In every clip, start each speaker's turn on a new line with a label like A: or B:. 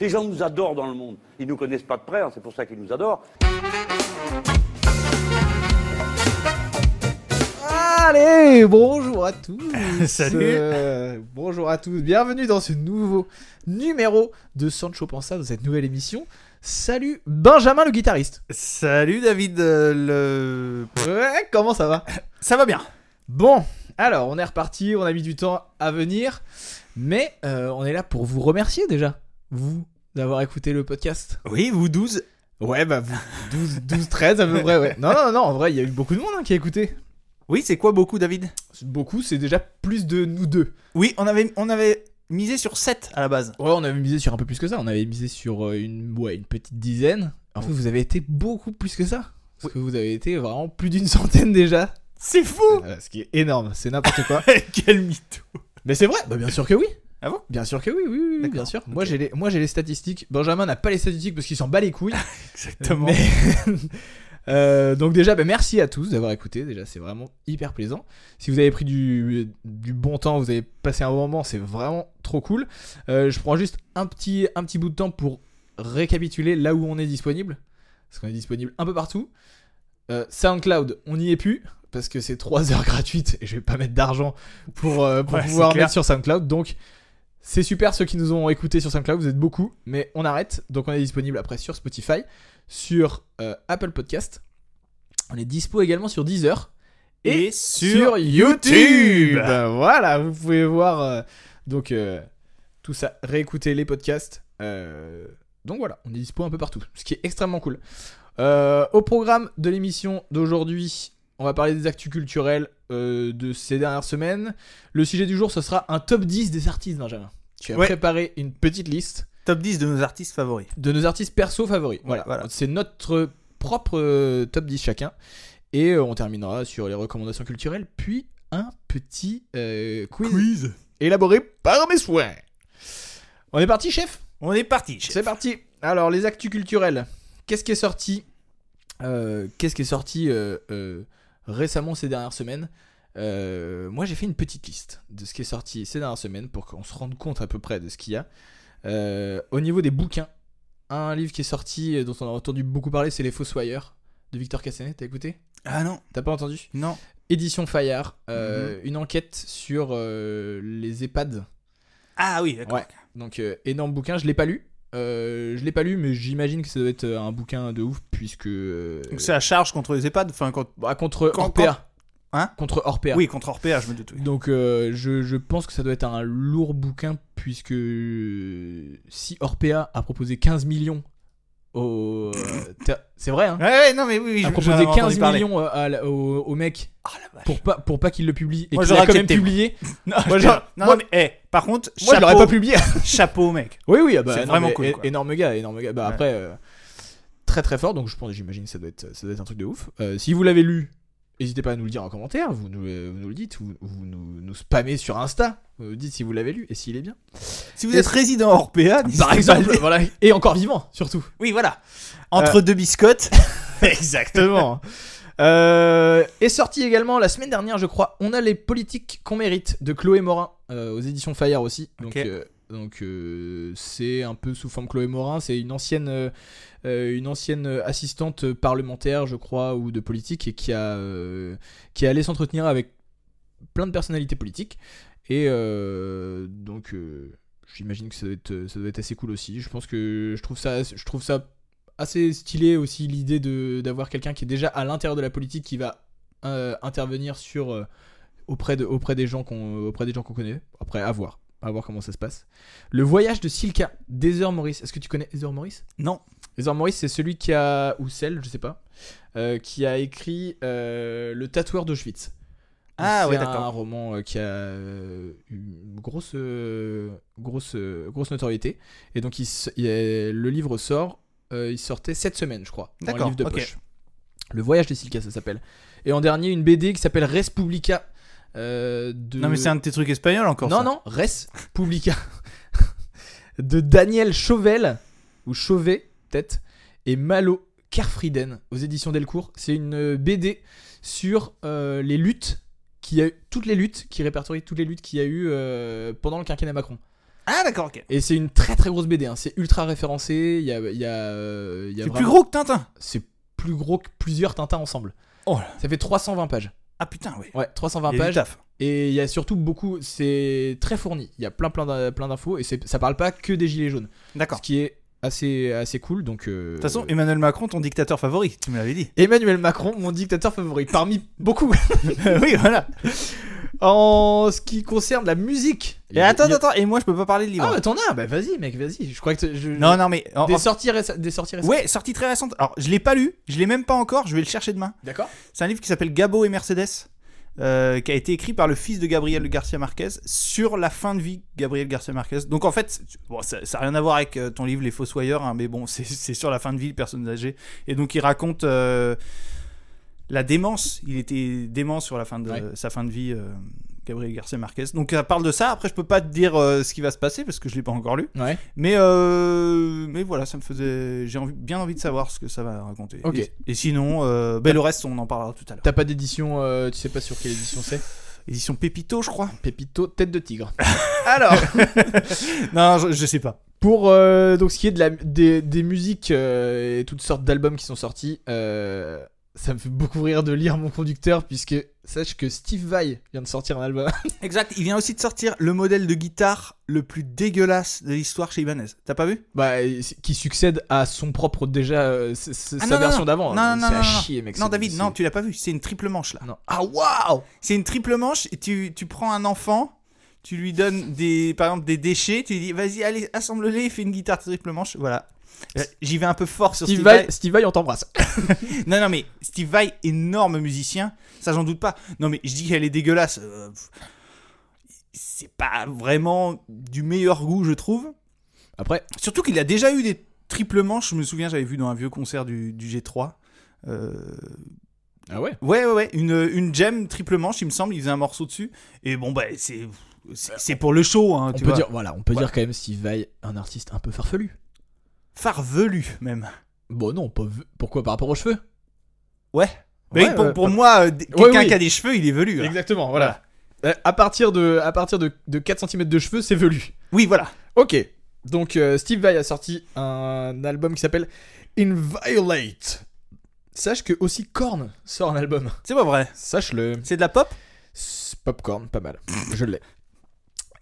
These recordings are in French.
A: Les gens nous adorent dans le monde. Ils nous connaissent pas de près, hein, c'est pour ça qu'ils nous adorent.
B: Allez, bonjour à tous.
C: Salut.
B: Euh, bonjour à tous. Bienvenue dans ce nouveau numéro de Sancho Pensa, dans cette nouvelle émission. Salut Benjamin le guitariste.
C: Salut David, euh, le...
B: Ouais, comment ça va
C: ça va bien.
B: Bon, alors on est reparti, on a mis du temps à venir, mais euh, on est là pour vous remercier déjà, vous d'avoir écouté le podcast.
C: Oui, vous 12
B: Ouais, bah vous, 12, 12 13 à peu près, ouais. Non, non, non, non, en vrai, il y a eu beaucoup de monde hein, qui a écouté.
C: Oui, c'est quoi beaucoup David
B: Beaucoup, c'est déjà plus de nous deux.
C: Oui, on avait, on avait misé sur 7 à la base.
B: Ouais, on avait misé sur un peu plus que ça. On avait misé sur euh, une, ouais, une petite dizaine. En fait, vous avez été beaucoup plus que ça. Parce que vous avez été vraiment plus d'une centaine déjà.
C: C'est fou
B: Euh, ce qui est énorme, c'est n'importe quoi.
C: Quel mytho
B: Mais c'est vrai, bah bien sûr que oui.
C: Ah bon
B: Bien sûr que oui, oui, oui, oui, bien
C: D'accord,
B: sûr.
C: ok.
B: Moi j'ai les, moi j'ai les statistiques. Benjamin n'a pas les statistiques parce qu'il s'en bat les couilles.
C: Exactement.
B: Mais- Euh, donc déjà, bah, merci à tous d'avoir écouté. Déjà, c'est vraiment hyper plaisant. Si vous avez pris du, du bon temps, vous avez passé un bon moment, c'est vraiment trop cool. Euh, je prends juste un petit, un petit bout de temps pour récapituler là où on est disponible. Parce qu'on est disponible un peu partout. Euh, SoundCloud, on n'y est plus. Parce que c'est 3 heures gratuites et je vais pas mettre d'argent pour, euh, pour
C: Ouais,
B: pouvoir
C: c'est clair.
B: mettre sur SoundCloud. Donc, c'est super ceux qui nous ont écoutés sur SoundCloud, vous êtes beaucoup, mais on arrête. Donc on est disponible après sur Spotify, sur euh, Apple Podcast. On est dispo également sur Deezer
C: Et,
B: et
C: sur...
B: YouTube. Voilà, vous pouvez voir euh, donc euh, tout ça, réécouter les podcasts. Euh, donc voilà, on est dispo un peu partout, ce qui est extrêmement cool. Euh, au programme de l'émission d'aujourd'hui, on va parler des actus culturelles euh, de ces dernières semaines. Le sujet du jour, ce sera un top 10 des artistes, Benjamin. Tu as
C: Ouais.
B: préparé une petite liste
C: Top 10 de nos artistes favoris.
B: de nos artistes perso favoris. Voilà,
C: voilà.
B: c'est notre propre euh, top 10 chacun. Et euh, on terminera sur les recommandations culturelles, puis un petit euh, quiz élaboré par mes soins. On est parti, chef
C: On est parti. chef.
B: C'est parti. Alors, les actus culturels. Qu'est-ce qui est sorti Euh, Qu'est-ce qui est sorti euh, euh, récemment ces dernières semaines Euh, Moi, j'ai fait une petite liste de ce qui est sorti ces dernières semaines pour qu'on se rende compte à peu près de ce qu'il y a. Euh, au niveau des bouquins, un livre qui est sorti euh, dont on a entendu beaucoup parler, c'est Les Fossoyeurs de Victor Castanet. T'as écouté
C: Ah non,
B: T'as pas entendu
C: non.
B: Édition Fayard, euh, une enquête sur euh, les EHPAD.
C: Ah oui, d'accord.
B: Ouais. Donc euh, énorme bouquin, je l'ai pas lu. Euh, je l'ai pas lu, mais j'imagine que ça doit être euh, un bouquin de ouf puisque euh,
C: Donc c'est à charge contre les EHPAD, enfin contre...
B: bah, contre
C: Quand-
B: Orpea.
C: Hein
B: Contre Orpea.
C: Oui, contre Orpea, je me doute. oui.
B: Donc euh, je, je pense que ça doit être un lourd bouquin puisque euh, si Orpea a proposé 15 millions au T'as- c'est vrai hein.
C: Ouais, ouais, non mais oui, oui
B: a
C: j'en
B: proposé
C: avais entendu
B: 15
C: parler.
B: millions euh, à la- au, au mec
C: Ah la vache.
B: pour pas pour pas qu'il le publie et
C: Moi,
B: qu'il a
C: j'aurais
B: quand même
C: accepté.
B: publié.
C: Non,
B: Moi,
C: je-
B: j'aurais-
C: non,
B: moi-
C: mais eh, par contre,
B: Moi je l'aurais
C: chapeau-
B: pas publié.
C: chapeau mec.
B: Oui, oui, ah bah,
C: C'est
B: non,
C: vraiment
B: mais
C: cool,
B: é-
C: quoi.
B: Énorme gars, énorme gars. Bah,
C: Ouais.
B: après, euh, très très fort, donc je pense, j'imagine que ça doit, être, ça doit être un truc de ouf. Euh, si vous l'avez lu, n'hésitez pas à nous le dire en commentaire, vous nous, euh, vous nous le dites, vous, vous nous, nous spammez sur Insta, vous nous dites si vous l'avez lu et s'il est bien.
C: Si vous êtes résident Orpea, n'hésitez
B: Par
C: pas à
B: exemple,
C: le-
B: voilà, et encore vivant, surtout.
C: oui voilà, entre deux biscottes, exactement.
B: Exactement. Euh, est sorti également la semaine dernière, je crois, On a les politiques qu'on mérite de Chloé Morin euh, aux éditions Fayard aussi. Donc,
C: Ok.
B: euh, donc euh, c'est un peu sous forme Chloé Morin, c'est une ancienne, euh, euh, une ancienne assistante parlementaire, je crois, ou de politique, et qui a, euh, qui est allée s'entretenir avec plein de personnalités politiques. Et euh, donc, euh, j'imagine que ça doit, être, ça doit être assez cool aussi. Je pense que je trouve ça, je trouve ça assez stylé aussi l'idée de d'avoir quelqu'un qui est déjà à l'intérieur de la politique qui va euh, intervenir sur euh, auprès de auprès des gens qu'on auprès des gens qu'on connaît. Après, à voir, à voir comment ça se passe. Le voyage de Silka d'Heather Maurice. Est-ce que tu connais Heather Maurice
C: Non,
B: Heather Maurice, c'est celui qui a ou celle, je sais pas, euh, qui a écrit euh, Le tatoueur d'Auschwitz.
C: Ah,
B: C'est
C: ouais,
B: un
C: d'accord.
B: roman euh, qui a euh, une grosse, euh, grosse, euh, grosse notoriété. Et donc, il s- il y a- le livre sort, euh, il sortait cette semaine, je crois. D'accord.
C: D'accord,
B: livre de
C: ok.
B: poche. Le voyage de Silka, ça s'appelle. Et en dernier, une BD qui s'appelle Res Publica. euh, de...
C: non mais c'est un de tes trucs espagnols encore.
B: Non,
C: ça.
B: non, Res Publica. de Daniel Chauvel, ou Chauvet, peut-être, et Malo Kerfrieden, aux éditions Delcourt. C'est une euh, BD sur euh, les luttes, qui a eu, toutes les luttes, qui répertorie toutes les luttes qu'il y a eu euh, pendant le quinquennat Macron.
C: Ah, d'accord, ok.
B: Et c'est une très très grosse BD, hein. c'est ultra référencé, il y a, il y a, euh, il y a
C: C'est plus
B: vraiment-
C: gros que Tintin.
B: C'est plus gros que plusieurs Tintins ensemble.
C: Oh là.
B: Ça fait 320 pages.
C: Ah, putain, oui.
B: Ouais, 320
C: Il y a du
B: pages.
C: taf.
B: Et il y a surtout beaucoup, c'est très fourni. Il y a plein plein d'in- plein d'infos et c'est- ça parle pas que des gilets jaunes,
C: D'accord.
B: ce qui est assez assez cool. Donc euh,
C: De toute façon, Emmanuel Macron, ton dictateur favori, tu me l'avais dit.
B: Emmanuel Macron, mon dictateur favori, parmi beaucoup.
C: oui, voilà.
B: en ce qui concerne la musique.
C: Et attends,
B: Il y a-
C: attends, et moi je peux pas parler de livre.
B: Ah, bah, t'en as, bah vas-y, mec, vas-y. Je crois que t- je-
C: non, non, mais. en-
B: Des
C: en-
B: sorties réce- des sorties récentes.
C: ouais, sortie très récente. Alors, je l'ai pas lu, je l'ai même pas encore, je vais le chercher demain.
B: D'accord.
C: C'est un livre qui s'appelle Gabo et Mercedes, euh, qui a été écrit par le fils de Gabriel Garcia Marquez sur la fin de vie de Gabriel Garcia Marquez. Donc en fait, c'est- bon, ça n'a rien à voir avec euh, ton livre Les Fossoyeurs, hein, mais bon, c'est- c'est sur la fin de vie de personnes âgées. Et donc il raconte euh, la démence. Il était dément sur la fin de
B: Ouais.
C: sa fin de vie. euh, Gabriel Garcia Marquez. Donc, ça parle de ça. Après, je peux pas te dire euh, ce qui va se passer parce que je l'ai pas encore lu.
B: Ouais.
C: Mais, euh, mais voilà, ça me faisait. J'ai envie- bien envie de savoir ce que ça va raconter.
B: Ok.
C: Et, et sinon, euh, ben, le reste, on en parlera tout à l'heure.
B: T'as pas d'édition, euh, tu sais pas sur quelle édition c'est.
C: Édition Pépito, je crois.
B: Pépito, tête de tigre.
C: Alors Non, je, je sais pas.
B: Pour euh, donc ce qui est de la, des, des musiques euh, et toutes sortes d'albums qui sont sortis, euh, ça me fait beaucoup rire de lire mon conducteur puisque sache que Steve Vai vient de sortir un album.
C: Exact, il vient aussi de sortir le modèle de guitare le plus dégueulasse de l'histoire chez Ibanez. T'as pas vu
B: bah, et c'est- qui succède à son propre déjà euh, c- c-
C: Ah,
B: sa
C: non, non,
B: version
C: non.
B: d'avant. hein.
C: Non, non,
B: c'est
C: non,
B: à
C: non,
B: chier mec.
C: Non,
B: c'est-
C: David,
B: c'est-
C: non, tu l'as pas vu. C'est une triple manche là.
B: non. Ah waouh.
C: C'est une triple manche et tu, tu prends un enfant, tu lui donnes des, par exemple des déchets, tu lui dis vas-y, allez, assemble-les, fais une guitare triple manche. Voilà. Euh, J'y vais un peu fort sur
B: Steve
C: Steve
B: Vai, Steve Vai, on t'embrasse.
C: Non, non, mais Steve Vai, énorme musicien, ça j'en doute pas. Non, mais je dis qu'elle est dégueulasse. euh, pff, c'est pas vraiment du meilleur goût, je trouve.
B: Après,
C: Surtout qu'il a déjà eu des triples manches, je me souviens, j'avais vu dans un vieux concert du, du G3. Euh,
B: ah ouais.
C: Ouais, ouais, ouais, une, une gem triple manche, il me semble, il faisait un morceau dessus. Et bon, bah, c'est. C'est c'est pour le show, hein,
B: On
C: tu
B: peut
C: vois.
B: dire voilà, on peut
C: Ouais.
B: dire quand même Steve Vai un artiste un peu farfelu.
C: Farvelu, même.
B: Bon non, pas v- pourquoi par rapport aux cheveux
C: Ouais. Mais
B: Ouais,
C: pour,
B: ouais,
C: pour
B: pas-
C: moi, euh, d-
B: Ouais,
C: quelqu'un
B: oui.
C: qui a des cheveux, il est velu. hein.
B: Exactement, voilà. Euh, À partir de, à partir de, de 4 cm de cheveux, c'est velu.
C: Oui, voilà.
B: Ok. Donc euh, Steve Vai a sorti un album qui s'appelle Inviolate. Sache que aussi Korn sort un album.
C: C'est pas vrai.
B: Sache-le.
C: C'est de la pop
B: S- Popcorn, pas mal. Je l'ai.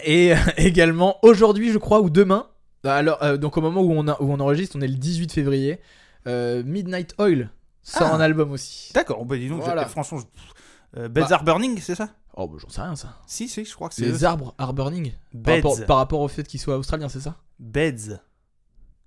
B: Et euh, également aujourd'hui, je crois, ou demain. Alors, euh, donc au moment où on, a- où on enregistre, on est le 18 février. euh, Midnight Oil sort
C: Ah.
B: un album aussi.
C: D'accord, bah dis donc,
B: Voilà.
C: j'ai- franchement, je... euh, Beds Are Burning, c'est ça
B: Oh, bah, j'en sais rien ça.
C: Si, si, je crois que c'est
B: Les
C: eux.
B: arbres are burning. Par
C: Beds.
B: rapport, par rapport au fait qu'ils soient australiens, c'est ça
C: Beds.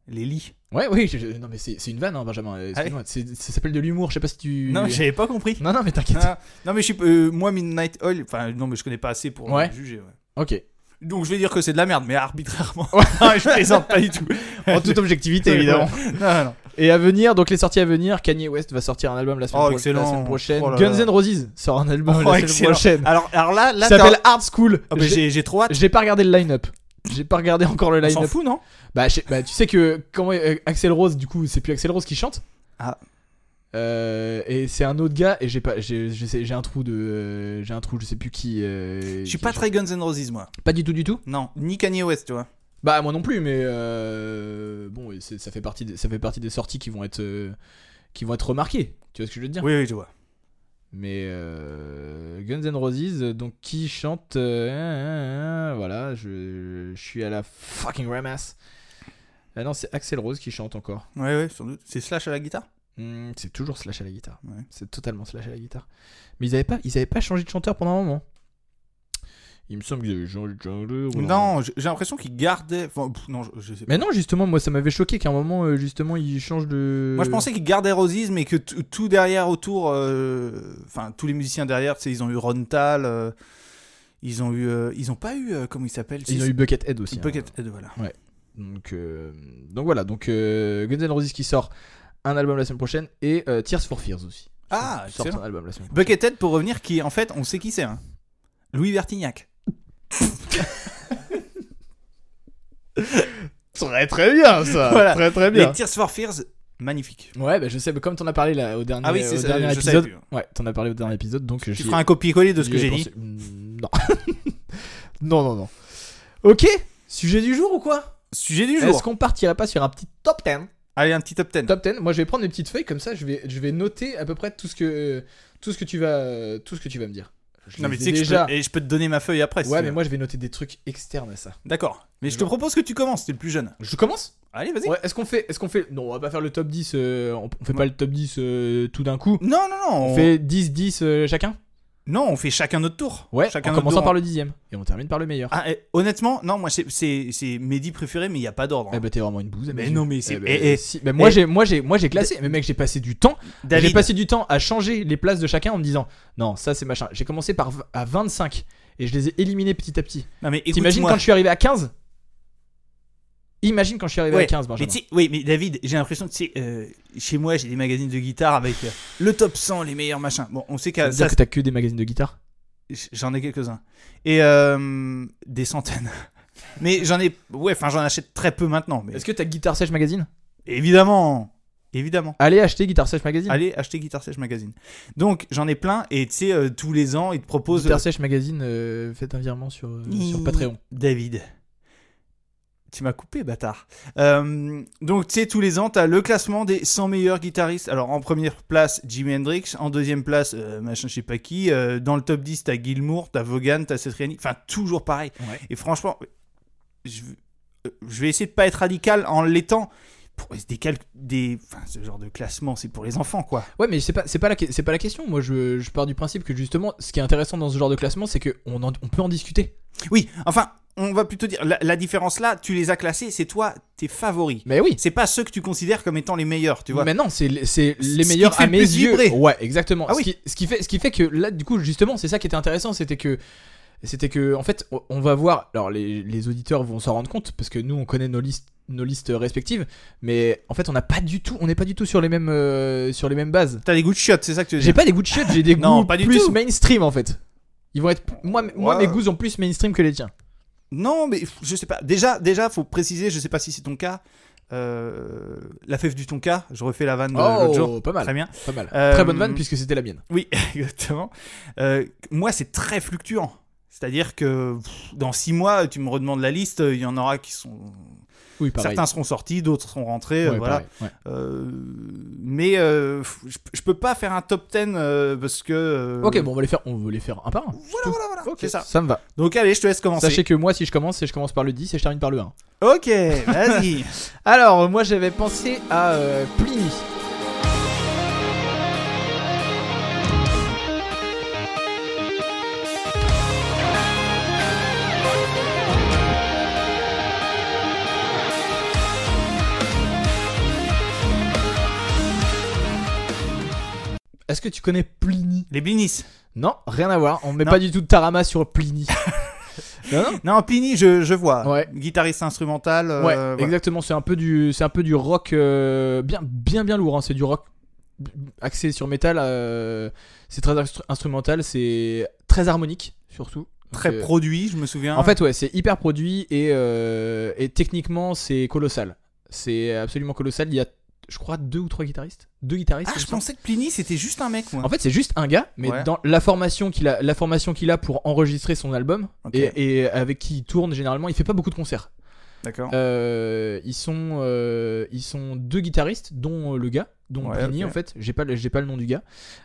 C: Les lits.
B: Ouais, oui, je- je- non, mais c'est c'est une vanne, hein, Benjamin. euh, Excuse-moi, c'est- ça s'appelle de l'humour, je sais pas si tu.
C: Ah Non, mais j'avais pas compris.
B: non, non, mais t'inquiète.
C: Ah, non, mais je suis. euh, moi, Midnight Oil, enfin, non, mais je connais pas assez pour euh,
B: Ouais.
C: juger. ouais.
B: Ok.
C: Donc, je vais dire que c'est de la merde, mais arbitrairement. Non, je plaisante pas du tout.
B: En toute objectivité, évidemment.
C: non, non, non.
B: Et à venir, donc les sorties à venir, Kanye West va sortir un album la semaine,
C: Oh,
B: pro- la
C: excellent.
B: semaine prochaine.
C: Oh là
B: Guns
C: là.
B: N' Roses sort un album
C: Oh,
B: la semaine
C: excellent.
B: prochaine.
C: Alors, alors là, là
B: Ça
C: t'as-
B: s'appelle Hard School.
C: Ah, mais
B: J'ai
C: j'ai j'ai trop hâte.
B: j'ai pas regardé le line-up. J'ai pas regardé encore le
C: On s'en
B: line-up.
C: fout, non
B: Bah, je sais- bah, tu sais que comment euh, Axel Rose, du coup, c'est plus Axel Rose qui chante.
C: Ah.
B: Euh, et c'est un autre gars et j'ai pas j'ai je sais- j'ai un trou de euh, j'ai un trou je sais plus qui euh,
C: Je
B: qui
C: suis pas
B: chante.
C: très Guns N' Roses, moi.
B: pas du tout du tout
C: Non, ni Kanye West, tu vois.
B: Bah moi non plus, mais euh, bon, et c'est- ça fait partie, des- ça fait partie des sorties qui vont être, euh, qui vont être remarquées. Tu vois ce que je veux te dire
C: Oui, oui, je vois.
B: Mais euh, Guns N' Roses, euh, donc qui chante, euh, hein, hein, hein, voilà, je, je suis à la fucking ramasse. Ah non, c'est Axel Rose qui chante encore.
C: Ouais, ouais, sans doute. C'est Slash à la guitare
B: Hmm, c'est toujours Slash à la guitare.
C: Ouais.
B: C'est totalement Slash à la guitare. Mais ils avaient pas, ils avaient pas changé de chanteur pendant un moment. Il me semble qu'ils avaient changé de chanteur. pendant un moment.
C: Non, j'ai j'ai l'impression qu'il gardait. Enfin, pff, non, je, je sais pas.
B: Mais non, justement, moi ça m'avait choqué qu'à un moment, euh, justement, ils changent de.
C: Moi, je pensais qu'il gardait Roses, mais que t- tout derrière autour. euh, Enfin, tous les musiciens derrière, tu sais, ils ont eu Ron Tal. euh, Ils ont eu. euh, Ils ont pas eu. euh, Comment il s'appelle
B: Ils ont eu Buckethead aussi. hein.
C: Buckethead, euh, voilà.
B: Donc, euh, donc voilà, donc euh, Guns N' Roses qui sort un album la semaine prochaine et euh, Tears for Fears aussi.
C: Ah,
B: sort
C: excellent.
B: un album la semaine prochaine.
C: Buckethead, pour revenir, qui en fait, on sait qui c'est. hein. Louis Vertignac.
B: Très très bien ça.
C: Voilà.
B: Très très
C: Les Tears for Fears, magnifique.
B: Ouais, bah, je sais, mais comme t'en as parlé là, au dernier,
C: Ah oui, c'est
B: au
C: ça,
B: dernier
C: je savais
B: épisode.
C: plus.
B: Ouais, t'en as parlé au dernier épisode, donc
C: Tu
B: Mm,
C: feras un copier-coller de ce que j'ai dit.
B: Non. non, non, non. Ok, Sujet du jour ou quoi
C: Sujet du
B: Est-ce
C: jour.
B: qu'on partirait pas sur un petit top 10
C: Allez, un petit top 10.
B: Top 10. Moi, je vais prendre des petites feuilles comme ça. Je vais, je vais noter à peu près tout ce que, euh, tout ce que tu vas, euh, tout ce que tu vas me dire. Je
C: Non,
B: les
C: mais tu
B: ai
C: sais que je
B: déjà.
C: peux, et je peux te donner ma feuille après. si
B: Ouais,
C: tu
B: mais
C: veux.
B: moi, je vais noter des trucs externes à ça.
C: D'accord. Mais je te
B: Genre.
C: propose que tu commences, t'es le plus jeune.
B: Je commence.
C: Allez, vas-y.
B: Ouais, Est-ce qu'on fait, est-ce qu'on fait Non, on va pas faire le top 10. euh, on on fait pas le top 10 euh, tout d'un coup.
C: Non, non, non.
B: On fait 10, 10 euh, chacun.
C: Non, on fait chacun notre tour.
B: Ouais.
C: chacun
B: en
C: notre
B: commençant
C: tour.
B: par le dixième et on termine par le meilleur.
C: Ah, eh, honnêtement, non, moi c'est- c'est c'est mes dix préférés, mais il n'y a pas d'ordre. hein.
B: Eh ben t'es vraiment une bouse. à mes
C: Ah. Mais
B: yeux.
C: non, mais c'est-
B: Eh ben,
C: eh, eh,
B: si. Ben, moi
C: eh.
B: j'ai, moi j'ai, moi j'ai classé. Mais mec, j'ai passé du temps. J'ai
C: David,
B: passé du temps à changer les places de chacun en me disant non, ça c'est machin. J'ai commencé par v- à 25 et je les ai éliminés petit à petit.
C: non, mais
B: T'imagines
C: écoute-moi.
B: quand je suis arrivé à 15 Imagine quand je suis arrivé
C: Ouais,
B: à 15, Benjamin.
C: Mais tu sais- oui, mais David, j'ai l'impression que c'est chez moi, j'ai des magazines de guitare avec euh, le top 100, les meilleurs machins. Bon, on sait
B: Ça
C: qu'à
B: veut
C: ça,
B: dire que t'as que des magazines de guitare
C: c'est- j'en ai quelques-uns et euh, des centaines. mais j'en ai, ouais, enfin, j'en achète très peu maintenant. Mais
B: Est-ce que t'as Guitar Sèche Magazine
C: évidemment, évidemment.
B: Allez acheter Guitar Sèche Magazine.
C: Allez acheter Guitar Sèche Magazine. Donc j'en ai plein et tu sais, euh, tous les ans, ils te proposent.
B: Guitar Sèche Magazine, euh, faites un virement sur, euh, sur Patreon.
C: David. Tu m'as coupé, bâtard. Euh, donc, tu sais, tous les ans, tu as le classement des 100 meilleurs guitaristes. Alors, en première place, Jimi Hendrix. En deuxième place, euh, machin, je sais pas qui. Euh, dans le top 10, t'as Gilmour, t'as Vaughan, t'as Sestriani. Enfin, toujours pareil.
B: Ouais.
C: Et franchement, je, euh, je vais essayer de pas être radical en l'étant. Pour- Des cal- des, enfin, ce genre de classement, c'est pour les enfants, quoi.
B: Ouais, mais c'est pas, c'est pas, la, que- c'est pas la question. Moi, je, je pars du principe que justement, ce qui est intéressant dans ce genre de classement, c'est qu'on en- on peut en discuter.
C: Oui, enfin, on va plutôt dire, la, la différence là, tu les as classés, c'est toi, tes favoris.
B: Mais oui.
C: C'est pas ceux que tu considères comme étant les meilleurs, tu vois.
B: Mais non, c'est les- c'est
C: Ce
B: les
C: qui te
B: meilleurs
C: fait
B: à
C: le
B: mes
C: plus
B: yeux.
C: vibrer.
B: Ouais, exactement.
C: Ah
B: ce,
C: oui.
B: qui, ce qui fait, ce qui fait que là, du coup, justement, c'est ça qui était intéressant, c'était que c'était que en fait, on- on va voir. Alors, les, les auditeurs vont s'en rendre compte parce que nous, on connaît nos listes nos listes respectives, mais en fait, on n'a pas du tout, on n'est pas du tout sur les mêmes euh, sur les mêmes bases.
C: T'as des goûts de chiottes, c'est ça que tu veux
B: J'ai
C: dire
B: pas des goûts de chiottes, j'ai des goûts
C: Non, pas du
B: plus
C: tout.
B: mainstream en fait. Ils vont être moi, moi
C: Ouais.
B: mes goûts sont plus mainstream que les tiens.
C: Non, mais je sais pas. Déjà, déjà, faut préciser, je sais pas si c'est ton cas. euh, la fève du tonka, je refais la vanne de l'autre jour.
B: Oh, pas mal,
C: Très bien.
B: pas mal.
C: Euh,
B: Très bonne vanne puisque c'était la mienne.
C: Oui, exactement. Euh, moi, c'est très fluctuant. C'est-à-dire que pff, dans six mois, tu me redemandes la liste, il y en aura qui sont.
B: Oui, pareil.
C: Certains seront sortis, d'autres seront rentrés. euh,
B: Ouais,
C: voilà.
B: pareil, ouais.
C: Euh, mais euh, pff, je, je peux pas faire un top 10 euh, parce que. euh,
B: Ok, bon, on va les faire, on veut les faire un par un.
C: Voilà, voilà, voilà.
B: Ok,
C: C'est ça.
B: Ça me va.
C: Donc, allez, je te laisse commencer.
B: Sachez que moi, si je commence, c'est je commence par le 10 et je termine par le 1.
C: Ok, vas-y.
B: Alors, moi, j'avais pensé à euh, Pliny. Est-ce que tu connais Pliny
C: Les blinis.
B: Non, rien à voir. On met
C: Non.
B: pas du tout de tarama sur Pliny. non, non.
C: Non, Pliny, je, je vois.
B: Ouais.
C: Guitariste instrumental. euh,
B: Ouais,
C: voilà.
B: exactement. C'est un peu du, c'est un peu du rock euh, bien, bien, bien lourd. hein. C'est du rock b- axé sur métal. euh, c'est très instru- instrumental. C'est très harmonique surtout.
C: Très hein.
B: Donc, euh,
C: produit, je me souviens.
B: En fait, ouais, c'est hyper produit et, euh, et techniquement c'est colossal. C'est absolument colossal. Il y a, je crois, deux ou trois guitaristes. Deux guitaristes.
C: ah,
B: il
C: je
B: me semble.
C: pensais que Pliny, c'était juste un mec, moi.
B: En fait, c'est juste un gars, mais
C: hein. Ouais.
B: dans la formation qu'il a, la formation qu'il a pour enregistrer son album
C: Ok.
B: et, et avec qui il tourne généralement, il fait pas beaucoup de concerts.
C: D'accord.
B: Euh, ils sont euh, ils sont deux guitaristes dont euh, le gars dont
C: Ouais,
B: Pliny
C: ok.
B: en fait j'ai pas le- j'ai pas le nom du gars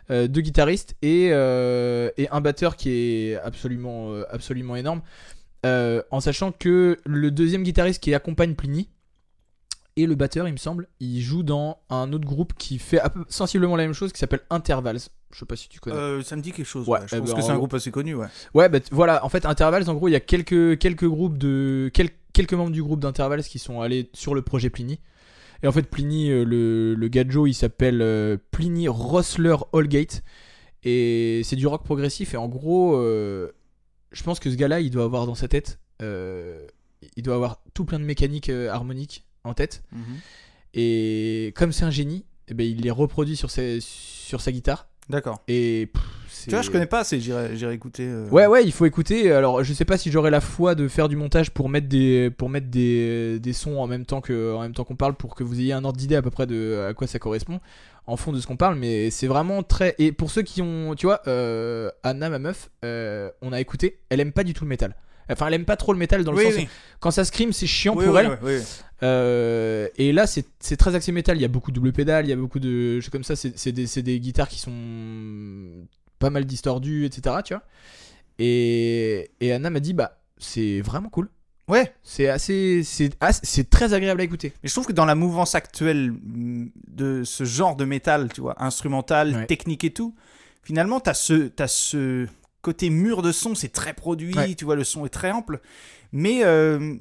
B: Euh, deux guitaristes et euh, et un batteur qui est absolument euh, absolument énorme Euh, en sachant que le deuxième guitariste qui accompagne Pliny et le batteur il me semble il joue dans un autre groupe qui fait à peu- sensiblement la même chose qui s'appelle Intervals je sais pas si tu connais
C: Euh, ça me dit quelque chose.
B: Ouais,
C: ouais. Je
B: eh
C: pense
B: ben, en
C: que c'est un
B: gros-
C: groupe assez connu, ouais.
B: Ouais, bah t- voilà, en fait, Intervals, en gros, il y a quelques, quelques groupes de. quel- quelques membres du groupe d'Intervals qui sont allés sur le projet Pliny. Et en fait, Pliny, euh, le, le gars de Joe, il s'appelle euh, Pliny Rossler Holgate. Et c'est du rock progressif. Et en gros, euh, je pense que ce gars-là, il doit avoir dans sa tête. euh, il doit avoir tout plein de mécaniques euh, harmoniques en tête. Et comme c'est un génie, eh ben, il les reproduit sur, ses- sur sa guitare.
C: D'accord.
B: Et. pff, c'est-
C: Tu vois, je connais pas assez, j'irai j'irai écouter. euh,
B: Ouais, ouais, il faut écouter. Alors, je sais pas si j'aurai la foi de faire du montage pour mettre des, pour mettre des, des sons en même temps que, en même temps qu'on parle pour que vous ayez un ordre d'idée à peu près de à quoi ça correspond en fond de ce qu'on parle. Mais c'est vraiment très. Et pour ceux qui ont, tu vois, euh, Anna, ma meuf, euh, on a écouté. Elle aime pas du tout le métal. Enfin, elle aime pas trop le métal dans le
C: oui,
B: sens.
C: oui.
B: Quand ça scream, c'est chiant
C: Oui,
B: pour
C: oui,
B: elle.
C: oui, oui.
B: Euh, et là, c'est c'est très axé métal. Il y a beaucoup de double pédale, il y a beaucoup de choses comme ça. C'est c'est des, c'est des guitares qui sont pas mal distordues, etc. Tu vois. Et, et Anna m'a dit, bah, c'est vraiment cool.
C: Ouais.
B: C'est assez, c'est as- c'est très agréable à écouter.
C: Mais je trouve que dans la mouvance actuelle mm, de ce genre de métal, tu vois, instrumental,
B: Ouais.
C: technique et tout, finalement, t'as ce, t'as ce côté mur de son, c'est très produit,
B: Ouais.
C: tu vois, le son est très ample. Mais, euh,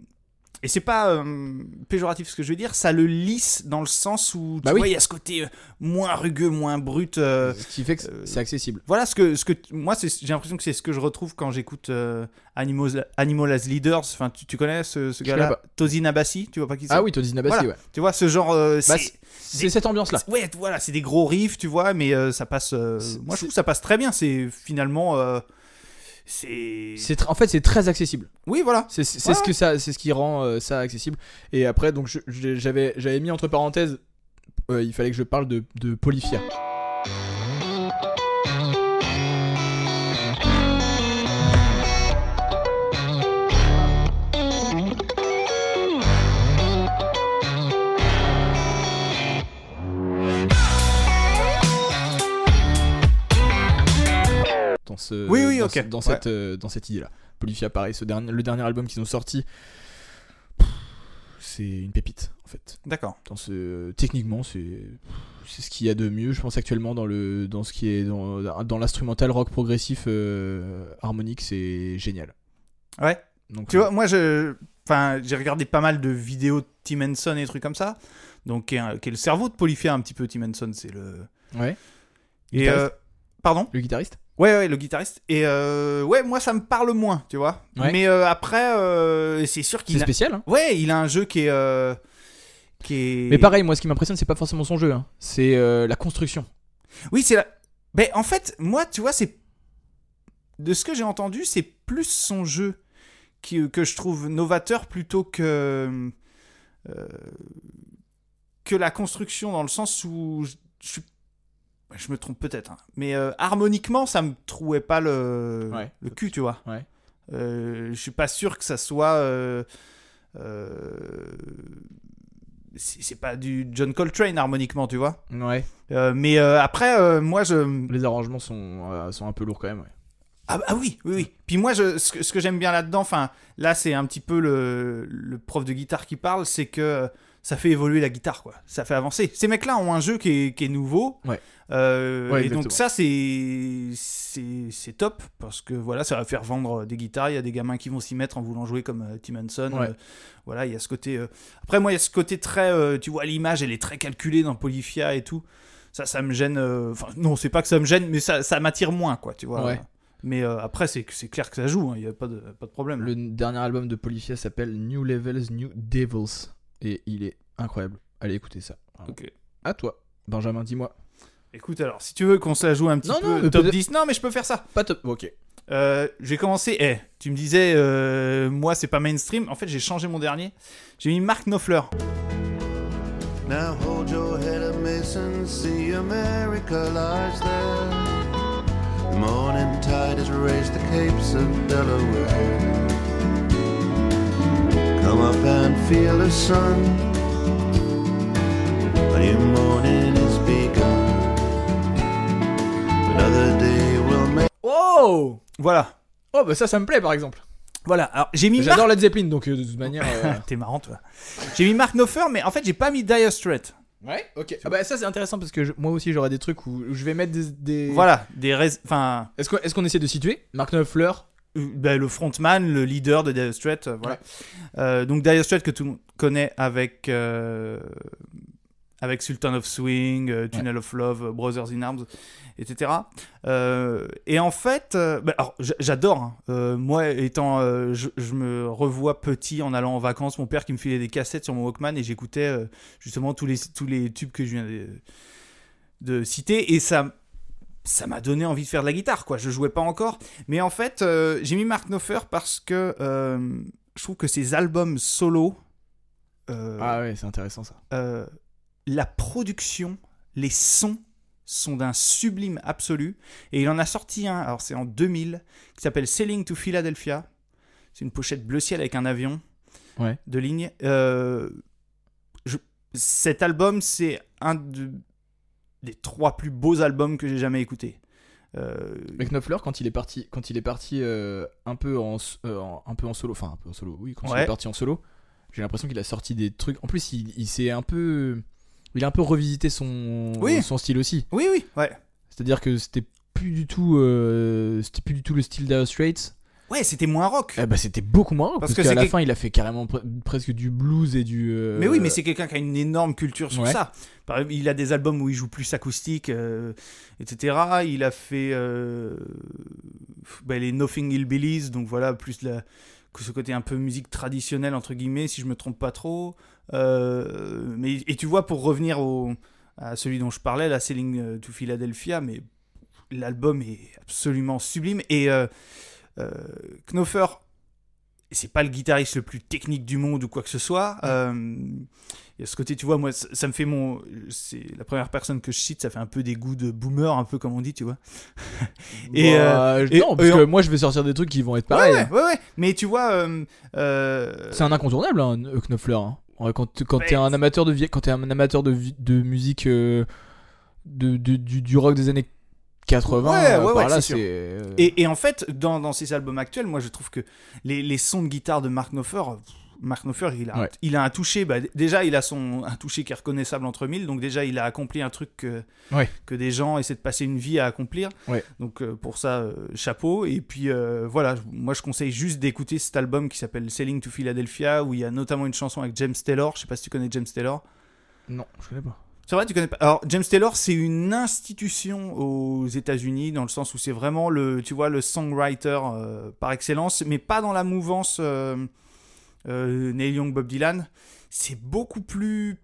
C: et c'est pas euh, péjoratif ce que je veux dire, ça le lisse dans le sens où, tu
B: Bah oui.
C: vois, il y a ce côté euh, moins rugueux, moins brut. euh,
B: ce qui fait que
C: euh,
B: c'est accessible.
C: voilà ce que, ce que t- moi c'est- j'ai l'impression que c'est ce que je retrouve quand j'écoute euh, Animals, Animal as Leaders. Enfin, tu, tu connais ce, ce
B: Je connais
C: gars-là, Tosin Abassi, tu vois pas qui c'est
B: Ah oui, Tony Nabassi,
C: Voilà.
B: ouais.
C: Tu vois ce genre, euh,
B: Bah,
C: c'est-
B: c'est c'est cette ambiance-là.
C: Ouais, voilà, c'est des gros riffs, tu vois, mais euh, ça passe. euh,
B: C'est-
C: moi, je
B: c'est-
C: trouve que ça passe très bien. C'est finalement, euh, c'est.
B: C'est tr- en fait, c'est très accessible.
C: Oui, voilà.
B: C'est c'est- c'est
C: Ouais,
B: ce que ça, c'est ce qui rend euh, ça accessible. Et après, donc, je- je- j'avais, j'avais mis entre parenthèses, euh, il fallait que je parle de, de Polyphia. Dans ce,
C: Oui, oui,
B: dans
C: ok.
B: ce- dans
C: Ouais.
B: cette, euh, dans cette idée-là. Polyphia, pareil, ce dernier, le dernier album qu'ils ont sorti, c'est une pépite en fait.
C: D'accord.
B: Dans ce, euh, techniquement, c'est c'est ce qu'il y a de mieux, je pense actuellement dans le dans ce qui est dans, dans l'instrumental rock progressif euh, harmonique, c'est génial.
C: Ouais.
B: Donc
C: Tu
B: euh,
C: vois, moi, je. Enfin, j'ai regardé pas mal de vidéos de Tim Henson et trucs comme ça. Donc, qui est, un- qui est le cerveau de Polyphia un petit peu. Tim Henson, c'est le.
B: euh, ouais,
C: Et. euh, Pardon
B: le guitariste.
C: Ouais, ouais, le guitariste. Et euh, ouais, moi, ça me parle moins, tu vois.
B: Ouais.
C: Mais euh, après, euh, c'est sûr
B: C'est
C: qu'il. A...
B: spécial. hein.
C: Ouais, il a un jeu qui est. euh, Qui est...
B: Mais pareil, moi ce qui m'impressionne, c'est pas forcément son jeu, hein. c'est euh, la construction.
C: Oui, c'est la. Ben, en fait, moi, tu vois, c'est. De ce que j'ai entendu, c'est plus son jeu qui, euh, que je trouve novateur plutôt que. euh, que la construction, dans le sens où. Je, je suis- je me trompe peut-être, hein, mais euh, harmoniquement, ça me trouvait pas le,
B: Ouais.
C: le cul, tu vois.
B: Ouais.
C: Euh, je suis pas sûr que ça soit. euh, euh, c'est c'est pas du John Coltrane harmoniquement, tu vois.
B: Ouais.
C: Euh, mais euh, après, euh, moi, je...
B: Les arrangements sont euh, sont un peu lourds quand même. ouais.
C: Ah, ah oui, oui, oui. Puis moi, je, ce que, ce que j'aime bien là-dedans, enfin, là, c'est un petit peu le, le prof de guitare qui parle, c'est que euh, ça fait évoluer la guitare, quoi. Ça fait avancer. Ces mecs-là ont un jeu qui est, qui est nouveau.
B: Ouais.
C: Euh,
B: Ouais,
C: et donc
B: exactement.
C: ça, c'est, c'est, c'est top, parce que voilà, ça va faire vendre euh, des guitares. Il y a des gamins qui vont s'y mettre en voulant jouer comme euh, Tim Henson.
B: Ouais.
C: Euh, voilà, il y a ce côté... euh, Après, moi, il y a ce côté très... euh, tu vois, l'image, elle est très calculée dans Polyphia et tout. Ça, ça me gêne. euh, Enfin, non, c'est pas que ça me gêne, mais ça, ça m'attire moins, quoi, tu vois.
B: Ouais.
C: Mais euh, après, c'est c'est clair que ça joue, hein, il n'y a pas de, pas de problème.
B: Le dernier album de Polyphia s'appelle New Levels, New Devils. Et il est incroyable. Allez écouter ça. Vraiment.
C: Ok.
B: À toi, Benjamin, dis-moi.
C: Écoute, alors, si tu veux qu'on se la joue un petit
B: Non,
C: peu
B: non, mais
C: top
B: peut-être-
C: 10, non, mais je peux faire ça.
B: Pas top. Ok.
C: Euh, j'ai commencé, eh, tu me disais, euh, moi, c'est pas mainstream. En fait, j'ai changé mon dernier. J'ai mis Mark Knopfler.
D: Now hold your head up, Mason, see America lies there. The morning tide has raised the capes of Delaware. Come up and feel the sun. A new morning has begun. Another day will make.
B: Oh
C: Voilà.
B: Oh bah ça, ça me plaît par exemple.
C: Voilà, alors j'ai mis Mark.
B: J'adore Led Zeppelin, donc euh, de toute manière. euh,
C: T'es marrant, toi. j'ai mis Mark Knopfler, mais en fait, j'ai pas mis Dire Straits.
B: ouais. Ok. Ah bah ça c'est intéressant parce que je- moi aussi j'aurais des trucs où, où je vais mettre des. des-
C: Voilà, des. rais- Enfin,
B: Est-ce qu'on est-ce qu'on essaie de situer Mark Knopfler
C: euh, ben, le frontman, le leader de Dire Straits, euh, voilà. Euh, donc Dire Straits que tout le monde connaît avec euh, avec Sultan of Swing, euh, Tunnel of Love, euh, Brothers in Arms, etc. Euh, et en fait, euh, bah, alors, j- j'adore. hein. Euh, moi, étant, euh, je, je me revois petit en allant en vacances, mon père qui me filait des cassettes sur mon Walkman et j'écoutais euh, justement tous les tous les tubes que je viens de, de citer et ça ça m'a donné envie de faire de la guitare quoi. Je jouais pas encore, mais en fait, euh, j'ai mis Mark Knopfler parce que euh, je trouve que ses albums solo, euh,
B: Ah ouais, c'est intéressant ça.
C: euh, la production, les sons sont d'un sublime absolu. Et il en a sorti un, alors c'est en 2000, qui s'appelle Selling to Philadelphia. C'est une pochette bleu ciel avec un avion
B: Ouais.
C: de ligne. Euh, je- cet album, c'est un de- des trois plus beaux albums que j'ai jamais écouté. Euh,
B: Mais Knopfler, quand il est parti, quand il est parti euh, un peu en, s- euh, en- un peu en solo, enfin un peu en solo, oui, quand il est
C: Ouais.
B: parti en solo, j'ai l'impression qu'il a sorti des trucs. En plus, il, il s'est un peu, il a un peu revisité son,
C: Oui.
B: son style aussi.
C: Oui, oui, ouais.
B: C'est-à-dire que c'était plus du tout, euh, c'était plus du tout le style d'Air Straits.
C: Ouais, c'était moins rock.
B: Eh ben, c'était beaucoup moins. Parce,
C: Parce
B: parce
C: que
B: qu'à
C: c'est
B: la
C: quelque-
B: fin, il a fait carrément pre- presque du blues et du. euh,
C: Mais oui, mais c'est quelqu'un qui a une énorme culture sur
B: Ouais.
C: ça. Par exemple, il a des albums où il joue plus acoustique, euh, etc. Il a fait euh, bah, les Nothing Hillbillies, donc voilà, plus la, que ce côté un peu musique traditionnelle, entre guillemets, si je me trompe pas trop. Euh, mais, et tu vois, pour revenir au, à celui dont je parlais, la Selling euh, to Philadelphia, mais l'album est absolument sublime. Et euh, euh, Knopfler, c'est pas le guitariste le plus technique du monde ou quoi que ce soit. Euh, Il y a ce côté, tu vois, moi, ça, ça me fait mon. C'est la première personne que je cite, ça fait un peu des goûts de boomer, un peu comme on dit, tu vois. et,
B: bah,
C: euh, et-
B: non, parce
C: et
B: que moi, je vais sortir des trucs qui vont être pareils.
C: Ouais, ouais, ouais, ouais. Mais tu vois. euh, euh,
B: C'est un incontournable, hein, euh, Knopfler. hein. Ouais, Quand, t- quand
C: Ouais.
B: t'es un amateur de vie- quand t'es un amateur de, vi- de musique euh, de, de- du, du rock des années 80,
C: Ouais,
B: euh,
C: ouais,
B: par
C: ouais,
B: là,
C: c'est
B: c'est.
C: sûr.
B: euh,
C: Et, et en fait, dans, dans ses albums actuels, moi je trouve que les, les sons de guitare de Mark Knopfler, pff, Mark Knopfler, il a,
B: Ouais.
C: il a un toucher. bah, d- déjà, il a son, un toucher qui est reconnaissable entre mille. Donc, déjà, il a accompli un truc que,
B: Ouais.
C: que des gens essaient de passer une vie à accomplir.
B: Ouais.
C: Donc, euh, pour ça, euh, chapeau. Et puis, euh, voilà, je- moi je conseille juste d'écouter cet album qui s'appelle Sailing to Philadelphia, où il y a notamment une chanson avec James Taylor. Je sais pas si tu connais James Taylor.
B: Non, je connais pas.
C: C'est vrai, tu connais pas. Alors, James Taylor, c'est une institution aux États-Unis, dans le sens où c'est vraiment le, tu vois, le songwriter euh, par excellence, mais pas dans la mouvance euh, euh, Neil Young, Bob Dylan. C'est beaucoup plus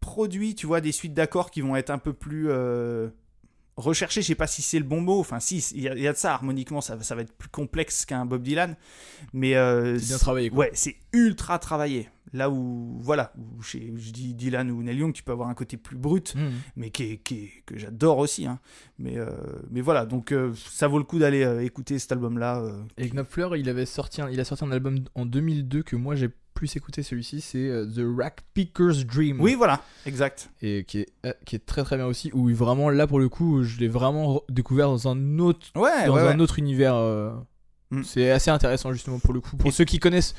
C: produit, tu vois, des suites d'accords qui vont être un peu plus euh, recherchées. Je sais pas si c'est le bon mot. Enfin, si, il y, a- il y a de ça. Harmoniquement, ça, va- ça va être plus complexe qu'un Bob Dylan. Mais euh,
B: C'est bien travaillé, quoi.
C: Ouais, c'est ultra travaillé. Là où, voilà, où chez, je dis Dylan ou Neil Young, tu peux avoir un côté plus brut,
B: Mhm.
C: mais qui est- qui est- que j'adore aussi. hein. Mais, euh, mais voilà, donc euh, ça vaut le coup d'aller euh, écouter cet album-là. euh.
B: Et Knopfler, il, avait sorti un- il a sorti un album en 2002 que moi j'ai plus écouté celui-ci, c'est euh, The Rack Picker's Dream.
C: Oui, voilà, exact.
B: Et qui est, euh, qui est très très bien aussi, où vraiment là pour le coup, je l'ai vraiment re- découvert dans un autre
C: Ouais,
B: dans
C: ouais,
B: un
C: ouais.
B: autre univers. euh,
C: Mm.
B: C'est assez intéressant justement pour le coup. Pour ceux qui connaissent,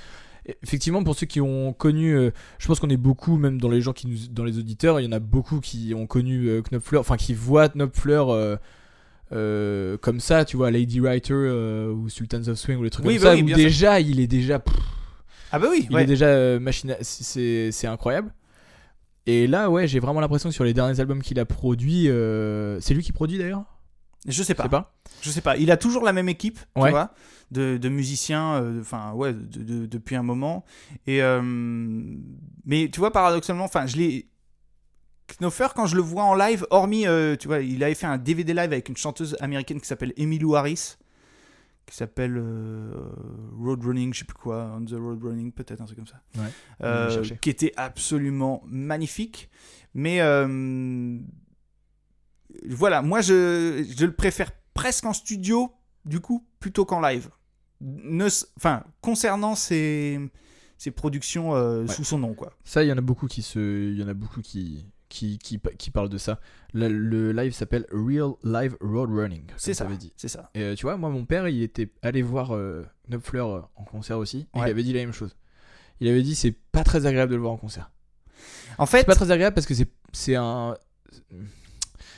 B: effectivement, pour ceux qui ont connu, euh, je pense qu'on est beaucoup, même dans les gens qui nous, dans les auditeurs, il y en a beaucoup qui ont connu euh, Knopfler, enfin qui voient Knopfler. euh, euh, comme ça, tu vois, Lady Writer euh, ou Sultans of Swing ou les trucs
C: Oui,
B: comme
C: bah
B: ça,
C: oui,
B: où
C: bien sûr.
B: déjà il est déjà, pff,
C: Ah bah oui,
B: il
C: ouais.
B: est déjà euh, machine, à- c'est- c'est c'est incroyable. Et là, ouais, j'ai vraiment l'impression que sur les derniers albums qu'il a produits, euh, c'est lui qui produit d'ailleurs,
C: je sais
B: je
C: pas.
B: sais pas.
C: Je sais pas. Il a toujours la même équipe,
B: Ouais.
C: tu vois, de, de musiciens, euh, enfin, ouais, de- de- depuis un moment. Et, euh, mais tu vois, paradoxalement, enfin, je l'ai. Knopfler, quand je le vois en live, hormis, euh, tu vois, il avait fait un DVD live avec une chanteuse américaine qui s'appelle Emmylou Harris, qui s'appelle euh, Road Running, je sais plus quoi, On the Road Running, peut-être, un truc comme ça.
B: Ouais,
C: Euh,
B: on va chercher.
C: qui était absolument magnifique. Mais euh, voilà, moi je, je le préfère presque en studio, du coup, plutôt qu'en live. Ne, s- enfin, concernant ses, ses productions euh,
B: Ouais.
C: sous son nom, quoi.
B: Ça, il y en a beaucoup qui se, il y en a beaucoup qui qui, qui, pa- qui parlent de ça. Le, le live s'appelle Real Live Road Running. comme
C: C'est ça,
B: avait dit.
C: c'est ça.
B: Et euh, tu vois, moi, mon père, il était allé voir euh, Knopfler euh, en concert aussi. Et
C: Ouais.
B: il avait dit la même chose. Il avait dit c'est pas très agréable de le voir en concert.
C: En fait,
B: C'est pas très agréable parce que c'est c'est un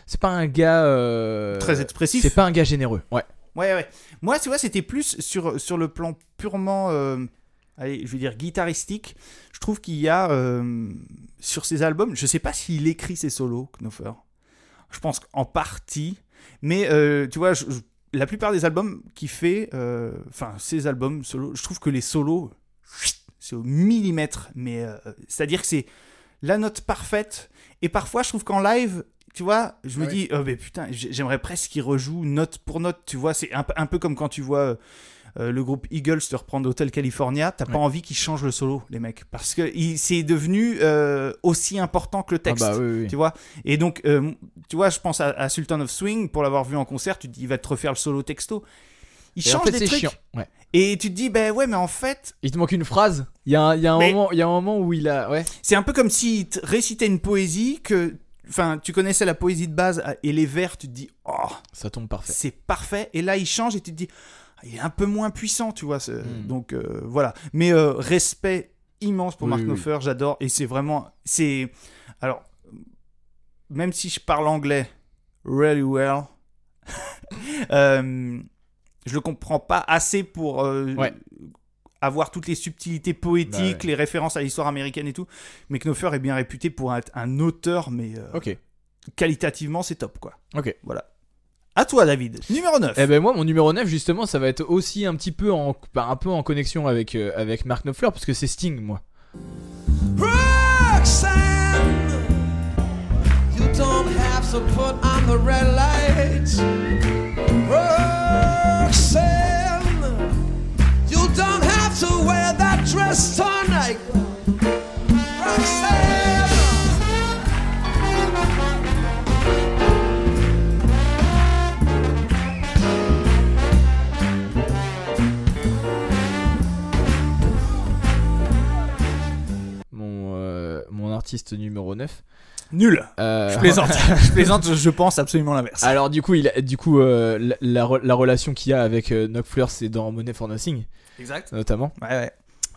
B: c'est pas un gars euh,
C: très expressif.
B: C'est pas un gars généreux. Ouais. Ah
C: Ouais, ouais. Moi, tu vois, c'était plus sur, sur le plan purement, euh, allez, je veux dire, guitaristique. Je trouve qu'il y a, euh, sur ses albums, je sais pas s'il écrit ses solos, Knopfler. Je pense qu'en partie. Mais, euh, tu vois, je- je- la plupart des albums qu'il fait, euh, enfin, ses albums solo, je trouve que les solos, chut, c'est au millimètre. Mais, euh, c'est-à-dire que c'est la note parfaite. Et parfois, je trouve qu'en live, tu vois, je me
B: Ouais.
C: dis, oh, mais putain, j'ai- j'aimerais presque qu'il rejoue note pour note, tu vois. C'est un, peu- un peu comme quand tu vois euh, euh, le groupe Eagles te reprendre Hotel California, t'as
B: Ouais.
C: pas envie qu'ils changent le solo, les mecs. Parce que il- c'est devenu euh, aussi important que le texte.
B: Ah bah oui, oui.
C: Tu vois Et donc, euh, tu vois, je pense à, à Sultan of Swing, pour l'avoir vu en concert, tu te dis, il va te refaire le solo texto. Il
B: Et en
C: change
B: fait,
C: des
B: c'est
C: trucs.
B: chiant. Ouais.
C: Et tu te dis, ben ouais, mais en fait,
B: Il te manque une phrase. Il y a un, il y a un
C: Mais-
B: moment, il y a un moment où il a, ouais.
C: c'est un peu comme s'il te récitait une poésie que. Enfin, tu connaissais la poésie de base et les vers, tu te dis, oh,
B: Ça tombe parfait.
C: c'est parfait. Et là, il change et tu te dis, ah, il est un peu moins puissant, tu vois. ce-
B: Mm.
C: Donc euh, voilà. Mais euh, respect immense pour
B: Oui,
C: Mark
B: oui,
C: Knopfler, j'adore. Et c'est vraiment, c'est, alors, même si je parle anglais really well, euh, je le comprends pas assez pour euh,
B: Ouais.
C: avoir toutes les subtilités poétiques,
B: Bah ouais.
C: les références à l'histoire américaine et tout. Mais Knopfler est bien réputé pour être un auteur, mais euh,
B: Ok.
C: qualitativement, c'est top, quoi.
B: Ok.
C: Voilà. À toi, David. Numéro 9.
B: Eh ben moi, mon numéro 9, justement, ça va être aussi un petit peu en, bah, un peu en connexion avec, euh, avec Mark Knopfler, parce que c'est Sting, moi.
E: Roxanne, you don't have to put on the red lights. Roxanne, you don't have to wear that dress tonight. Roxanne.
B: Mon, euh, mon artiste numéro 9.
C: Nul.
B: Euh, Ah.
C: Je plaisante. je plaisante, je pense absolument l'inverse.
B: Alors du coup, il a- du coup euh, la, la re- la relation qu'il y a avec euh, Knopfler, c'est dans Money for Nothing,
C: Exact.
B: notamment.
C: Ouais, ouais.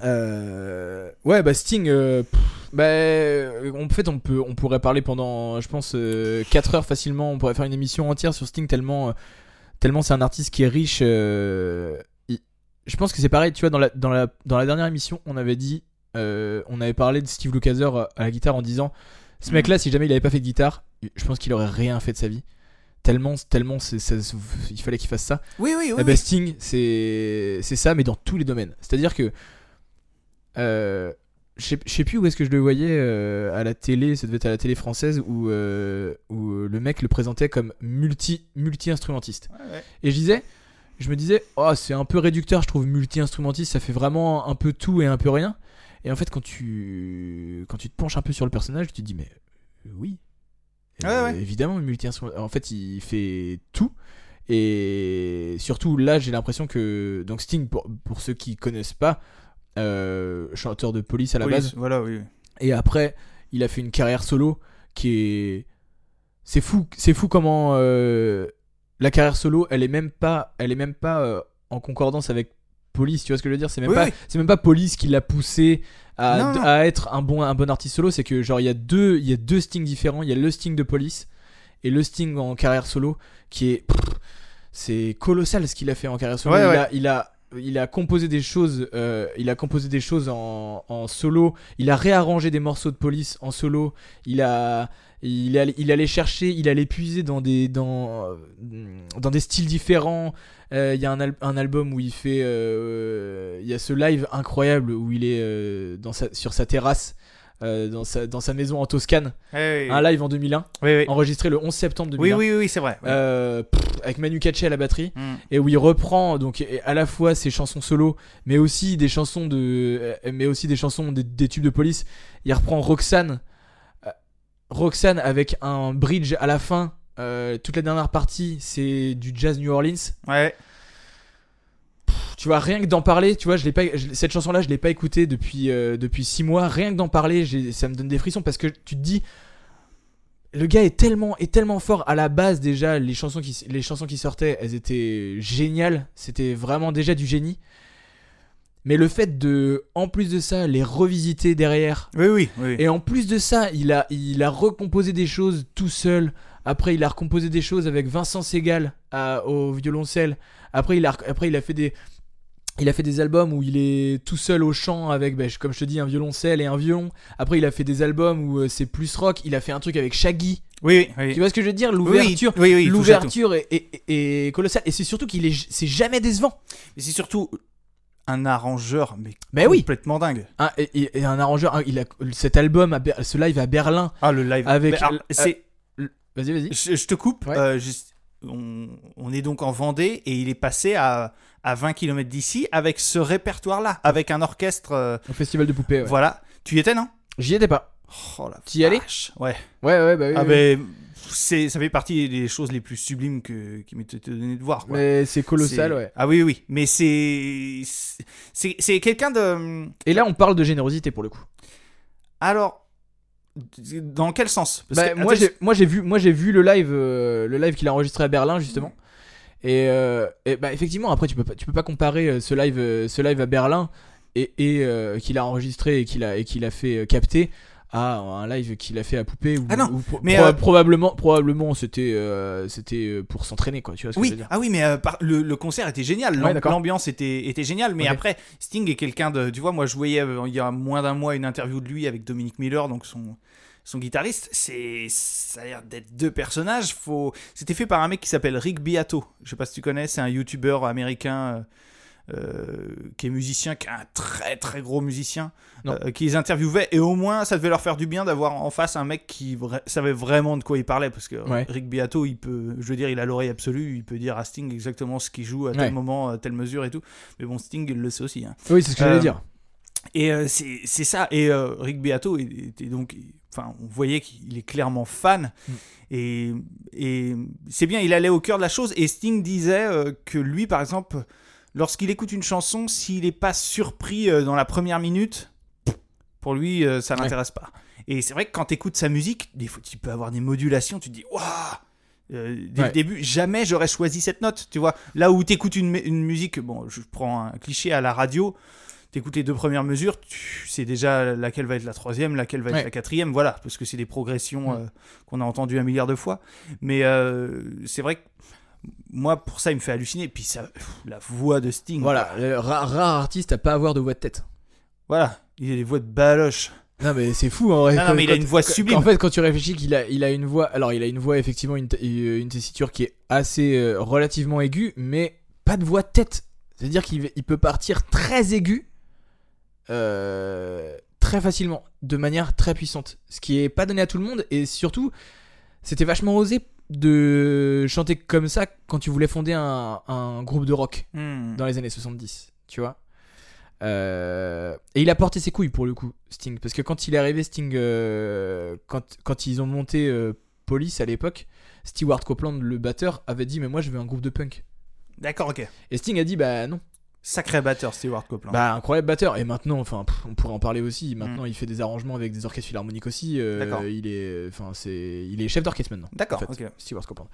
B: Euh, ouais, bah Sting, euh, pff, bah, euh, en fait, on, peut, on pourrait parler pendant, je pense, 4 heures facilement. On pourrait faire une émission entière sur Sting tellement, euh, tellement c'est un artiste qui est riche. euh, il- je pense que c'est pareil, tu vois, dans la, dans, la, dans la dernière émission, on avait dit, euh, on avait parlé de Steve Lukather euh, à la guitare en disant, ce mec-là, si jamais il avait pas fait de guitare, je pense qu'il aurait rien fait de sa vie. Tellement, tellement, c'est- ça se- il fallait qu'il fasse ça.
C: Oui, oui, oui.
B: Eh ben, Sting, c'est c'est ça, mais dans tous les domaines. C'est-à-dire que. euh, je sais- je sais plus où est-ce que je le voyais euh, à la télé, ça devait être à la télé française où, euh, où euh, le mec le présentait comme multi, multi-instrumentiste.
C: oui. Ouais, ouais.
B: Et je disais, je me disais, oh, c'est un peu réducteur, je trouve multi-instrumentiste, ça fait vraiment un peu tout et un peu rien. Et en fait, quand tu, quand tu te penches un peu sur le personnage, tu te dis, mais euh, oui.
C: Ouais,
B: Euh,
C: ouais.
B: Évidemment, multi-instrumentiste. En fait, il fait tout. Et surtout, là, j'ai l'impression que. Donc, Sting, pour, pour ceux qui connaissent pas, euh, chanteur de police à la
C: Police,
B: base.
C: Voilà, oui. oui.
B: Et après, il a fait une carrière solo qui est. C'est fou, c'est fou comment euh, la carrière solo, elle est même pas, elle est même pas euh, en concordance avec Police. Tu vois ce que je veux dire C'est même
C: Oui,
B: pas,
C: oui.
B: c'est même pas Police qui l'a poussé à,
C: Non, non.
B: à être un bon, un bon artiste solo. C'est que genre il y a deux, il y a deux stings différents. Il y a le sting de Police et le sting en carrière solo qui est, pff, c'est colossal ce qu'il a fait en carrière solo.
C: Ouais,
B: il,
C: ouais.
B: A, il a, il a composé des choses, euh, il a composé des choses en, en solo. Il a réarrangé des morceaux de police en solo. Il a, il allait, il allait chercher, il allait puiser dans des, dans, euh, dans des styles différents. Euh, Il y a un, al- un album où il fait, euh, il y a ce live incroyable où il est euh, dans sa, sur sa terrasse, euh, dans sa, dans sa maison en Toscane.
C: Ouais,
B: Un live Ah, en 2001,
C: ouais, ouais.
B: enregistré le 11 septembre
C: Oui,
B: 2001.
C: oui, oui, c'est vrai. Ouais.
B: Euh, pff, avec Manu Katché à la batterie
C: Mm.
B: et où il reprend donc et- à la fois ses chansons solo mais aussi des chansons de euh, mais aussi des chansons des, des tubes de police il reprend Roxane Euh, Roxane avec un bridge à la fin Euh, toute la dernière partie c'est du jazz New Orleans
C: Ouais.
B: Pff, tu vois rien que d'en parler tu vois je l'ai pas je- cette chanson là je l'ai pas écoutée depuis euh, depuis six mois rien que d'en parler j'ai- ça me donne des frissons parce que tu te dis le gars est tellement, est tellement fort à la base déjà. Les chansons qui, les chansons qui sortaient, elles étaient géniales. C'était vraiment déjà du génie. Mais le fait de, en plus de ça, les revisiter derrière.
C: Oui, oui, oui.
B: Et en plus de ça, il a, il a recomposé des choses tout seul. Après, il a recomposé des choses avec Vincent Segal à- au violoncelle. Après, il a, après, il a fait des. Il a fait des albums où il est tout seul au chant avec, ben, je- comme je te dis, un violoncelle et un violon. Après, il a fait des albums où euh, c'est plus rock. Il a fait un truc avec Shaggy.
C: Oui, oui.
B: Tu vois ce que je veux dire
C: Oui, oui,
B: L'ouverture.
C: oui, oui, il touche à tout.
B: L'ouverture est, est- est- est colossale. Et c'est surtout qu'il est, j- c'est jamais décevant.
C: Mais c'est surtout un arrangeur, mais
B: Mais Ben Eh oui.
C: complètement dingue.
B: Un, et, et- et un arrangeur, un- il a cet album, à Ber- ce live à Berlin.
C: Ah, le live.
B: Avec-
C: Mais, alors,
B: euh,
C: c'est
B: Vas-y, vas-y.
C: Je, je te coupe.
B: Ouais.
C: euh, juste- on, on est donc en Vendée et il est passé à, à 20 km d'ici avec ce répertoire-là, avec un orchestre. euh,
B: Au festival de poupées. ouais.
C: Voilà. Tu y étais, non
B: J'y étais pas.
C: Oh la
B: T'y allais
C: vache. Ouais.
B: Ouais, ouais, bah oui.
C: Ah
B: oui.
C: ben, c'est, ça fait partie des choses les plus sublimes que, qui m'était donné de voir. Quoi.
B: Mais c'est colossal,
C: C'est-
B: ouais.
C: Ah oui, oui, mais c'est. C'est, c'est quelqu'un de.
B: Et là, on parle de générosité pour le coup.
C: Alors. Dans quel sens Parce
B: Bah,
C: que-
B: moi,
C: attends,
B: j'ai, moi, j'ai vu, moi, j'ai vu le live, euh, le live qu'il a enregistré à Berlin justement.
C: Mm.
B: Et, euh, et bah, effectivement, après, tu peux pas, tu peux pas comparer euh, ce live, euh, ce live à Berlin et, et euh, qu'il a enregistré et qu'il a et qu'il a fait euh, capter à un live qu'il a fait à poupée ou,
C: Ah non,
B: ou pro-
C: mais,
B: pro-
C: euh,
B: probablement, probablement, c'était, euh, c'était euh, pour s'entraîner quoi. Tu vois ce que je veux
C: Oui,
B: dire
C: ah oui, mais euh, par- le, le concert était génial, l'am-
B: Ouais, d'accord.
C: l'ambiance était, était géniale, mais
B: Ok.
C: après, Sting est quelqu'un de... Tu vois, moi je voyais euh, il y a moins d'un mois une interview de lui avec Dominic Miller, donc son, son guitariste, c'est ça a l'air d'être deux personnages, faut... c'était fait par un mec qui s'appelle Rick Beato, je sais pas si tu connais, c'est un youtubeur américain... euh, euh, qui est musicien, qui est un très très gros musicien,
B: Non.
C: euh, qui les interviewait et au moins ça devait leur faire du bien d'avoir en face un mec qui vra- savait vraiment de quoi il parlait parce que euh,
B: Ouais.
C: Rick Beato, il peut, je veux dire, il a l'oreille absolue, il peut dire à Sting exactement ce qu'il joue à tel
B: Ouais.
C: moment, à telle mesure et tout. Mais bon, Sting il le sait aussi. hein.
B: Oui, c'est ce que
C: Euh,
B: j'allais dire.
C: Et euh, c'est c'est ça. Et euh, Rick Beato était donc, enfin, on voyait qu'il est clairement fan.
B: Mm.
C: Et, et c'est bien, il allait au cœur de la chose. Et Sting disait euh, que lui, par exemple, lorsqu'il écoute une chanson, s'il n'est pas surpris euh, dans la première minute, pour lui, euh, ça
B: Ouais.
C: l'intéresse pas. Et c'est vrai que quand tu écoutes sa musique, des fois, tu peux avoir des modulations, tu te dis, waouh! Euh, dès
B: Ouais.
C: le début, jamais j'aurais choisi cette note, tu vois. Là où t'écoutes une, mu- une musique, bon, je prends un cliché à la radio, t'écoutes les deux premières mesures, tu sais déjà laquelle va être la troisième, laquelle va être
B: Ouais.
C: la quatrième, voilà, parce que c'est des progressions
B: Ouais.
C: euh, qu'on a entendues un milliard de fois. Mais euh, c'est vrai que moi, pour ça, il me fait halluciner. Puis ça, pff, la voix de Sting,
B: Voilà, le ra- rare artiste à pas avoir de voix de tête.
C: voilà, il a des voix de baloche.
B: Non mais c'est fou en vrai.
C: Non, non,
B: Quand-
C: mais il a
B: quand-
C: une voix
B: quand-
C: sublime.
B: En fait, quand tu réfléchis qu'il a, il a une voix. Alors, il a une voix effectivement une, t- une tessiture qui est assez euh, relativement aiguë, mais pas de voix de tête. C'est-à-dire qu'il il peut partir très aigu, euh, très facilement, de manière très puissante, ce qui est pas donné à tout le monde. Et surtout, c'était vachement osé de chanter comme ça quand tu voulais fonder un- un groupe de rock
C: Hmm.
B: dans les années 70, tu vois. Euh, et il a porté ses couilles pour le coup, Sting, parce que quand il est arrivé, Sting, euh, quand, quand ils ont monté euh, Police à l'époque, Stewart Copeland, le batteur, avait dit mais moi je veux un groupe de punk.
C: D'accord, ok.
B: Et Sting a dit bah non,
C: Sacré batteur, Stewart Copeland.
B: bah incroyable batteur. Et maintenant, enfin, pff, on pourrait en parler aussi. Maintenant, il fait des arrangements avec des orchestres philharmoniques aussi. euh,
C: D'accord.
B: il est, enfin, c'est, il est chef d'orchestre maintenant.
C: D'accord,
B: en fait,
C: ok.
B: Stewart Copeland.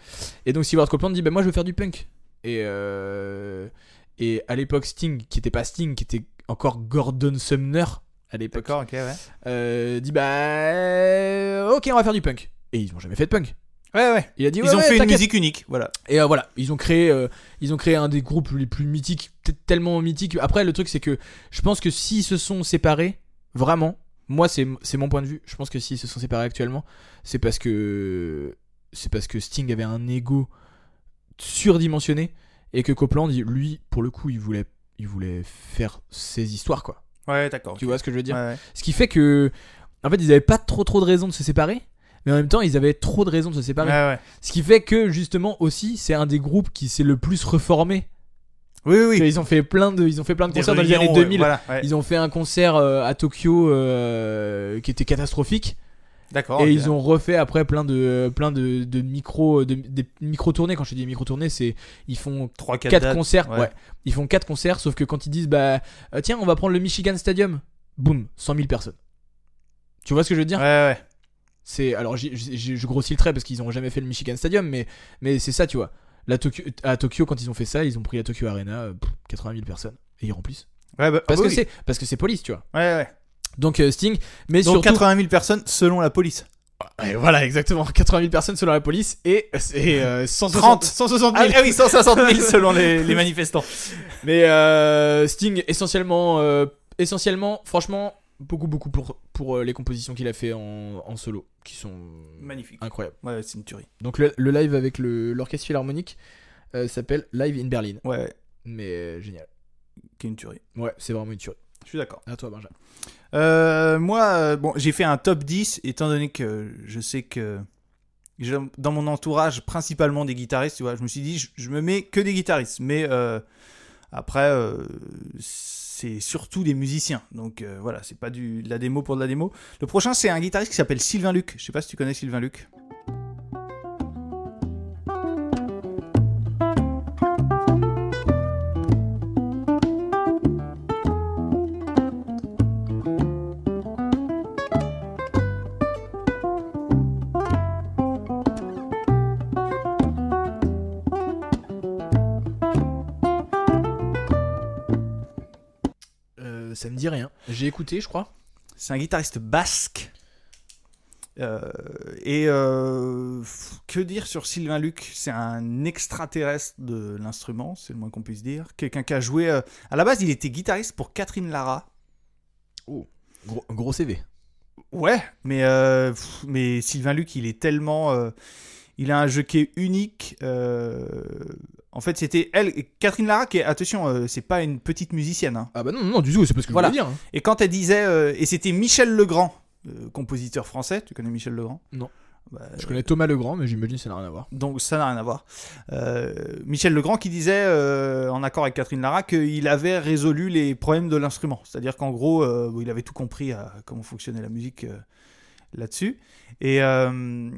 B: Et donc Stewart Copeland dit, bah moi je veux faire du punk. Et euh, et à l'époque Sting, qui était pas Sting, qui était encore Gordon Sumner à l'époque,
C: D'accord, ok, ouais.
B: euh, dit bah euh, ok on va faire du punk. Et ils ont jamais fait de punk.
C: Ouais, ouais.
B: Il a dit
C: Ils
B: ouais,
C: ont
B: ouais,
C: fait une
B: t'inquiète.
C: musique unique, voilà.
B: Et euh, voilà, ils ont créé, euh, ils ont créé un des groupes les plus mythiques, peut-être tellement mythique. Après, le truc c'est que je pense que s'ils se sont séparés, vraiment, moi c'est c'est mon point de vue. Je pense que s'ils se sont séparés actuellement, c'est parce que c'est parce que Sting avait un ego surdimensionné et que Copeland, il- lui, pour le coup, il voulait, il voulait faire ses histoires quoi.
C: Ouais, d'accord.
B: Tu vois ce que je veux dire
C: Ouais, ouais.
B: Ce qui fait que, en fait, ils avaient pas trop trop de raisons de se séparer, mais en même temps, ils avaient trop de raisons de se séparer.
C: Ouais, ouais.
B: Ce qui fait que justement aussi c'est un des groupes qui s'est le plus reformé.
C: Oui, oui, oui.
B: Ils ont fait plein de ils ont fait plein de
C: Des
B: concerts dans les
C: reliants,
B: années
C: ouais,
B: 2000.
C: voilà, ouais.
B: Ils ont fait un concert euh, à Tokyo euh, qui était catastrophique
C: D'accord.
B: et
C: ok.
B: ils ont refait après plein de plein de, de micro de, des micro tournées quand je dis micro tournées c'est ils font
C: Trois, quatre
B: quatre
C: dates.
B: concerts
C: ouais.
B: ouais. ils font quatre concerts sauf que quand ils disent bah euh, tiens on va prendre le Michigan Stadium boum 100 000 personnes tu vois ce que je veux dire
C: Ouais, ouais.
B: c'est alors j'ai- j'ai- j'ai- je grossis le trait parce qu'ils ont jamais fait le Michigan Stadium, mais mais c'est ça, tu vois. La Tokyo, à Tokyo, quand ils ont fait ça, ils ont pris la Tokyo Arena, euh, pff, 80 000 personnes et ils remplissent.
C: Ouais, bah,
B: Parce
C: ah,
B: que
C: oui.
B: c'est parce que c'est police, tu vois.
C: Ouais, ouais.
B: Donc euh, Sting, mais
C: Donc
B: surtout
C: 80 000 personnes selon la police.
B: Ouais, voilà exactement 80 000 personnes selon la police et, et euh, 160
C: 30.
B: 160
C: Ah
B: 000.
C: oui, 160 000 selon les, les manifestants.
B: Mais euh, Sting essentiellement euh, essentiellement franchement beaucoup beaucoup pour pour euh, les compositions qu'il a fait en, en solo qui sont
C: Magnifique.
B: incroyables.
C: Ouais, c'est une tuerie.
B: Donc le, le live avec le- l'orchestre philharmonique euh, s'appelle Live in Berlin.
C: Ouais, ouais,
B: Mais euh, génial.
C: qui est une tuerie.
B: Ouais, c'est vraiment une tuerie.
C: Je suis d'accord.
B: À toi, Benjamin.
C: Euh, moi, euh, bon, j'ai fait un top 10, étant donné que je sais que j'ai dans mon entourage principalement des guitaristes, tu vois, je me suis dit, je, je me mets que des guitaristes. Mais euh, après, euh, c'est surtout des musiciens. Donc euh, voilà, c'est pas du, de la démo pour de la démo. Le prochain, c'est un guitariste qui s'appelle Sylvain Luc. Je sais pas si tu connais Sylvain Luc.
B: Euh, ça me dit rien. J'ai écouté, je crois.
C: C'est un guitariste basque. Euh, et euh, pff, que dire sur Sylvain Luc C'est un extraterrestre de l'instrument, c'est le moins qu'on puisse dire. Quelqu'un qui a joué. euh, à la base, il était guitariste pour Catherine Lara.
B: Gros, gros CV.
C: Ouais, mais, euh, pff, mais Sylvain Luc, il est tellement. euh, il a un jeu qui est unique. euh, en fait, c'était elle, Catherine Lara, qui est. Attention, euh, c'est pas une petite musicienne. hein.
B: Ah bah non, non, non, du tout, c'est parce que
C: Voilà.
B: je voulais dire. hein.
C: Et quand elle disait, euh, et c'était Michel Legrand, euh, compositeur français, tu connais Michel Legrand
B: Non.
C: Bah,
B: Je connais Thomas Legrand, mais j'imagine que ça n'a rien à voir.
C: donc ça n'a rien à voir. Euh, Michel Legrand qui disait, euh, en accord avec Catherine Lara, qu'il avait résolu les problèmes de l'instrument. C'est-à-dire qu'en gros, euh, il avait tout compris à comment fonctionnait la musique euh, là-dessus. Et euh,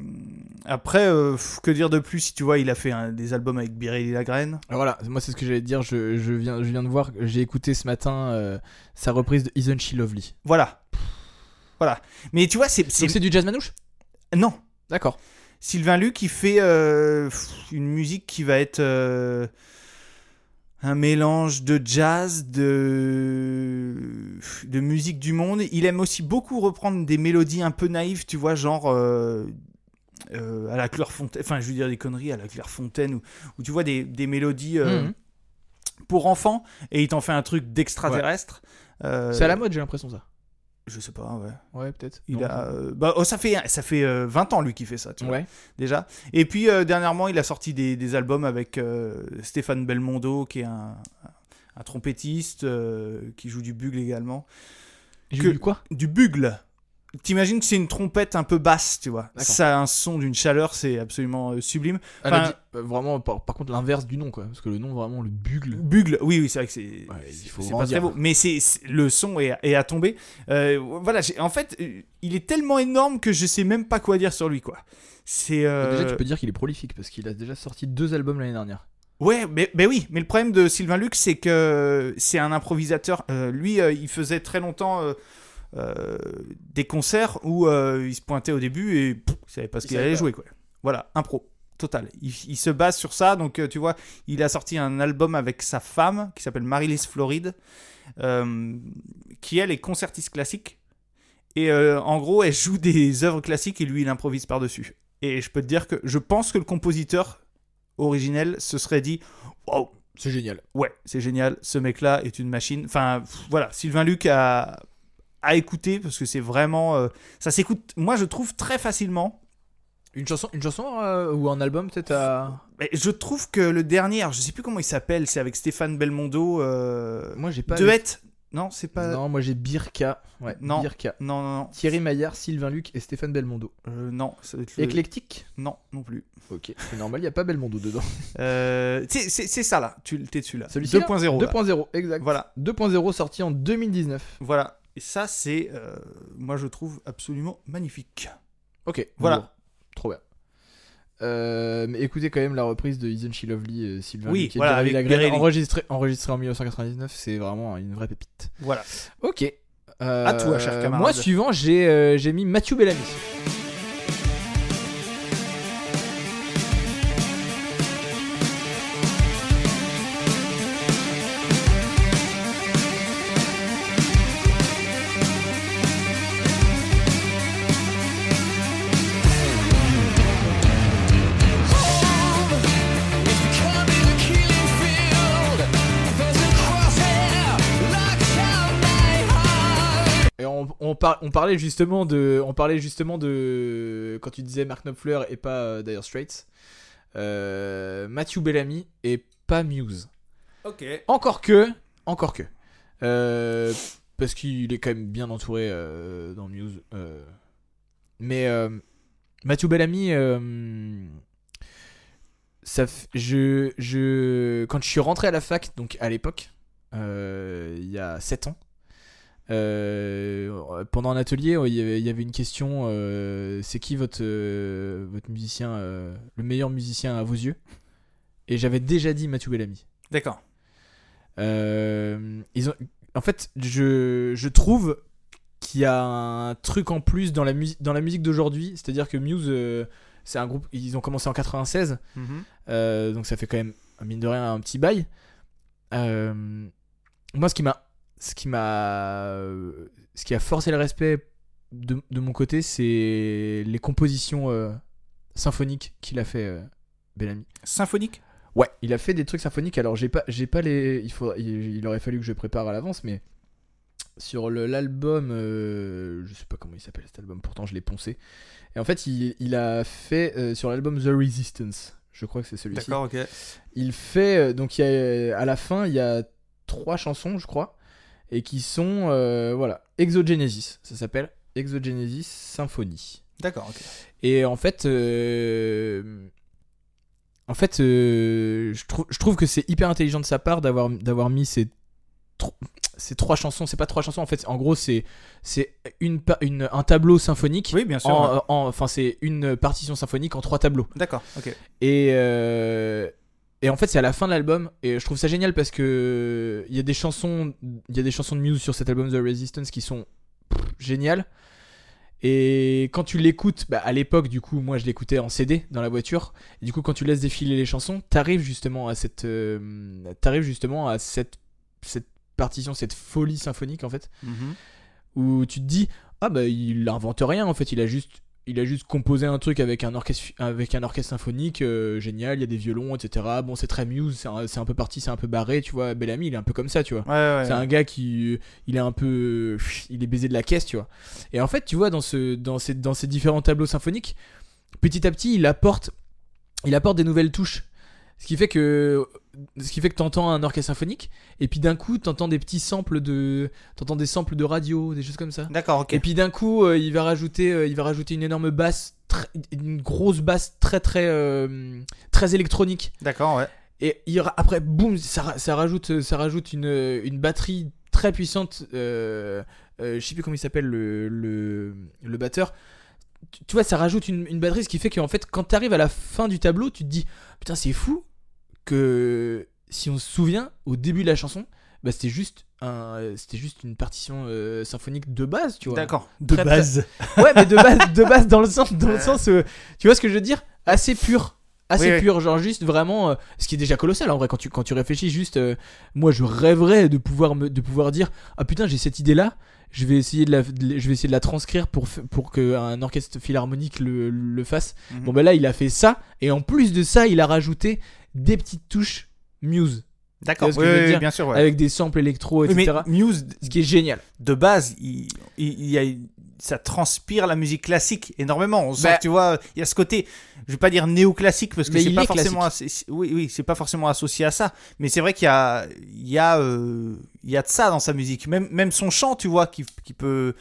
C: après, euh, pff, que dire de plus Si tu vois, il a fait un- des albums avec Biréli Lagraine.
B: Alors Ah, voilà, moi c'est ce que j'allais te dire, je, je viens, je viens de voir, j'ai écouté ce matin euh, sa reprise de Isn't She Lovely.
C: Voilà. Voilà. Mais tu vois, c'est... c'est-
B: Donc c'est du jazz manouche
C: Non,
B: D'accord.
C: Sylvain Luc, il fait euh, pff, une musique qui va être euh, un mélange de jazz, de... de musique du monde. Il aime aussi beaucoup reprendre des mélodies un peu naïves, tu vois, genre euh, euh, à la Clairefontaine, enfin je veux dire des conneries à la Clairefontaine, où, où tu vois des, des mélodies euh,
B: Mhm.
C: pour enfants, et il t'en fait un truc d'extraterrestre. Euh,
B: C'est à la mode, j'ai l'impression ça.
C: Je sais pas, ouais.
B: Ouais, peut-être.
C: Il
B: Non.
C: a, euh, bah, oh, ça fait, ça fait euh, 20 ans lui qui fait ça, tu vois
B: Ouais.
C: déjà. Et puis euh, dernièrement, il a sorti des, des albums avec euh, Stéphane Belmondo, qui est un, un trompettiste euh, qui joue du bugle également.
B: J'ai
C: Que-
B: vu quoi
C: Du bugle T'imagines que c'est une trompette un peu basse, tu vois.
B: D'accord.
C: Ça a un son d'une chaleur, c'est absolument euh, sublime.
B: Ah, la
C: Enfin-
B: di- euh, Vraiment, par, par contre, l'inverse du nom, quoi. Parce que le nom, vraiment, le bugle.
C: Bugle, oui, oui, c'est vrai que c'est
B: Ouais, il
C: c'est-
B: faut
C: c'est pas
B: grandir.
C: très beau, mais c'est c'est- le son est, à- est à tomber. Euh, voilà, j'ai- en fait, euh, il est tellement énorme que je sais même pas quoi dire sur lui, quoi. C'est euh,
B: Déjà, tu peux dire qu'il est prolifique, parce qu'il a déjà sorti deux albums l'année dernière.
C: Ouais, mais, mais oui, mais le problème de Sylvain Luc, c'est que c'est un improvisateur. Euh, lui, euh, il faisait très longtemps euh, euh, des concerts où euh, il se pointait au début et pff, il savait pas ce
B: Il
C: qu'il
B: savait
C: allait
B: pas.
C: jouer. Quoi. Voilà, impro, total. Il, il se base sur ça, donc euh, tu vois, il a sorti un album avec sa femme qui s'appelle Marie-Lise Floride, euh, qui elle est concertiste classique. Et euh, en gros, elle joue des œuvres classiques et lui, il improvise par-dessus. Et je peux te dire que je pense que le compositeur originel se serait dit Waouh,
B: C'est génial.
C: ouais, c'est génial, ce mec-là est une machine. Enfin, pff, voilà, Sylvain Luc a, a écouté parce que c'est vraiment. euh, ça s'écoute, moi je trouve très facilement.
B: Une chanson, une chanson euh, ou un album, peut-être à.
C: Mais je trouve que le dernier, alors, je sais plus comment il s'appelle, c'est avec Stéphane Belmondo. Euh,
B: Moi, j'ai pas.
C: Duet Non, c'est pas. Non,
B: Non, moi, j'ai Birka. Ouais,
C: euh, Non.
B: Birka.
C: non, non.
B: Thierry Maillard, Sylvain Luc et Stéphane Belmondo.
C: Euh, non, ça doit être le-
B: Éclectique
C: non, non plus.
B: Ok, c'est normal, il n'y a pas Belmondo dedans.
C: Euh, c'est- c'est c'est ça là, tu t'es dessus là.
B: Celui-ci, là
C: 2.0. là.
B: 2.0, exact.
C: Voilà.
B: 2.0 sorti en 2019.
C: Voilà. Et ça, c'est, euh, moi, je trouve absolument magnifique.
B: Ok,
C: Voilà.
B: bon, Trop bien. Euh, mais écoutez quand même la reprise de Isn't She Lovely, euh, Sylvain
C: Oui,
B: Luc et
C: voilà,
B: Jerry
C: avec
B: Lagrène,
C: Pirelli.
B: enregistrée enregistrée en 1999, c'est vraiment une vraie pépite.
C: Voilà.
B: Ok. Euh,
C: À toi, cher camarade.
B: Moi, suivant, j'ai euh, j'ai mis Mathieu Bellamy. Et on, on, par- on parlait justement de, on parlait justement de quand tu disais Mark Knopfler et pas euh, Dire Straits. Euh, Matthew Bellamy et pas Muse.
C: Ok.
B: Encore que, encore que, Euh, parce qu'il est quand même bien entouré euh, dans Muse. euh. Mais euh, Mathieu Bellamy, euh, ça, f- je, je, quand je suis rentré à la fac, donc à l'époque, euh, il il y a 7 ans. Euh, pendant un atelier, il y avait, il y avait une question euh, c'est qui votre, euh, votre musicien, euh, le meilleur musicien à vos yeux Et j'avais déjà dit Mathieu Bellamy.
C: D'accord.
B: Euh, ils ont, en fait, je, je trouve qu'il y a un truc en plus dans la, musi- dans la musique d'aujourd'hui. C'est-à-dire que Muse, euh, c'est un groupe, ils ont commencé en 96, euh, donc ça fait quand même, mine de rien, un petit bail. Euh, moi, ce qui m'a, ce qui m'a, euh, ce qui a forcé le respect de, de mon côté, c'est les compositions euh, symphoniques qu'il a fait, euh, Bellamy.
C: Symphonique
B: Ouais, il a fait des trucs symphoniques. Alors j'ai pas, j'ai pas les. Il faudra- il, il aurait fallu que je prépare à l'avance, mais sur le- l'album, euh, je sais pas comment il s'appelle cet album. Pourtant, je l'ai poncé. Et en fait, il, il a fait euh, sur l'album The Resistance. Je crois que c'est celui-ci.
C: D'accord, ok.
B: Il fait euh, donc il y a, à la fin il y a trois chansons je crois et qui sont euh, voilà Exogenesis ça s'appelle Exogenesis Symphonie
C: D'accord, ok.
B: et en fait euh, en fait euh, je, trouve je trouve que c'est hyper intelligent de sa part d'avoir d'avoir mis ces tro- ces trois chansons c'est pas trois chansons en fait en gros c'est c'est une, pa- une un tableau symphonique
C: Oui, bien sûr. ouais.
B: en- euh, en- enfin c'est une partition symphonique en trois tableaux
C: D'accord, ok.
B: et, euh, et en fait, c'est à la fin de l'album. Et je trouve ça génial parce que il y a des chansons, il y a des chansons de Muse sur cet album The Resistance qui sont pff, géniales. Et quand tu l'écoutes, bah, à l'époque, du coup, moi je l'écoutais en CD dans la voiture. Et du coup, quand tu laisses défiler les chansons, t'arrives justement à cette, euh, t'arrives justement à cette, cette partition, cette folie symphonique en fait
C: Mhm.
B: où tu te dis ah bah il invente rien en fait il a juste il a juste composé un truc avec un orchestre avec un orchestre symphonique euh, génial il y a des violons etc bon c'est très Muse c'est un, c'est un peu parti c'est un peu barré tu vois Bellamy il est un peu comme ça tu vois
C: Ouais, ouais.
B: c'est un gars qui il est un peu il est baisé de la caisse tu vois et en fait tu vois dans ce dans ces dans ces différents tableaux symphoniques petit à petit il apporte il apporte des nouvelles touches ce qui fait que ce qui fait que t'entends un orchestre symphonique et puis d'un coup t'entends des petits samples de t'entends des samples de radio des choses comme ça
C: D'accord, ok.
B: et puis d'un coup, euh, il va rajouter, euh, il va rajouter une énorme basse, tr- une grosse basse très très euh, très électronique.
C: D'accord, ouais.
B: Et il ra- après, boum, ça, ra- ça rajoute, euh, ça rajoute une, une batterie très puissante. Euh, euh, je sais plus comment il s'appelle le, le, le batteur. Tu, tu vois, ça rajoute une, une batterie, ce qui fait qu'en fait, quand t'arrives à la fin du tableau, tu te dis, putain, c'est fou que si on se souvient au début de la chanson, bah, c'était juste un, euh, c'était juste une partition euh, symphonique de base, tu vois.
C: D'accord.
B: De Très- base. Ouais, mais de base, de base dans le sens, dans le sens, euh, tu vois ce que je veux dire Assez pur, assez
C: Oui, oui.
B: pur, genre juste vraiment, euh, ce qui est déjà colossal en vrai quand tu quand tu réfléchis juste. euh, moi, je rêverais de pouvoir me, de pouvoir dire ah putain j'ai cette idée là, je vais essayer de la, de la- je vais essayer de la transcrire pour f- pour que un orchestre philharmonique le, le fasse.
C: Mhm.
B: Bon ben là il a fait ça et en plus de ça il a rajouté des petites touches Muse
C: D'accord,
B: Tu vois ce que
C: oui,
B: je veux
C: oui,
B: dire
C: bien sûr, ouais.
B: avec des samples électro
C: Oui, mais
B: etc.
C: Muse,
B: Ce qui est génial.
C: de base, il, il- il y a, ça transpire la musique classique énormément. On sent,
B: Bah.
C: que, tu vois, il y a ce côté, je vais pas dire néoclassique parce que
B: Mais
C: c'est
B: il
C: pas
B: est
C: forcément, assi- oui, oui, c'est pas forcément associé à ça. Mais c'est vrai qu'il y a, il y a, euh, il y a de ça dans sa musique. Même, même son chant, tu vois, qui, qui peut.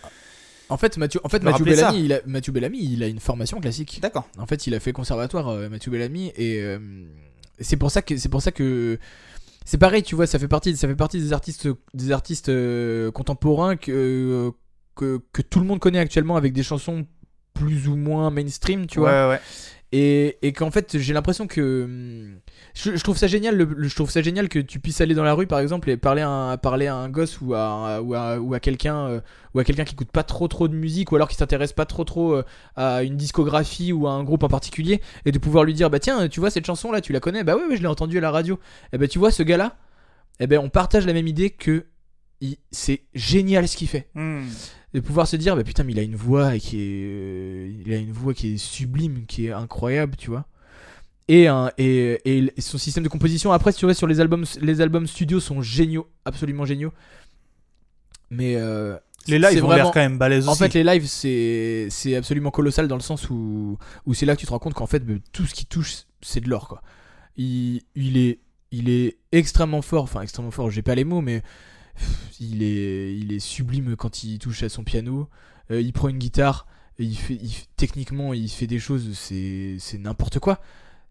B: En fait Mathieu en fait
C: Je me
B: Mathieu
C: rappelais ça.
B: Bellamy, il a, Mathieu Bellamy il a une formation classique.
C: D'accord.
B: En fait, il a fait conservatoire, euh, Mathieu Bellamy, et euh, c'est pour ça que c'est pour ça que c'est pareil, tu vois, ça fait partie, ça fait partie des artistes, des artistes euh, contemporains que, euh, que que tout le monde connaît actuellement avec des chansons plus ou moins mainstream, tu vois
C: Ouais, ouais.
B: et, et qu'en fait j'ai l'impression que hum, je, je trouve ça génial le- le- je trouve ça génial que tu puisses aller dans la rue par exemple et parler à un, parler à un gosse ou à un- ou à, ou à quelqu'un euh, ou à quelqu'un qui écoute pas trop trop de musique ou alors qui s'intéresse pas trop trop euh, à une discographie ou à un groupe en particulier et de pouvoir lui dire bah tiens tu vois cette chanson là tu la connais bah ouais, ouais, je l'ai entendue à la radio et ben tu vois ce gars là et ben on partage la même idée que il- c'est génial ce qu'il fait
C: Hmm.
B: de pouvoir se dire bah putain mais il a une voix qui est euh, il a une voix qui est sublime qui est incroyable tu vois et, un- et, et l- son système de composition après tu vois sur les albums les albums studio sont géniaux absolument géniaux mais euh,
C: Les
B: c'est
C: lives ont l'air
B: vraiment-
C: quand même balèzes
B: en
C: aussi.
B: fait, les lives, c'est c'est absolument colossal dans le sens où, où c'est là que tu te rends compte qu'en fait, ben, tout ce qui touche, c'est de l'or, quoi. Il, il est, il est extrêmement fort, enfin, extrêmement fort, j'ai pas les mots, mais pff, il est, il est sublime quand il touche à son piano. Euh, il prend une guitare, et il fait, il fait- techniquement, il fait des choses, c'est c'est n'importe quoi.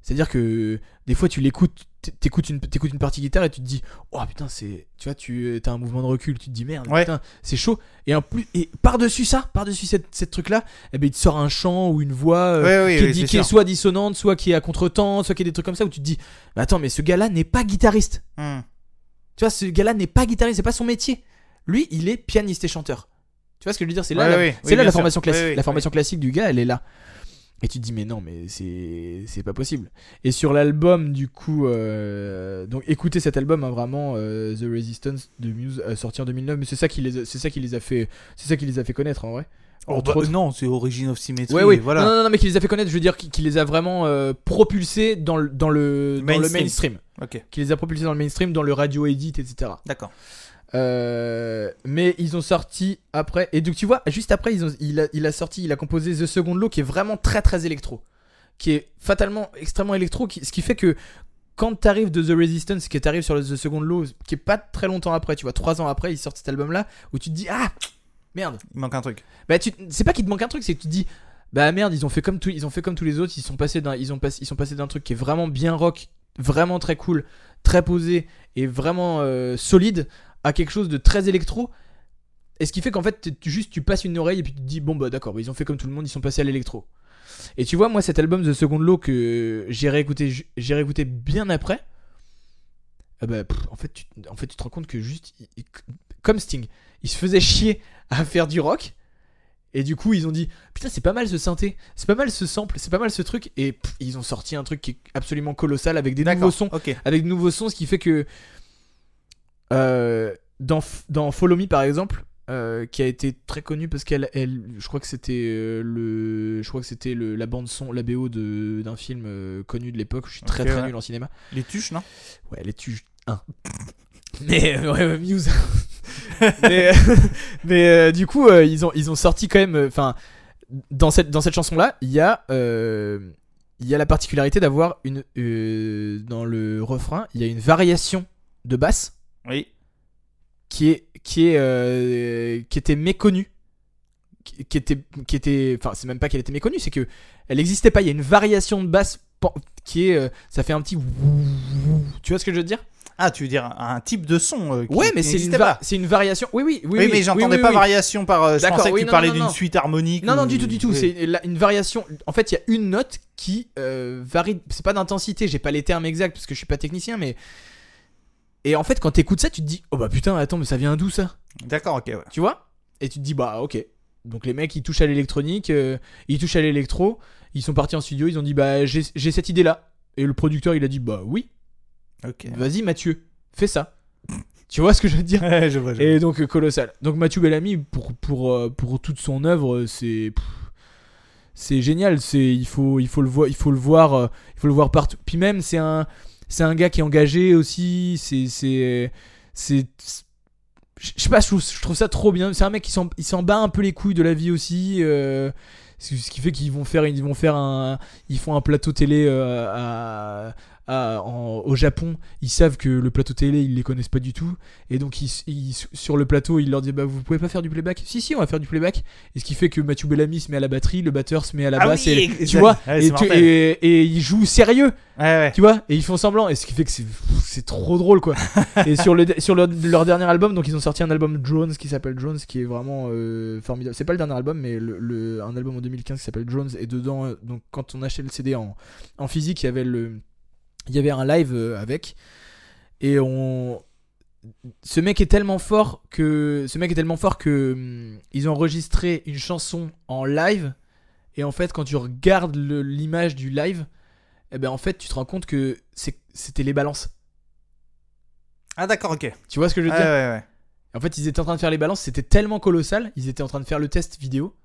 B: C'est-à-dire que des fois, tu l'écoutes, t- t'écoutes une t'écoutes une partie guitare et tu te dis oh putain c'est tu vois tu as un mouvement de recul tu te dis merde
C: Ouais.
B: putain c'est chaud et en plus et par dessus ça par dessus cette, cette truc là eh ben il te sort un chant ou une voix euh,
C: Ouais, oui,
B: qui, est
C: oui,
B: di-
C: c'est
B: qui est
C: sûr.
B: soit dissonante soit qui est à contretemps soit qui est des trucs comme ça où tu te dis mais attends mais ce gars là n'est pas guitariste
C: Hmm.
B: tu vois ce gars là n'est pas guitariste c'est pas son métier lui il est pianiste et chanteur tu vois ce que je veux dire c'est là
C: Ouais,
B: la,
C: oui,
B: c'est
C: oui,
B: là la
C: bien sûr.
B: formation classique
C: Oui, oui,
B: la formation classique du gars elle est là et tu te dis mais non mais c'est c'est pas possible et sur l'album du coup euh, donc écoutez cet album hein, vraiment euh, The Resistance de Muse euh, sorti en 2009 mais c'est ça qui les a- c'est ça qui les a fait c'est ça qui les a fait connaître en vrai
C: Oh,
B: Entre
C: bah,
B: autres.
C: Non, c'est Origin of Symmetry.
B: ouais, ouais.
C: Voilà.
B: Non, non, non, mais qui les a fait connaître, je veux dire, qui, qui les a vraiment euh, propulsés dans le, dans, le, dans le
C: Mainstream.
B: mainstream.
C: Ok,
B: Qui les a propulsés dans le mainstream, dans le radio edit, etc.
C: d'accord.
B: Euh, mais ils ont sorti après. Et donc tu vois, juste après, ils ont, il, a, il a sorti, il a composé The Second Law qui est vraiment très très électro. Qui est fatalement extrêmement électro. qui- ce qui fait que quand t'arrives de The Resistance, que t'arrives sur le The Second Law, qui est pas très longtemps après, tu vois, trois ans après, ils sortent cet album là, où tu te dis Ah Merde
C: Il manque un truc.
B: bah tu c'est pas qu'il te manque un truc, c'est que tu te dis bah merde, ils ont fait comme tous ils ont fait comme tous les autres, ils sont passés d'un ils ont passé ils sont passés d'un truc qui est vraiment bien rock, vraiment très cool, très posé et vraiment euh, solide à quelque chose de très électro. Et ce qui fait qu'en fait tu- tu juste tu passes une oreille et puis tu te dis bon bah d'accord, bah, ils ont fait comme tout le monde, ils sont passés à l'électro. Et tu vois moi cet album The Second Law que j'ai réécouté ju- j'ai réécouté bien après ah bah, pff, en fait tu en fait tu te rends compte que juste il- il- comme Sting, il se faisait chier à faire du rock. Et du coup, ils ont dit Putain, c'est pas mal ce synthé, c'est pas mal ce sample, c'est pas mal ce truc. Et pff, ils ont sorti un truc qui est absolument colossal avec des nouveaux sons,
C: Ok.
B: avec de nouveaux sons, ce qui fait que euh, dans, F- dans Follow Me par exemple, euh, qui a été très connue parce qu'elle, elle, je crois que c'était euh, le, je crois que c'était le- la bande son, la BO de- d'un film euh, connu de l'époque. Je suis très
C: Ok,
B: très
C: ouais.
B: nul en cinéma.
C: Les tuches, non
B: Ouais, les tu 1. Mais euh, ouais, ouais, Muse. mais euh, mais, euh, du coup, euh, ils ont ils ont sorti quand même euh, enfin dans cette dans cette chanson là, il y a euh, il y a la particularité d'avoir une euh, dans le refrain, il y a une variation de basse
C: Oui.
B: qui est qui est euh, qui était méconnue qui qui était qui était enfin c'est même pas qu'elle était méconnue c'est que elle n'existait pas il y a une variation de basse pen- qui est euh, ça fait un petit tu vois ce que je veux te dire
C: Ah, tu veux dire un un type de son euh, qui
B: Ouais, mais
C: qui
B: c'est une,
C: n'existait
B: va-
C: pas.
B: c'est une variation. Oui, oui, oui.
C: Oui, mais j'entendais
B: oui,
C: pas
B: oui.
C: variation par. euh, je
B: D'accord,
C: pensais que
B: oui,
C: tu
B: non,
C: parlais
B: non,
C: d'une
B: non.
C: suite harmonique.
B: Non, non,
C: ou-
B: du tout, du tout.
C: Oui.
B: C'est la- une variation. En fait, il y a une note qui euh, varie. C'est pas d'intensité. J'ai pas les termes exacts parce que je suis pas technicien, mais. Et en fait, quand t'écoutes ça, tu te dis Oh bah putain, attends, mais ça vient d'où ça
C: D'accord, ok, ouais.
B: Tu vois Et tu te dis Bah ok. Donc les mecs, ils touchent à l'électronique, euh, ils touchent à l'électro, ils sont partis en studio, ils ont dit Bah j'ai j'ai cette idée là. Et le producteur, il a dit Bah oui,
C: Ok.
B: vas-y Mathieu, fais ça. tu vois ce que je veux dire
C: Ouais, je vois, je vois.
B: Et donc euh, colossal. Donc Mathieu Bellamy pour pour euh, pour toute son œuvre, euh, c'est pff, c'est génial, c'est il faut il faut le voir il faut le voir euh, il faut le voir partout. Puis même c'est un c'est un gars qui est engagé aussi, c'est c'est c'est je je sais pas, je trouve, je trouve ça trop bien. C'est un mec qui s'en il s'en bat un peu les couilles de la vie aussi euh, ce ce qui fait qu'ils vont faire ils vont faire un ils font un plateau télé euh, à à- en- au Japon, ils savent que le plateau télé, ils les connaissent pas du tout. Et donc, ils- ils- sur le plateau, il leur dit Bah, vous pouvez pas faire du playback Si, si, on va faire du playback. Et ce qui fait que Mathieu Bellamy se met à la batterie, le batteur se met à la
C: Ah
B: basse.
C: oui,
B: et-
C: exact.
B: tu vois
C: Ouais,
B: et,
C: c'est
B: tu-
C: mortel.
B: et- et ils jouent sérieux,
C: Ouais, ouais.
B: tu vois Et ils font semblant. Et ce qui fait que c'est c'est trop drôle, quoi. et sur, le, sur leur, leur dernier album, donc ils ont sorti un album Drones qui s'appelle Drones, qui est vraiment euh, formidable. C'est pas le dernier album, mais le, le- un album en 2015 qui s'appelle Drones. Et dedans, euh, donc quand on achetait le CD en, en physique, il y avait le, il y avait un live euh, avec. Et on, ce mec est tellement fort que, ce mec est tellement fort que hum, ils ont enregistré une chanson en live. Et en fait, quand tu regardes le- l'image du live, eh ben en fait, tu te rends compte que c'est- c'était les balances.
C: Ah, d'accord, ok.
B: Tu vois ce que je veux
C: Ouais,
B: dire
C: ouais, ouais.
B: en fait, ils étaient en train de faire les balances, c'était tellement colossal, ils étaient en train de faire le test vidéo,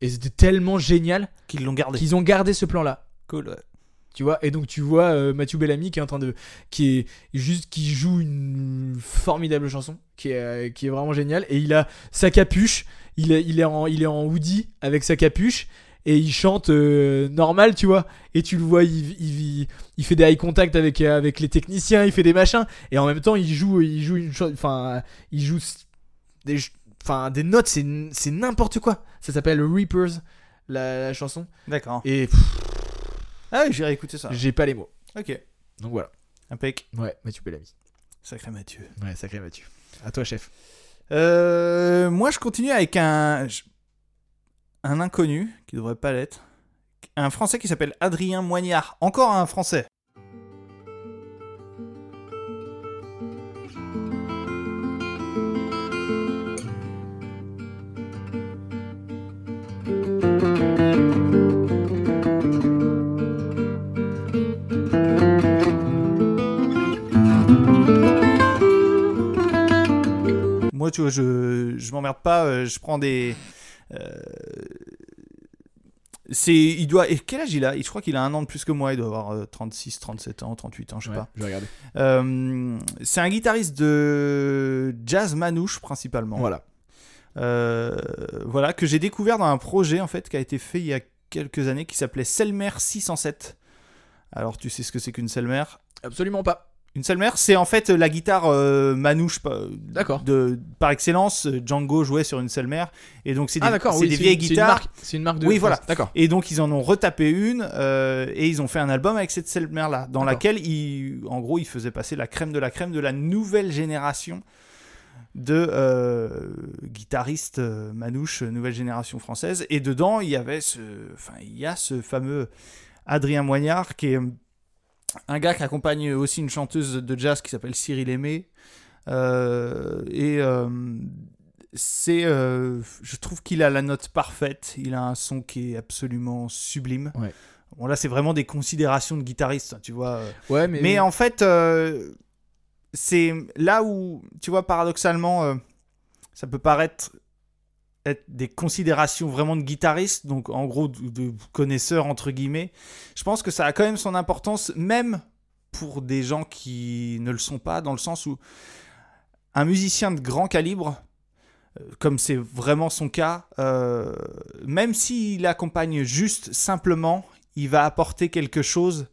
B: et c'était tellement génial
C: Qu'ils l'ont gardé.
B: qu'ils ont gardé ce plan-là.
C: Cool, ouais.
B: Tu vois, et donc tu vois euh, Mathieu Bellamy qui est en train de. qui est juste. qui joue une formidable chanson, qui est, euh, qui est vraiment géniale, et il a sa capuche, il est, il est, en, il est en hoodie avec sa capuche, et il chante euh, normal, tu vois, et tu le vois, il, il, il- il fait des eye contact avec, euh, avec les techniciens, il fait des machins, et en même temps il joue, il joue une chose. enfin, euh, il joue s- des, ch- enfin, des notes, c'est n- c'est n'importe quoi. Ça s'appelle Reapers, la, la chanson,
C: D'accord.
B: et pff,
C: Ah, oui, j'irai écouter ça.
B: j'ai pas les mots.
C: Ok.
B: Donc voilà.
C: Impec.
B: Ouais, Mathieu Bellamy.
C: Sacré Mathieu.
B: Ouais, sacré Mathieu. À toi, chef.
C: Euh, moi, je continue avec un, je- un inconnu qui devrait pas l'être. Un Français qui s'appelle Adrien Moignard. Encore un Français. Moi, tu vois, je, je m'emmerde pas. euh, Je prends des. euh, c'est, il doit. et Quel âge il a Je crois qu'il a un an de plus que moi. Il doit avoir euh, 36, 37 ans, 38 ans, je sais
B: Ouais,
C: pas.
B: Je vais regarder.
C: Euh, c'est un guitariste de jazz manouche principalement.
B: Voilà.
C: Euh, voilà, que j'ai découvert dans un projet en fait qui a été fait il y a quelques années qui s'appelait Selmer 607. Alors tu sais ce que c'est qu'une Selmer
B: Absolument pas.
C: Une Selmer, c'est en fait la guitare euh, manouche pa-
B: D'accord.
C: de, par excellence. Django jouait sur une Selmer et donc c'est des,
B: Ah, d'accord.
C: c'est
B: oui,
C: des
B: c'est
C: vieilles
B: une- c'est une
C: guitares.
B: marque- C'est une marque de.
C: Oui, voilà.
B: D'accord.
C: Et donc ils en ont retapé une euh, et ils ont fait un album avec cette Selmer là, dans
B: D'accord.
C: laquelle ils, en gros ils faisaient passer la crème de la crème de la nouvelle génération de euh, guitaristes euh, manouches euh, nouvelle génération française. Et dedans il y avait ce, enfin il y a ce fameux Adrien Moignard qui est un gars qui accompagne aussi une chanteuse de jazz qui s'appelle Cyril Aimé. Euh, et euh, c'est, euh, je trouve qu'il a la note parfaite. Il a un son qui est absolument sublime.
B: Ouais.
C: Bon là, c'est vraiment des considérations de guitariste, hein, tu vois.
B: Ouais,
C: Mais,
B: mais.
C: en fait, euh, c'est là où, tu vois, paradoxalement, euh, ça peut paraître être des considérations vraiment de guitariste, donc en gros de, de connaisseur entre guillemets. Je pense que ça a quand même son importance, même pour des gens qui ne le sont pas, dans le sens où un musicien de grand calibre, euh, comme c'est vraiment son cas, euh, même s'il accompagne juste simplement, il va apporter quelque chose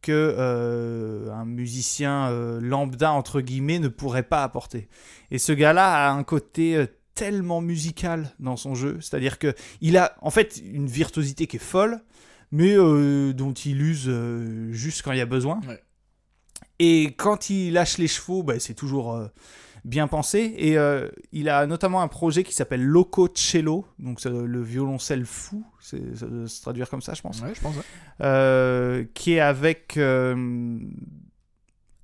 C: que euh, un musicien euh, lambda entre guillemets ne pourrait pas apporter. Et ce gars-là a un côté euh, tellement musical dans son jeu, c'est-à-dire que il a en fait une virtuosité qui est folle, mais euh, dont il use euh, juste quand il y a besoin.
B: Ouais.
C: Et quand il lâche les chevaux, bah, c'est toujours euh, bien pensé. Et euh, il a notamment un projet qui s'appelle Loco Cello, donc ça- le violoncelle fou, c'est- ça doit se traduire comme ça, je pense
B: Ouais, je pense. ouais.
C: euh, qui est avec euh,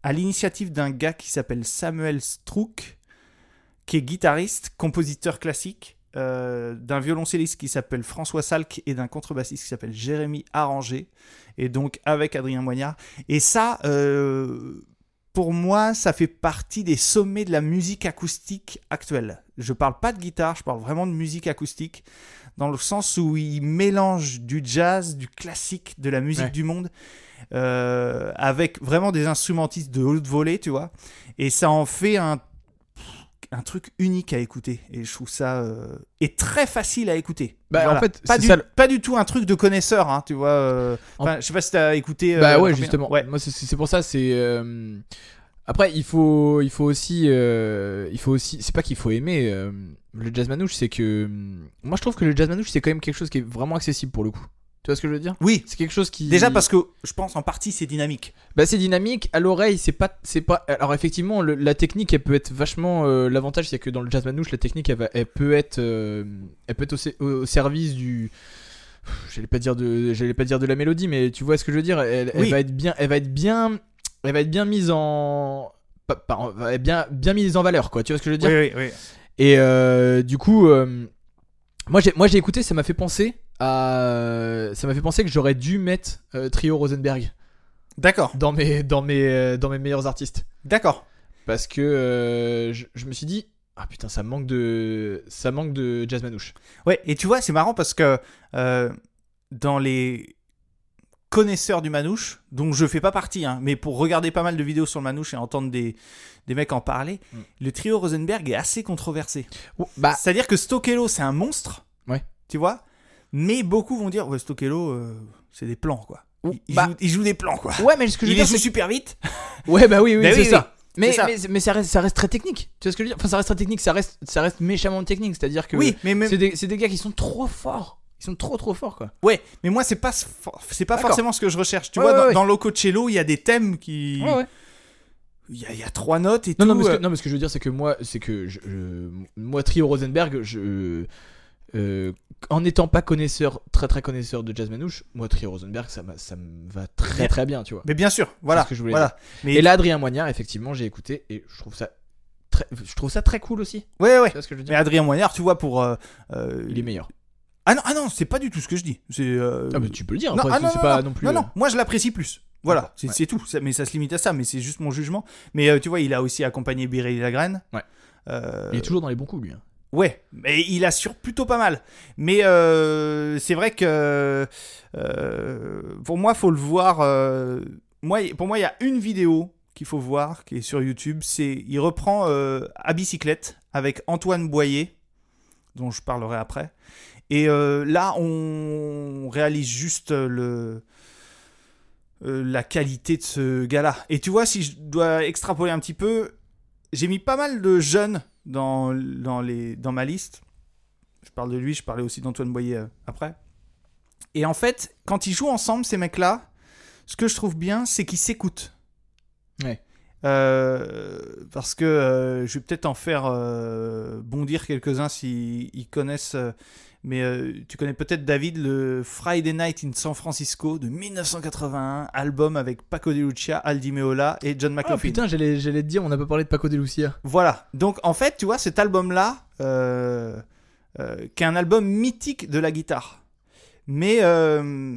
C: à l'initiative d'un gars qui s'appelle Samuel Strouk, qui est guitariste, compositeur classique, euh, d'un violoncelliste qui s'appelle François Salk et d'un contrebassiste qui s'appelle Jérémy Arranger, et donc avec Adrien Moignard. Et ça, euh, pour moi, ça fait partie des sommets de la musique acoustique actuelle. Je parle pas de guitare, je parle vraiment de musique acoustique dans le sens où il mélange du jazz, du classique, de la musique
B: Ouais.
C: du monde, euh, avec vraiment des instrumentistes de haute volée, tu vois. Et ça en fait un, un truc unique à écouter. Et je trouve ça... euh, et très facile à écouter.
B: Bah,
C: Voilà.
B: en fait,
C: pas
B: c'est
C: du,
B: ça le-
C: pas du tout un truc de connaisseur, hein, tu vois. euh,
B: En-
C: enfin, Je sais pas si t'as écouté... euh,
B: Bah ouais,
C: Robin-
B: justement.
C: Ouais.
B: Moi, c'est- c'est c'est pour ça. C'est euh, après, il faut, il faut aussi, euh, il faut aussi. C'est pas qu'il faut aimer euh, le jazz manouche, c'est que hum, moi, je trouve que le jazz manouche, c'est quand même quelque chose qui est vraiment accessible pour le coup. Tu vois ce que je veux dire
C: Oui.
B: C'est quelque chose qui
C: Déjà parce que je pense en partie c'est dynamique.
B: Bah c'est dynamique à l'oreille, c'est pas c'est pas alors effectivement le- la technique elle peut être vachement euh, l'avantage c'est que dans le jazz manouche la technique elle, va- elle peut être euh, elle peut être au, sé- au- au service du Pff, j'allais pas dire de j'allais pas dire de la mélodie mais tu vois ce que je veux dire elle, elle
C: Oui.
B: va être bien elle va être bien elle va être bien mise en pas- pas en- elle va être bien bien mise en valeur quoi tu vois ce que je veux dire
C: oui, oui.
B: et euh, du coup, euh, moi j'ai moi j'ai écouté, ça m'a fait penser à, ça m'a fait penser que j'aurais dû mettre euh, Trio Rosenberg
C: D'accord,
B: dans mes dans mes euh, dans mes meilleurs artistes
C: d'accord.
B: parce que euh, je, je me suis dit ah putain ça manque de ça manque de jazz manouche.
C: Ouais, et tu vois, c'est marrant parce que euh, dans les connaisseurs du manouche, dont je fais pas partie, hein, mais pour regarder pas mal de vidéos sur le manouche et entendre des, des mecs en parler,
B: Mm.
C: le trio Rosenberg est assez controversé.
B: bah
C: C'est-à-dire que Stokelo, c'est un monstre,
B: Ouais.
C: tu vois, mais beaucoup vont dire, ouais, Stokelo, euh, c'est des plans, quoi.
B: Ouh,
C: Il, il
B: bah.
C: joue, il joue des plans, quoi.
B: ouais mais ce que je
C: Il
B: veux
C: les
B: dire
C: joue
B: c'est
C: super vite.
B: ouais bah oui oui
C: Bah
B: c'est
C: oui, oui,
B: ça. Mais,
C: c'est ça.
B: mais, mais ça, reste, ça reste très technique, tu vois ce que je veux dire Enfin, ça reste très technique, ça reste, ça reste méchamment technique, c'est-à-dire que
C: Oui, mais, même-
B: c'est des, c'est des gars qui sont trop forts, ils sont trop trop forts quoi.
C: ouais, mais moi, c'est pas, ce- c'est pas
B: D'accord.
C: forcément ce que je recherche. Tu
B: Ouais,
C: vois,
B: ouais,
C: dans,
B: ouais.
C: dans Lococello, il y a des thèmes qui.
B: Ouais, ouais.
C: il y, a- il y a trois notes et
B: Non,
C: tout.
B: non, mais ce
C: euh,
B: que, non, mais ce que je veux dire, c'est que moi, c'est que je, je- moi, Trio Rosenberg, je, euh, en n'étant pas connaisseur, très très connaisseur de jazz manouche, moi, Trio Rosenberg, ça, m'a- ça me va très très bien, tu vois.
C: Mais bien sûr, voilà.
B: C'est ce que je voulais
C: voilà. Mais
B: Et là, Adrien Moignard, effectivement, j'ai écouté et je trouve ça très, je trouve ça très cool aussi.
C: ouais, ouais.
B: Tu vois ce que je veux
C: Mais
B: dire
C: Adrien Moignard, tu vois, pour. euh, euh,
B: Il est meilleur.
C: Ah non, ah non, c'est pas du tout ce que je dis. C'est. euh,
B: Ah, mais tu peux le dire,
C: non,
B: après,
C: ah
B: c'est
C: non,
B: c'est
C: non,
B: pas
C: non,
B: non plus.
C: non,
B: euh,
C: non, moi je l'apprécie plus. Voilà,
B: D'accord,
C: c'est
B: ouais.
C: c'est tout. Ça- mais ça se limite à ça, mais c'est juste mon jugement. Mais euh, tu vois, il a aussi accompagné Biréli Lagraine.
B: Ouais.
C: Euh,
B: Il est toujours dans les bons coups, lui. hein.
C: Ouais, mais il assure plutôt pas mal. Mais euh, c'est vrai que euh, pour moi, faut le voir. euh, moi, pour moi, il y a une vidéo qu'il faut voir qui est sur YouTube. C'est il reprend euh, à bicyclette avec Antoine Boyer, dont je parlerai après. Et euh, là, on réalise juste le euh, la qualité de ce gars-là. Et tu vois, si je dois extrapoler un petit peu, j'ai mis pas mal de jeunes dans, dans, les, dans ma liste. Je parle de lui, je parlais aussi d'Antoine Boyer euh, après. Et en fait, quand ils jouent ensemble, ces mecs-là, ce que je trouve bien, c'est qu'ils s'écoutent.
B: Ouais.
C: Euh, parce que euh, je vais peut-être en faire euh, bondir quelques-uns s'ils ils connaissent. euh, mais euh, tu connais peut-être David, le Friday Night in San Francisco de 1981, album avec Paco de Lucia, Aldi Meola et John
B: Ah,
C: McLaughlin.
B: putain, j'allais j'allais te dire, on n'a pas parlé de Paco de Lucia.
C: Voilà. Donc en fait, tu vois, cet album-là, euh, euh, qui est un album mythique de la guitare, mais euh,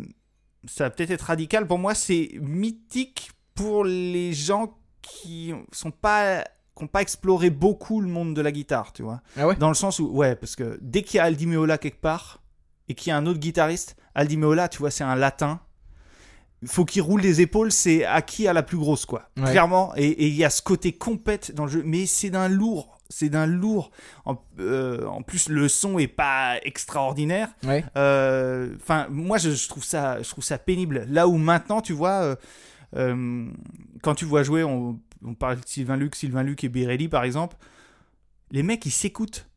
C: ça va peut-être être radical pour moi, c'est mythique pour les gens qui sont pas qui n'ont pas exploré beaucoup le monde de la guitare, tu vois.
B: Ah ouais
C: Dans le sens où, ouais, parce que dès qu'il y a Aldi Meola quelque part, et qu'il y a un autre guitariste, Aldi Meola, tu vois, c'est un latin. Faut qu'il roule les épaules, c'est à qui a la plus grosse, quoi.
B: Ouais.
C: Clairement. Et et il y a ce côté compète dans le jeu, mais c'est d'un lourd. C'est d'un lourd. En, euh, en plus, le son est pas extraordinaire.
B: Ouais.
C: Euh, Enfin, moi, je, je trouve ça, je trouve ça pénible. Là où maintenant, tu vois, euh, euh, quand tu vois jouer, on, on parle de Sylvain Luc, Sylvain Luc et Birelli, par exemple, les mecs, ils s'écoutent.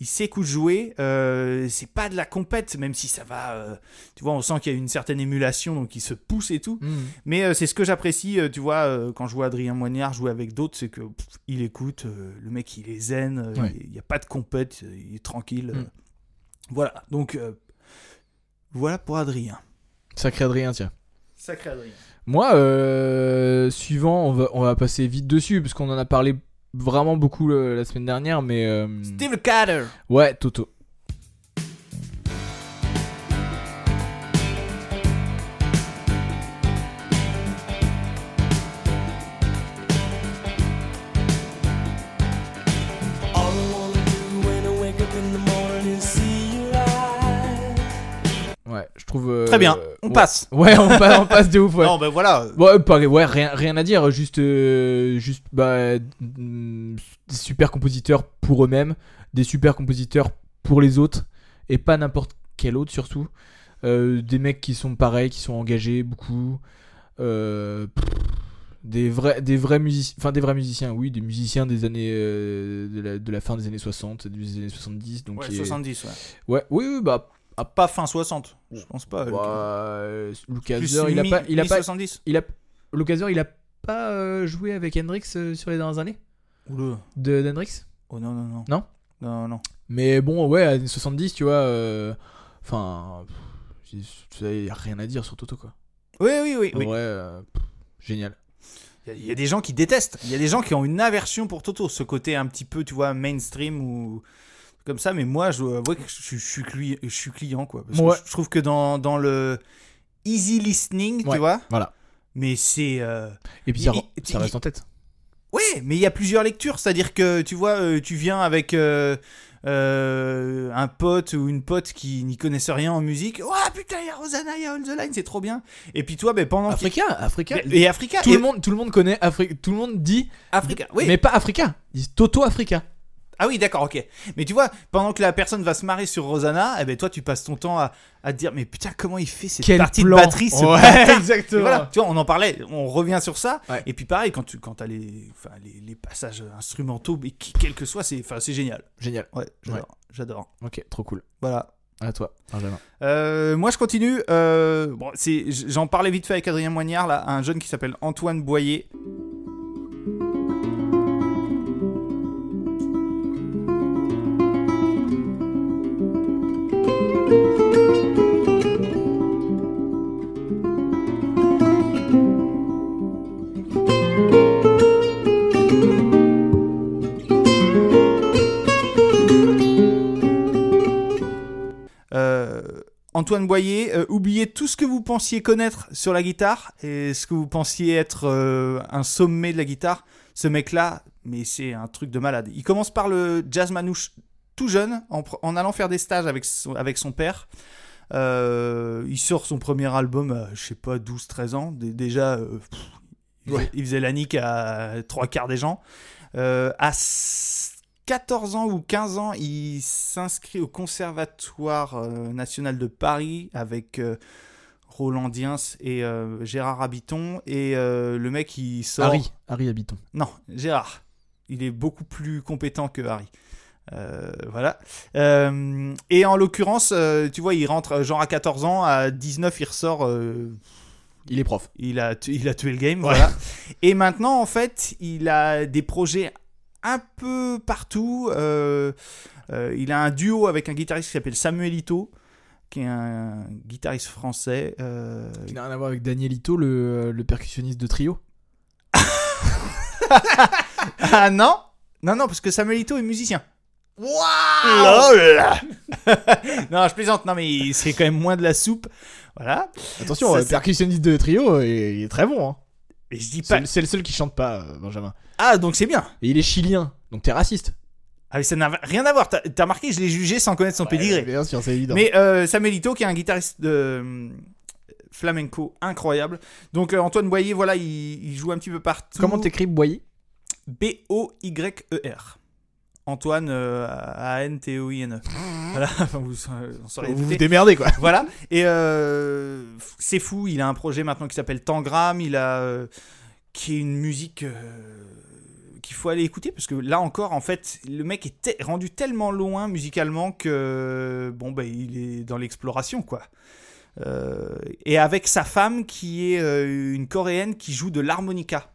C: Ils s'écoutent jouer. euh, c'est pas de la compète, même si ça va. euh, tu vois, on sent qu'il y a une certaine émulation, donc ils se poussent et tout.
B: Mhm.
C: Mais euh, c'est ce que j'apprécie, euh, tu vois, euh, quand je vois Adrien Moignard jouer avec d'autres, c'est que pff, il écoute, euh, le mec il est zen, euh,
B: Ouais.
C: il n'y a pas de compète, euh, il est tranquille. euh.
B: Mm.
C: Voilà, donc euh, voilà pour Adrien.
B: Sacré Adrien, tiens.
C: Sacré Adrien.
B: Moi, euh, suivant, on va, on va passer vite dessus, parce qu'on en a parlé vraiment beaucoup euh, la semaine dernière, mais... euh,
C: Steve Carter
B: Ouais, Toto.
E: All I wanna do when I wake up in the morning is see you light.
B: Ouais, je trouve... euh,
C: Très bien, on
B: ouais.
C: passe.
B: Ouais, on, pa- on passe de ouf, ouais.
C: Non, ben voilà.
B: Ouais, pareil, ouais, rien, rien à dire, juste, euh, juste bah, mm, des super compositeurs pour eux-mêmes, des super compositeurs pour les autres, et pas n'importe quel autre surtout. Euh, des mecs qui sont pareils, qui sont engagés beaucoup. Euh, pff, des vrais, des vrais musiciens, enfin des vrais musiciens, oui, des musiciens des années euh, de, la, de la fin des années 60, des années 70, donc
C: Ouais,
B: qui est-
C: 70, ouais.
B: ouais, oui, oui, bah,
C: Pas fin 60, je pense pas.
B: euh, Lucas
C: Plus
B: Heure, il a
C: mi-
B: pas, il a pas,
C: 70.
B: il a l'occasion il a pas euh, joué avec Hendrix euh, sur les dernières années
C: Oula.
B: de d'Hendrix
C: Oh non, non, non.
B: Non
C: Non, non.
B: mais bon ouais années 70 tu vois euh, enfin pff, il y a rien à dire sur Toto quoi
C: Oui, oui, oui.
B: En
C: oui.
B: vrai, euh, pff, génial
C: Il y a- il y, a des gens qui détestent. Il y a des gens qui ont une aversion pour Toto, ce côté un petit peu, tu vois, mainstream ou comme ça. Mais moi, je dois avouer que je, je suis, cli- je suis client, quoi. Parce que
B: Ouais.
C: je trouve que dans, dans le easy listening,
B: Ouais,
C: tu vois.
B: voilà.
C: Mais c'est. euh,
B: et puis ça,
C: Il-
B: re-
C: il-
B: ça reste en tête
C: Ouais, mais il y a plusieurs lectures, c'est-à-dire que tu vois, euh, tu viens avec euh, euh, un pote ou une pote qui n'y connaissent rien en musique. Ouah putain, il y a Rosanna, il y a All the Line, c'est trop bien. Et puis toi, ben pendant que-
B: Africa Africa
C: Mais- et Africa,
B: tout
C: et
B: le monde tout le monde connaît Africa tout le monde dit
C: Africa, oui.
B: mais pas Africa ils disent Toto Africa
C: Ah oui, d'accord, ok. Mais tu vois, pendant que la personne va se marrer sur Rosanna, eh ben toi, tu passes ton temps à, à te dire, mais putain, comment il fait cette
B: Quel
C: partie
B: plan.
C: de batterie, ce
B: Ouais,
C: bâtard
B: exactement.
C: Et voilà, tu vois, on en parlait, on revient sur ça.
B: Ouais.
C: Et puis pareil, quand tu quand as les, enfin, les, les passages instrumentaux, mais qui- quel que soit, c'est enfin, c'est génial.
B: génial
C: Ouais, j'adore, j'adore.
B: ok trop cool
C: Voilà.
B: à toi Benjamin
C: Euh, moi, je continue. Euh, bon, c'est, j'en parlais vite fait avec Adrien Moignard, là, un jeune qui s'appelle Antoine Boyer. Euh, Antoine Boyer, euh, oubliez tout ce que vous pensiez connaître sur la guitare et ce que vous pensiez être euh, un sommet de la guitare. Ce mec-là, mais c'est un truc de malade. Il commence par le jazz manouche tout jeune, en, pr- en allant faire des stages avec son, avec son père. Euh, il sort son premier album à, je sais pas, 12-13 ans. Dé- déjà, euh, pff, il, faisait, il faisait la nique à trois quarts des gens. Euh, à s- 14 ans ou 15 ans, il s'inscrit au Conservatoire euh, national de Paris avec euh, Roland Diens et euh, Gérard Habiton. Et euh, le mec, il sort.
B: Harry, Harry Habiton.
C: Non, Gérard. Il est beaucoup plus compétent que Harry. Euh, voilà. Euh, et en l'occurrence, euh, tu vois, il rentre euh, genre à 14 ans, à 19 il ressort, euh,
B: Il est prof.
C: il, a tu- il a tué le game. Voilà. Et maintenant, en fait, il a des projets un peu partout. Euh, euh, il a un duo avec un guitariste qui s'appelle Samuel Ito, qui est un guitariste français. euh,
B: Qui n'a rien à voir avec Danielito, le, le percussionniste de trio.
C: Ah non Non, non, parce que Samuel Ito est musicien. LOL Non, je plaisante, non, mais il- c'est quand même moins de la soupe. Voilà.
B: Attention,
C: Ça,
B: le
C: c'est-
B: percussionniste de trio, euh, il est, il est très bon. hein.
C: Et je dis
B: C'est
C: pas.
B: le- C'est le seul qui chante pas, euh, Benjamin.
C: Ah, donc c'est bien.
B: Et il est chilien, donc t'es raciste.
C: Ah, mais ça n'a rien à voir. T'as t'as remarqué, je l'ai jugé sans connaître son pédigré.
B: Bien sûr, c'est évident.
C: Mais euh, Samuel Ito, qui est un guitariste de hum, flamenco incroyable. Donc euh, Antoine Boyer, voilà, il, il joue un petit peu partout.
B: Comment t'écris Boyer
C: B-O-Y-E-R. Antoine euh, A-N-T-O-I-N-E. E. voilà, enfin, vous, euh, vous en saurez
B: Vous vous
C: douter.
B: démerdez, quoi.
C: voilà. Et euh, f- c'est fou. Il a un projet maintenant qui s'appelle Tangram. Il a euh, qui est une musique euh, qu'il faut aller écouter parce que là encore, en fait, le mec est te- rendu tellement loin musicalement que bon bah, il est dans l'exploration quoi. Euh, et avec sa femme qui est euh, une coréenne qui joue de l'harmonica.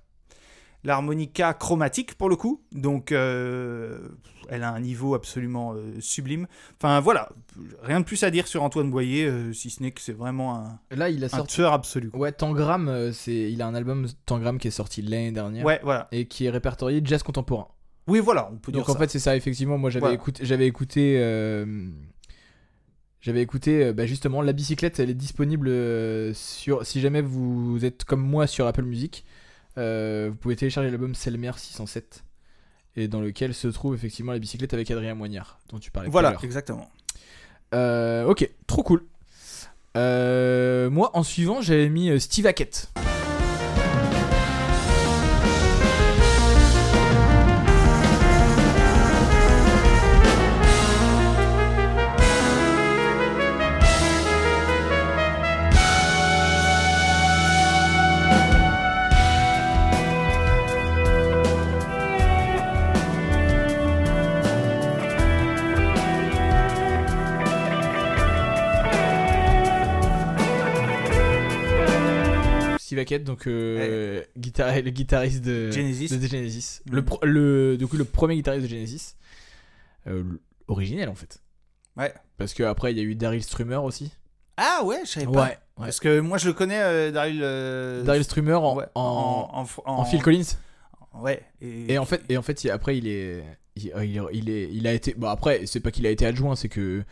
C: L'harmonica chromatique pour le coup, donc euh, elle a un niveau absolument euh, sublime. Enfin voilà, rien de plus à dire sur Antoine Boyer, euh, si ce n'est que c'est vraiment un,
B: Là, il a
C: un
B: sorti.
C: tueur absolu. quoi.
B: Ouais, Tangram, euh, c'est... il a un album Tangram qui est sorti l'année dernière.
C: Ouais, voilà.
B: Et qui est répertorié jazz contemporain.
C: Oui, voilà, on peut
B: Donc
C: dire
B: en
C: ça.
B: fait, c'est ça, effectivement. Moi, j'avais
C: Voilà.
B: écouté. J'avais écouté euh, J'avais écouté euh, bah, justement la bicyclette, elle est disponible euh, sur. Si jamais vous êtes comme moi sur Apple Music, euh, vous pouvez télécharger l'album Selmer 607, et dans lequel se trouve effectivement la bicyclette avec Adrien Moignard, dont tu parlais. tout à
C: voilà,
B: l'heure.
C: exactement.
B: Euh, ok, trop cool. Euh, moi, en suivant, j'avais mis euh, Steve Hackett. Steve Hackett, donc euh, guitare- le guitariste de
C: Genesis.
B: de Genesis. Mm. Le, pro- le, du coup, le premier guitariste de Genesis. Euh, l- originel en fait.
C: Ouais.
B: Parce que après il y a eu Daryl Strummer aussi.
C: Ah ouais, je savais pas.
B: ouais.
C: Parce que moi je le connais, euh, Daryl. euh,
B: Daryl Strummer en,
C: ouais,
B: en,
C: en, en-
B: en Phil Collins.
C: Ouais. Et,
B: Et en fait, et en fait il- après il est. Il, euh, il, il est, il a été. Bon, après, c'est pas qu'il a été adjoint, c'est que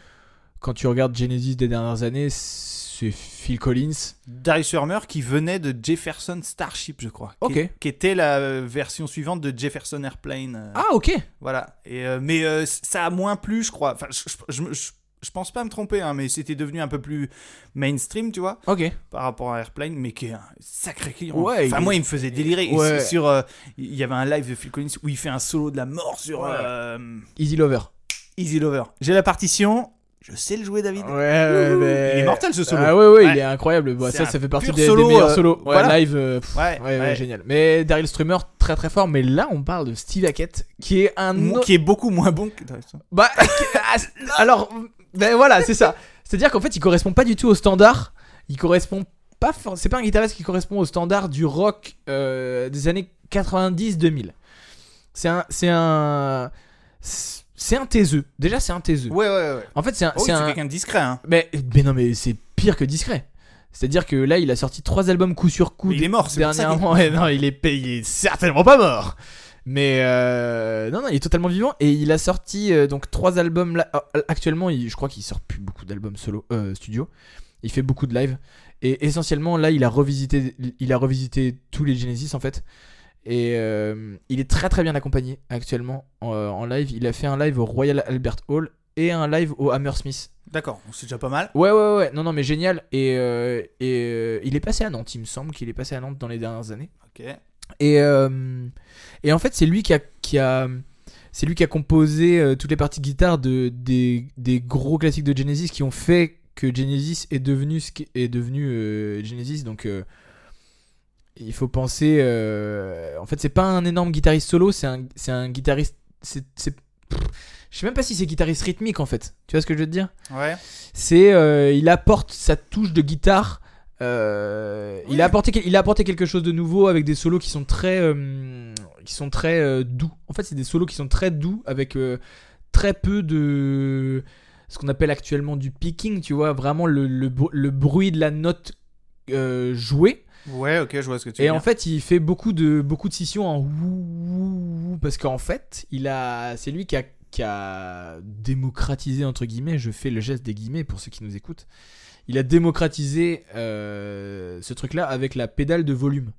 B: quand tu regardes Genesis des dernières années, c'est Phil Collins.
C: Daryl Swermer qui venait de Jefferson Starship, je crois. qui-
B: Ok.
C: Qui, était la euh, version suivante de Jefferson Airplane. euh,
B: Ah, ok!
C: Voilà. Et, euh, mais euh, c- ça a moins plu, je crois. Enfin, je, je, je- je- je pense pas me tromper, hein, mais c'était devenu un peu plus mainstream, tu vois,
B: Ok.
C: par rapport à Airplane, mais qui est un sacré client.
B: Ouais,
C: enfin,
B: il-
C: moi, il me faisait délirer. Et
B: Ouais.
C: sur- Sur, euh, il y avait un live de Phil Collins où il fait un solo de la mort sur
B: Ouais.
C: euh,
B: Easy Lover.
C: Easy Lover. J'ai la partition, je sais le jouer, David.
B: Ouais, ouais, mais-
C: Il est mortel ce solo.
B: Ah ouais, ouais, il
C: Ouais.
B: est incroyable. Bah,
C: C'est
B: ça,
C: un
B: ça fait partie
C: pur
B: des, des
C: solo,
B: meilleurs
C: euh,
B: solos. Ouais,
C: voilà.
B: live, euh, pff,
C: Ouais,
B: ouais, ouais,
C: ouais.
B: génial. Mais Daryl Strummer, très très fort. Mais là, on parle de Steve Hackett, qui est un
C: Mo-
B: autre-
C: Qui est beaucoup moins bon que.
B: Bah, qui- ah, c'est- alors, ben voilà, c'est ça. C'est-à-dire qu'en fait, il correspond pas du tout au standard. Il correspond pas. for- C'est pas un guitariste qui correspond au standard du rock euh, des années 90-2000. C'est un, c'est un, c'est un taiseux. Déjà, c'est un taiseux.
C: Ouais, ouais, ouais.
B: En fait, c'est un, Ah,
C: Oh,
B: c'est
C: c'est
B: un,
C: quelqu'un de discret, hein.
B: mais, mais non, mais c'est pire que discret. C'est-à-dire que là, il a sorti trois albums coup sur coup.
C: Mais il est mort, c'est pour ça
B: Dernièrement, Ouais, non, il est payé, certainement pas mort. Mais euh, non, non, il est totalement vivant et il a sorti euh, donc trois albums là. euh, Actuellement, il- je crois qu'il sort plus beaucoup d'albums solo euh, studio. Il fait beaucoup de live et essentiellement là, il a revisité, il a revisité tous les Genesis en fait. Et euh, il est très très bien accompagné actuellement en, en live. Il a fait un live au Royal Albert Hall et un live au Hammersmith.
C: D'accord, c'est déjà pas mal.
B: Ouais, ouais, ouais, non, non, mais génial. Et, euh, et euh, il est passé à Nantes, il me semble qu'il est passé à Nantes dans les dernières années.
C: Ok.
B: Et, euh, et en fait, c'est lui qui a, qui a, c'est lui qui a composé euh, toutes les parties guitare de, des, des gros classiques de Genesis qui ont fait que Genesis est devenu ce qui- est devenu euh, Genesis. Donc, euh, il faut penser. euh, en fait, c'est pas un énorme guitariste solo, c'est un, c'est un guitariste. C'est, c'est- pff, je sais même pas si c'est guitariste rythmique en fait. Tu vois ce que je veux te dire
C: Ouais.
B: c'est euh, il apporte sa touche de guitare. euh, il, a apporté, quel- il a apporté quelque chose de nouveau avec des solos qui sont très, euh, qui sont très euh, doux. En fait, c'est des solos qui sont très doux avec euh, très peu de ce qu'on appelle actuellement du picking, tu vois, vraiment le, le, br- le bruit de la note euh, jouée.
C: Ouais, ok, je vois ce que tu veux
B: Et en
C: dire.
B: fait, il fait beaucoup de, beaucoup de scissions en ouh, ouh, ouh, parce qu'en fait, il a, c'est lui qui a, qui a démocratisé, entre guillemets, je fais le geste des guillemets pour ceux qui nous écoutent, il a démocratisé euh, ce truc-là avec la pédale de volume.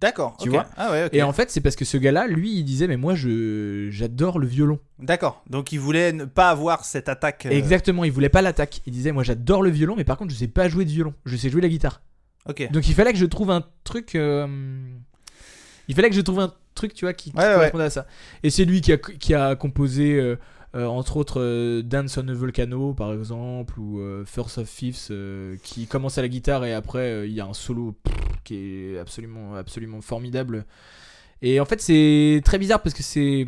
C: D'accord,
B: tu
C: ok.
B: vois.
C: Ah ouais, ok.
B: Et en fait, c'est parce que ce gars-là, lui, il disait, mais moi, je, j'adore le violon.
C: D'accord, donc il voulait ne pas avoir cette attaque. euh,
B: Exactement, il voulait pas l'attaque. Il disait, moi, j'adore le violon, mais par contre, je sais pas jouer de violon, je sais jouer la guitare.
C: Ok. Ouais,
B: Donc il fallait que je trouve un truc. euh, Il fallait que je trouve un truc, tu vois, qui, qui
C: Ouais, ouais,
B: correspondait à ça. Et c'est lui qui a, qui a composé, euh, euh, entre autres, euh, Dance on a Volcano, par exemple, ou euh, First of Fifth, euh, qui commence à la guitare et après euh, il y a un solo pff, qui est absolument, absolument formidable. Et en fait, c'est très bizarre parce que c'est.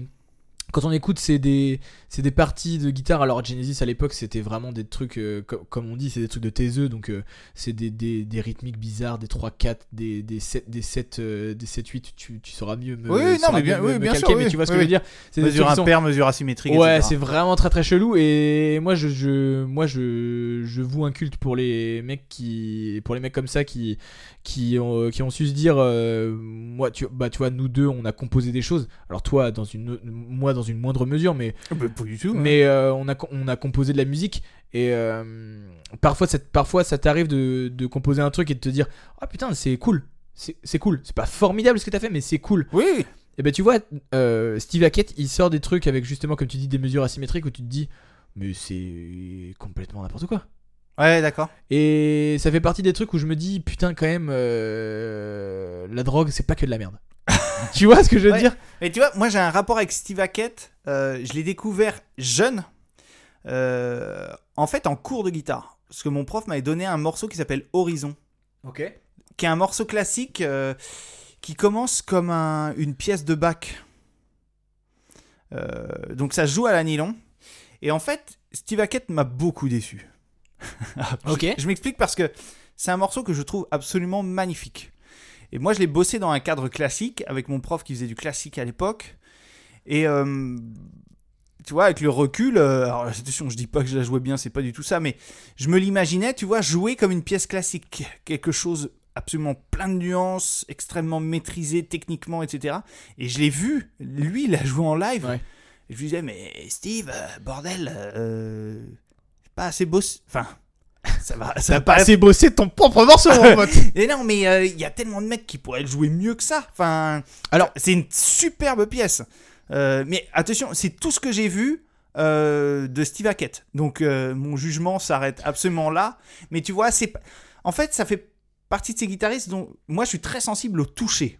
B: Quand on écoute, c'est des, c'est des parties de guitare. Alors, Genesis à l'époque, c'était vraiment des trucs, euh, co- comme on dit, c'est des trucs de taiseux. Donc, euh, c'est des, des, des rythmiques bizarres, des 3-4, des, des 7-8, des 7, euh, des 7, 8, tu, tu sauras mieux me,
C: Oui, oui, non,
B: sauras
C: mais bien-
B: mieux me-
C: oui,
B: me
C: bien
B: calquer,
C: sûr,
B: mais
C: oui,
B: tu vois ce
C: oui,
B: que je
C: oui.
B: veux dire. C'est des
C: Mesure
B: trucs qui sont-
C: impaire, mesure asymétrique.
B: Ouais, c'est
C: etc.
B: vraiment très très chelou et moi je, je moi je, je voue un culte pour les mecs qui pour les mecs comme ça qui qui ont qui ont su se dire euh, moi tu bah tu vois nous deux on a composé des choses. Alors toi dans une moi dans une moindre mesure mais
C: Bah, pas du tout.
B: mais euh, on, a, co- on a composé de la musique et euh, parfois, ça, te- parfois ça t'arrive de, de composer un truc et de te dire Ah putain, c'est cool, c'est c'est cool, c'est pas formidable ce que t'as fait, mais c'est cool.
C: Oui,
B: Et ben tu vois, euh, Steve Hackett il sort des trucs avec justement, comme tu dis, des mesures asymétriques où tu te dis Mais c'est complètement n'importe quoi.
C: ouais, d'accord.
B: Et ça fait partie des trucs où je me dis Putain, quand même, euh, la drogue c'est pas que de la merde. tu vois ce que je veux
C: Ouais.
B: dire
C: Mais tu vois, moi j'ai un rapport avec Steve Hackett. Euh, je l'ai découvert jeune, euh, en fait en cours de guitare. Parce que mon prof m'avait donné un morceau qui s'appelle Horizon,
B: Ok.
C: qui est un morceau classique euh, qui commence comme un- une pièce de bac. donc ça se joue à la nylon. Et en fait, Steve Hackett m'a beaucoup déçu.
B: Ok.
C: Je m'explique parce que c'est un morceau que je trouve absolument magnifique. Et moi, je l'ai bossé dans un cadre classique avec mon prof qui faisait du classique à l'époque. Et euh, tu vois, avec le recul, euh, alors attention, je dis pas que je la jouais bien, c'est pas du tout ça, mais je me l'imaginais, tu vois, jouer comme une pièce classique, quelque chose absolument plein de nuances, extrêmement maîtrisé techniquement, etc. Et je l'ai vu, lui, il a joué en live.
B: Ouais.
C: Et je lui disais, mais Steve, euh, bordel, euh, c'est pas assez beau. Enfin, ça va, ça va pas
B: Assez bossé ton propre morceau, mon pote
C: mais non, mais euh, il y a tellement de mecs qui pourraient le jouer mieux que ça. Enfin,
B: Alors-
C: c'est une superbe pièce. Euh, mais attention, c'est tout ce que j'ai vu euh, de Steve Hackett. Donc euh, mon jugement s'arrête absolument là. Mais tu vois, c'est pas- en fait, ça fait partie de ces guitaristes dont moi je suis très sensible au toucher.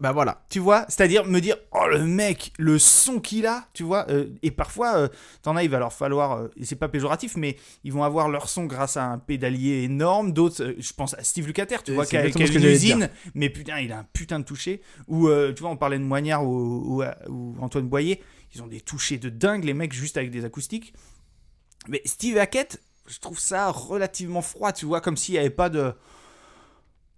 B: Bah voilà.
C: Tu vois, c'est-à-dire me dire, oh le mec, le son qu'il a, tu vois, euh, et parfois, euh, t'en as, il va leur falloir, euh, et c'est pas péjoratif, mais ils vont avoir leur son grâce à un pédalier énorme, d'autres, euh, je pense à Steve Lukather, tu
B: Euh,
C: vois,
B: c'est
C: qui a, qui
B: exactement
C: a
B: ce que
C: une
B: j'allais te
C: usine, mais putain, il a un putain de toucher, ou euh, tu vois, on parlait de Moignard ou, ou- ou Antoine Boyer, ils ont des touchés de dingue, les mecs, juste avec des acoustiques, mais Steve Hackett, je trouve ça relativement froid, tu vois, comme s'il n'y avait pas de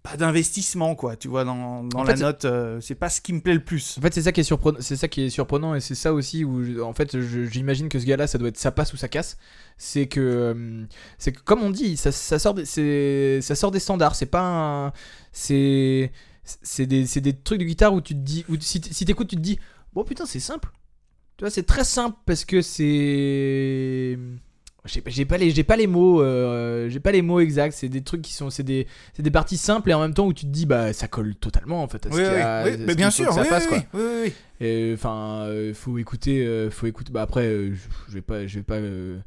C: pas d'investissement quoi tu vois dans, dans
B: En
C: la
B: fait,
C: note euh, c'est pas ce qui me plaît le plus
B: En fait, c'est ça qui est surprenant, c'est ça qui est surprenant et c'est ça aussi où je- en fait, je- j'imagine que ce gars-là, ça doit être ça passe ou ça casse. C'est que euh, c'est que comme on dit, ça, ça sort des c'est- ça sort des standards, c'est pas un c'est c'est des, c'est des trucs de guitare où tu te dis où si t- si t'écoutes, tu te dis Bon, putain, c'est simple. Tu vois, c'est très simple parce que c'est. J'ai pas, j'ai pas les, j'ai pas les mots, euh, j'ai pas les mots exacts. C'est des trucs qui sont, c'est des, c'est des parties simples et en même temps où tu te dis, bah, ça colle totalement en fait. À ce
C: Oui,
B: qu'il y
C: oui,
B: a-
C: oui,
B: à ce
C: mais
B: qu'il
C: bien
B: faut
C: sûr,
B: que ça
C: oui,
B: passe,
C: oui,
B: quoi.
C: oui, oui, oui.
B: Et enfin, euh, faut écouter, euh, faut écouter. Bah après, euh, je je vais pas, je vais pas, euh,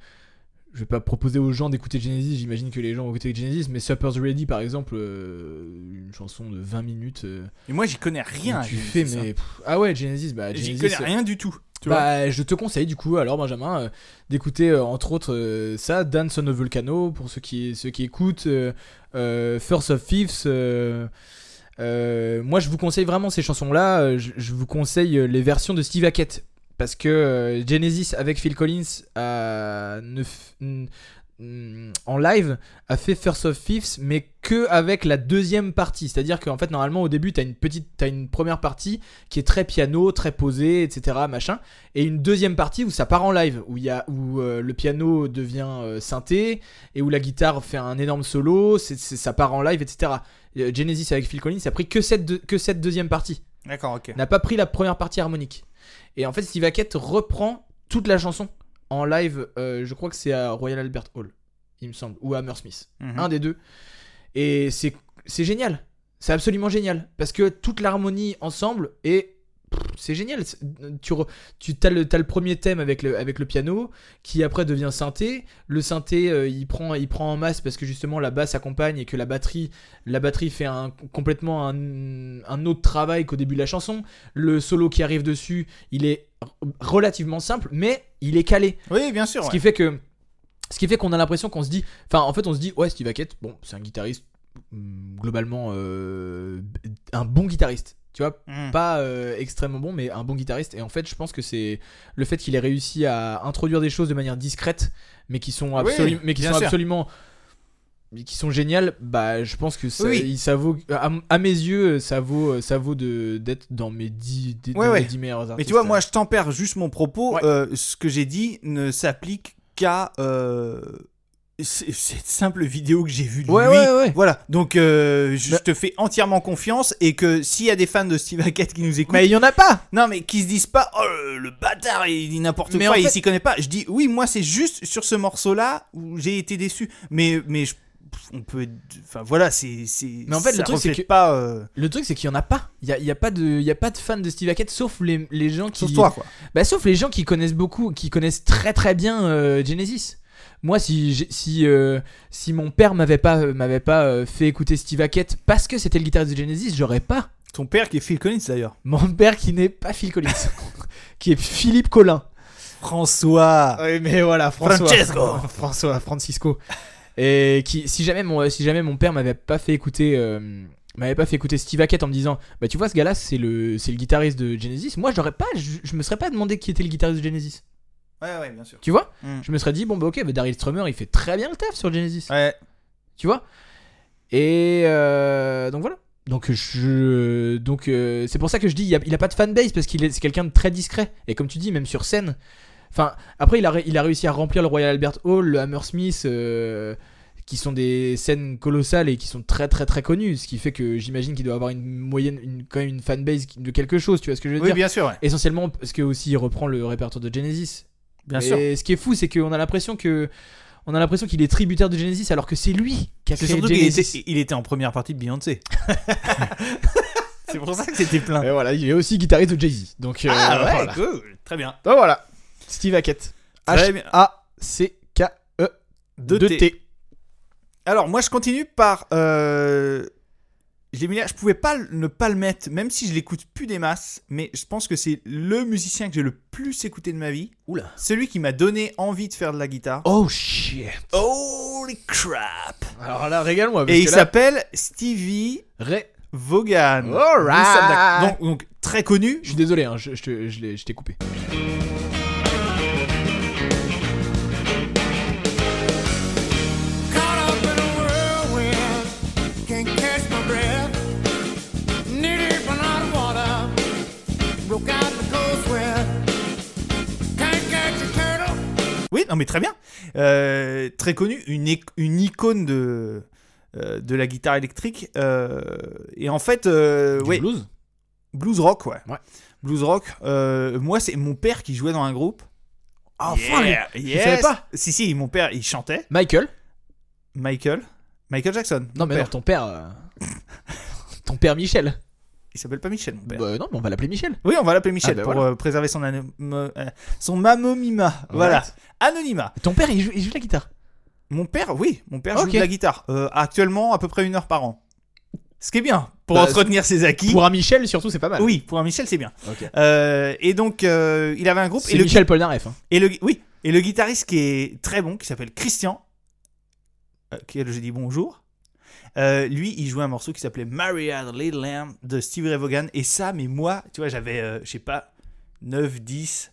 B: je vais pas proposer aux gens d'écouter Genesis. J'imagine que les gens vont écouter Genesis, mais Supper's Ready, par exemple, euh, une chanson de 20 minutes. euh,
C: Et moi, j'y connais rien.
B: où tu
C: à
B: fais,
C: ça.
B: mais pff, ah ouais, Genesis, bah
C: J'y
B: Genesis.
C: connais rien du tout. Tu vois
B: bah, je te conseille du coup, alors Benjamin, euh, d'écouter euh, entre autres euh, ça, Dance on a Volcano, pour ceux qui, ceux qui écoutent, euh, euh, First of Thieves. euh, euh, moi, je vous conseille vraiment ces chansons-là. euh, Je, je vous conseille euh, les versions de Steve Hackett. Parce que euh, Genesis avec Phil Collins a ne f- n- n- en live a fait First of Thieves, mais que avec la deuxième partie. C'est-à-dire qu'en fait, normalement, au début, t'as une, petite- t'as une première partie qui est très piano, très posée, etc. Machin et une deuxième partie où ça part en live, où, il y a, où euh, le piano devient euh, synthé et où la guitare fait un énorme solo, c'est- c'est- ça part en live, etc. Euh, Genesis avec Phil Collins a pris que cette, deux- que cette deuxième partie,
C: D'accord, ok.
B: n'a pas pris la première partie harmonique. Et en fait, Steve Hackett reprend toute la chanson en live, euh, je crois que c'est à Royal Albert Hall, il me semble, ou à Hammersmith
C: Mhm.
B: un des deux. Et c'est c'est génial. C'est absolument génial. Parce que toute l'harmonie ensemble est. pff, C'est génial. C'est- Tu, re- tu as, le, t'as le premier thème avec le, avec le piano qui après devient synthé. Le synthé euh, il, prend, il prend en masse parce que justement la basse accompagne et que la batterie, la batterie fait un, complètement un, un autre travail qu'au début de la chanson. Le solo qui arrive dessus il est r- relativement simple mais il est calé.
C: Oui, bien sûr.
B: Ce
C: ouais.
B: qui fait que, ce qui fait qu'on a l'impression qu'on se dit, enfin, en fait, on se dit, ouais, Steve Hackett, bon, c'est un guitariste hum, globalement euh, un bon guitariste, tu vois,
C: Mhm.
B: pas euh, extrêmement bon, mais un bon guitariste. Et en fait, je pense que c'est le fait qu'il ait réussi à introduire des choses de manière discrète, mais qui sont, absolu- mais qui
C: bien
B: sont
C: sûr.
B: absolument mais qui sont géniales, bah je pense que ça,
C: Oui.
B: il- ça vaut, à, à mes yeux, ça vaut, ça vaut de d'être dans mes 10 des-
C: Ouais,
B: dans mes
C: ouais.
B: 10 meilleurs artistes.
C: Mais tu vois, moi, je tempère juste mon propos.
B: Ouais.
C: euh, ce que j'ai dit ne s'applique qu'à euh, c- cette simple vidéo que j'ai vue de
B: ouais,
C: lui.
B: ouais, ouais.
C: Voilà. Donc, euh, je
B: Mais-
C: te fais entièrement confiance et que s'il y a des fans de Steve Hackett qui nous écoutent,
B: Mais il y en a pas.
C: non, mais qui se disent pas, oh le le bâtard, il dit n'importe
B: Mais
C: quoi,
B: en
C: il
B: fait-
C: s'y connaît pas. Je dis, oui, moi, c'est juste sur ce morceau-là où j'ai été déçu. Mais, mais je- on peut, enfin voilà, c'est, c'est.
B: Mais en fait, le
C: ça
B: truc, c'est
C: reflète
B: que-
C: pas euh,
B: Le truc c'est qu'il y en a pas. Il y a, il y a pas de, il y a pas de fans de Steve Hackett sauf les, les gens qui,
C: sur toi, quoi.
B: bah sauf les gens qui connaissent beaucoup, qui connaissent très très bien euh, Genesis. Moi si j'ai- si euh, si mon père m'avait pas m'avait pas euh, fait écouter Steve Hackett parce que c'était le guitariste de Genesis, j'aurais pas.
C: Ton père qui est Phil Collins d'ailleurs.
B: Mon père qui n'est pas Phil Collins, qui est Philippe Collin.
C: François.
B: Oui, mais voilà, François.
C: Francesco.
B: François, Francisco. Et qui, si jamais mon, euh, si jamais mon père m'avait pas fait écouter, euh, m'avait pas fait écouter Steve Hackett en me disant, bah tu vois ce gars-là, c'est le, c'est le guitariste de Genesis. Moi, j'aurais pas, je, je me serais pas demandé qui était le guitariste de Genesis.
C: Ouais, ouais, bien sûr.
B: Tu vois
C: Mm.
B: Je me serais dit, bon bah ok, bah, Daryl Strummer, il fait très bien le taf sur Genesis.
C: Ouais.
B: Tu vois Et euh, donc voilà. Donc je donc euh, c'est pour ça que je dis il y a, il a pas de fanbase parce qu'il est c'est quelqu'un de très discret et comme tu dis même sur scène. Enfin après il a ré- il a réussi à remplir le Royal Albert Hall, le Hammersmith euh, qui sont des scènes colossales et qui sont très très très connues, ce qui fait que j'imagine qu'il doit avoir une moyenne une, quand même une fanbase qui- de quelque chose, tu vois ce que je veux
C: Oui,
B: dire
C: bien sûr, ouais.
B: Essentiellement parce que aussi il reprend le répertoire de Genesis.
C: Bien
B: et
C: sûr.
B: ce qui est fou c'est qu'on a l'impression que on a l'impression qu'il est tributaire de Genesis alors que c'est lui qui a
C: C'est
B: créé
C: surtout qu'il
B: Genesis.
C: était, il était en première partie de Beyoncé. c'est pour ça que c'était plein.
B: Et voilà, il est aussi guitariste de Jay-Z. Donc, euh,
C: ah ouais,
B: voilà.
C: cool. Très bien.
B: Donc voilà. Steve Hackett.
C: Très bien.
B: H-A-C-K-E. 2T.
C: Alors, moi, je continue par. Euh... Je l'ai mis là, je pouvais pas le- ne pas le mettre, même si je l'écoute plus des masses, mais je pense que c'est le musicien que j'ai le plus écouté de ma vie.
B: Oula.
C: Celui qui m'a donné envie de faire de la guitare.
B: Oh shit.
C: Holy crap!
B: Alors là, régale-moi. bah, parce
C: Et il
B: que là-
C: s'appelle Stevie
B: Ré-
C: Vaughan.
B: All right.
C: Donc, donc, très connu.
B: Je suis désolé, hein, je, je te- je l'ai- je t'ai coupé.
C: Euh,
E: Caught up in a whirlwind, can't catch my breath. Nearly run out of water, broke out the cold sweat. Can't catch a turtle.
C: Oui, non mais très bien. Euh, très connu, une, ic- une icône de, euh, de la guitare électrique. Euh, et en fait, euh,
B: Du
C: ouais,
B: blues
C: blues rock, ouais.
B: Ouais.
C: blues rock. Euh, moi, c'est mon père qui jouait dans un groupe.
B: Ah,
C: Yeah, yes.
B: savais pas
C: Si, si, mon père, il chantait.
B: Michael
C: Michael. Michael Jackson.
B: Non,
C: mon
B: mais
C: père.
B: non, ton père. euh, ton père Michel.
C: Il s'appelle pas Michel, mon père.
B: Bah, non, mais on va l'appeler Michel.
C: Oui, on va l'appeler Michel
B: Ah, bah,
C: pour
B: voilà.
C: euh, préserver son, anom- euh, son mamomima. Voilà. Anonymat.
B: Ton père, il joue, il joue de la guitare.
C: Mon père, oui, mon père
B: Ok.
C: joue de la guitare. Euh, actuellement, à peu près une heure par an. Ce qui est bien pour
B: Bah,
C: entretenir ses acquis.
B: Pour un Michel, surtout, c'est pas mal.
C: Oui, pour un Michel, c'est bien.
B: Ok.
C: Euh, et donc, euh, il avait un groupe.
B: C'est
C: Et le,
B: Michel Polnareff. hein.
C: et le- oui, et le guitariste qui est très bon, qui s'appelle Christian, euh, qui je dis bonjour. euh, lui, il jouait un morceau qui s'appelait Maria the Little Lamb de Stevie Ray Vaughan. Et ça, mais moi, tu vois, j'avais, euh, je sais pas, 9, 10,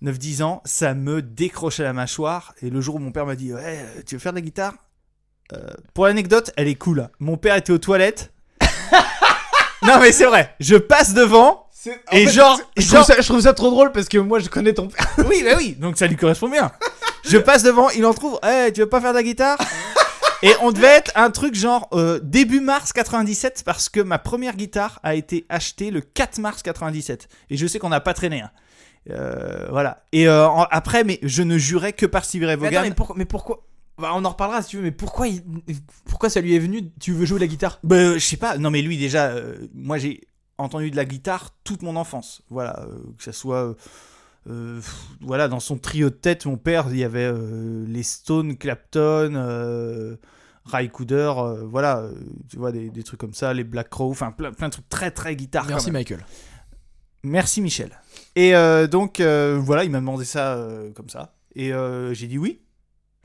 C: 9, 10 ans. Ça me décrochait la mâchoire. Et le jour où mon père m'a dit Ouais, euh, tu veux faire de la guitare Euh, Pour l'anecdote, elle est cool. Mon père était aux toilettes. non, mais c'est vrai. Je passe devant. Et genre,
B: Je
C: genre,
B: trouve, ça, je trouve ça trop drôle parce que moi, je connais ton père.
C: oui, bah oui, donc ça lui correspond bien. Je passe devant, il en trouve. Eh, tu veux pas faire de la guitare Et on devait être un truc genre euh, début mars 97 parce que ma première guitare a été achetée le 4 mars 97. Et je sais qu'on n'a pas traîné. hein. Euh, voilà. Et euh, en- après, mais je ne jurais que par Stevie Ray
B: Mais,
C: Vaughan.
B: pourquoi, bah, on en reparlera si tu veux, mais pourquoi, pourquoi ça lui est venu Tu veux jouer de la guitare
C: Bah, euh, je sais pas. Non, mais lui, déjà, euh, moi, j'ai entendu de la guitare toute mon enfance. Voilà. euh, que ça soit. euh, euh, pff, voilà, dans son trio de tête, mon père, il y avait euh, les Stones, Clapton, euh, Ry Cooder, euh, voilà, euh, tu vois, des, des trucs comme ça, les Black Crow, enfin plein, plein de trucs très très guitare. quand
B: Merci,
C: même.
B: Michael.
C: Merci Michel. Et euh, donc, euh, voilà, il m'a demandé ça euh, comme ça. Et euh, j'ai dit oui.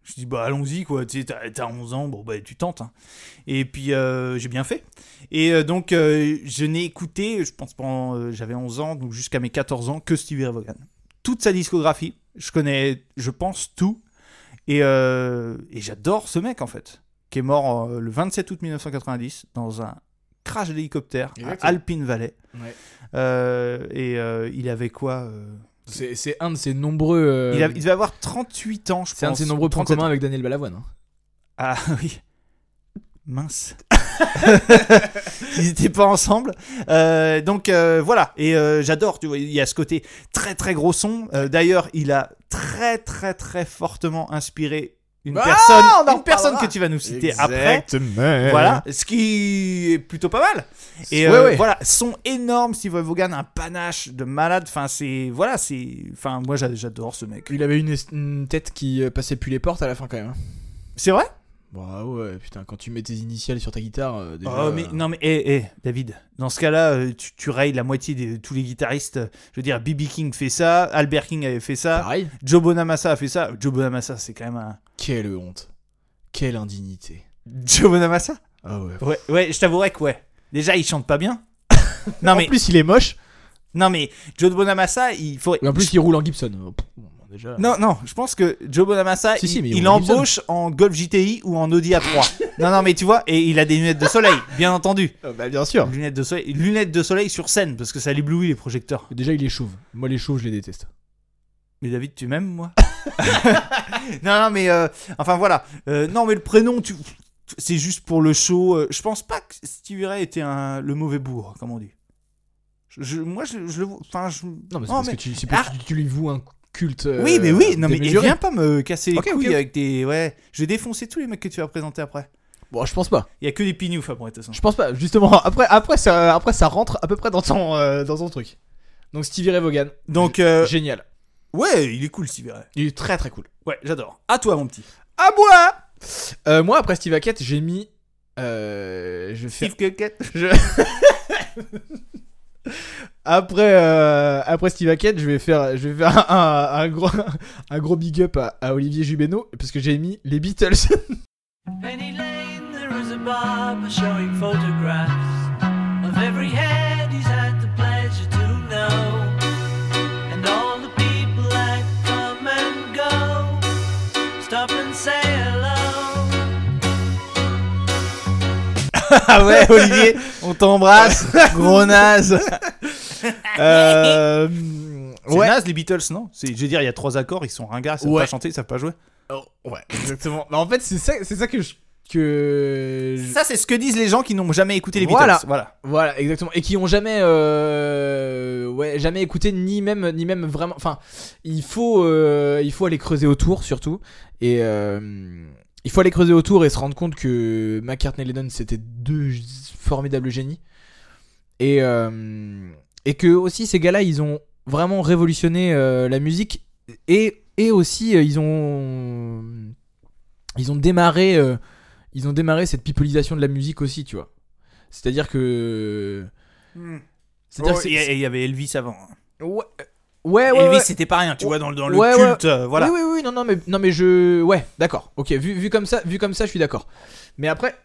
C: Je dis, bah allons-y, quoi. Tu sais, t'as t'as 11 ans, bon, bah tu tentes. hein. Et puis, euh, j'ai bien fait. Et euh, donc, euh, je n'ai écouté, je pense, pendant. euh, J'avais 11 ans, donc jusqu'à mes 14 ans, que Stevie Ray Vaughan. Toute sa discographie. Je connais, je pense, tout. Et, euh, et j'adore ce mec, en fait, qui est mort euh, le 27 août 1990 dans un crash d'hélicoptère à
B: Exactement.
C: Alpine Valley.
B: Ouais.
C: Euh, et euh, il avait quoi euh,
B: C'est c'est un de ses nombreux. euh,
C: il, a- il devait avoir 38 ans, je pense.
B: C'est un de ses nombreux points
C: 37
B: communs avec Daniel Balavoine. hein.
C: Ah oui. Mince. Ils n'étaient pas ensemble. Euh, donc euh, voilà. Et euh, j'adore, tu vois, il y a ce côté très très gros son. Euh, D'ailleurs, il a très très très fortement inspiré une
B: Ah, on en
C: personne, une
B: reparlera.
C: personne que tu vas nous citer après. Voilà, ce qui est plutôt pas mal. Et
B: Ouais,
C: euh,
B: ouais.
C: voilà, son énorme Steve Ray Vaughan, un panache de malade. Enfin, c'est voilà, c'est enfin moi j'a- j'adore ce mec.
B: Il avait une, es- une tête qui euh, passait plus les portes à la fin quand même. hein.
C: C'est vrai
B: Bah ouais, putain, quand tu mets tes initiales sur ta guitare, euh, déjà.
C: Oh, mais
B: euh,
C: non mais eh, eh, David, dans ce cas-là, euh, tu, tu rayes la moitié de tous les guitaristes. Je veux dire, BB King fait ça, Albert King avait fait ça,
B: Pareil.
C: Joe Bonamassa a fait ça. Joe Bonamassa, c'est quand même un
B: Quelle honte. Quelle indignité.
C: Joe Bonamassa.
B: Ah ouais.
C: Ouais, ouais, je t'avouerais que ouais. Déjà, il chante pas bien. non mais
B: En plus, il est moche.
C: non mais Joe Bonamassa, il faudrait.
B: Et en plus, il roule en Gibson. Oh, pff, bon, déjà.
C: Non, non, je pense que Joe Bonamassa,
B: Si,
C: il,
B: si, mais
C: il
B: on dit
C: embauche en Golf JTI ou en Audi A3. non, non, mais tu vois, et il a des lunettes de soleil, bien entendu.
B: Euh, bah, bien sûr.
C: Lunettes de soleil, lunettes de soleil sur scène, parce que ça l'éblouit les projecteurs.
B: Déjà, il est chauve. Moi, les chauves, je les déteste.
C: Mais David, tu m'aimes, moi Non, non, mais euh, enfin voilà. Euh, non, mais le prénom, tu, tu- c'est juste pour le show. Euh, Je pense pas que Stevie Ray était un, le mauvais bourg, comme on dit. Je, je- moi, je, je le vois. Enfin, je.
B: Non, mais c'est
C: Oh,
B: parce
C: mais-
B: que tu, c'est parce que tu lui voues un culte. euh,
C: oui, mais oui, non, mais
B: démesuré.
C: viens pas me casser les
B: Ok, ok,
C: couilles
B: ok.
C: avec tes. Ouais, je vais défoncer tous les mecs que tu vas présenter après.
B: Bon, je pense pas.
C: Il y a que des pignoufs après, de toute façon.
B: Je pense pas. Justement, après, après, ça, après, ça rentre à peu près dans ton, euh, dans ton truc. Donc, Stevie Ray Vaughan.
C: Donc, euh,
B: Génial.
C: ouais, il est cool, Stevie Ray.
B: Il est très très cool.
C: Ouais, j'adore. À toi, mon petit.
B: À moi Euh, Moi, après Steve Hackett, j'ai mis. euh, je vais faire-
C: Steve Coquette.
B: Après, euh, après Steve Hackett, je vais faire, je vais faire un, un gros, un gros big up à, à Olivier Jubeno parce que j'ai mis les Beatles.
F: Penny Lane, there is a barber showing photographs of every head he's had the pleasure to know, and all the people that come and go stop and say hello.
C: Ah ouais, Olivier, on t'embrasse. Gros naze.
B: Euh,
C: C'est
B: ouais.
C: naze les Beatles, non C'est- Je veux dire, il y a trois accords, ils sont ringards, ils savent
B: Ouais.
C: pas chanter, ils savent pas jouer.
B: Oh, ouais, exactement. Mais en fait, c'est ça, c'est ça que je que je-
C: Ça, c'est ce que disent les gens qui n'ont jamais écouté les Beatles.
B: Voilà.
C: Voilà.
B: voilà exactement et qui ont jamais euh, ouais jamais écouté ni même ni même vraiment enfin il faut euh, il faut aller creuser autour surtout et euh, il faut aller creuser autour et se rendre compte que McCartney et Lennon c'était deux g- formidables génies et euh, et que aussi ces gars-là ils ont vraiment révolutionné euh, la musique et et aussi euh, ils ont ils ont démarré euh, ils ont démarré cette pipolisation de la musique aussi tu vois c'est-à-dire que c'est-à-dire
C: Oh,
B: que c'est-
C: Il y a- il y avait Elvis avant.
B: ouais ouais ouais,
C: Elvis,
B: ouais.
C: c'était pas rien, tu vois, dans, le- dans le
B: Ouais, ouais.
C: culte. euh, voilà.
B: Oui, oui, oui, non, non, mais, non, mais je. Ouais, d'accord. Ok, vu, vu, comme ça, vu comme ça, je suis d'accord. Mais après,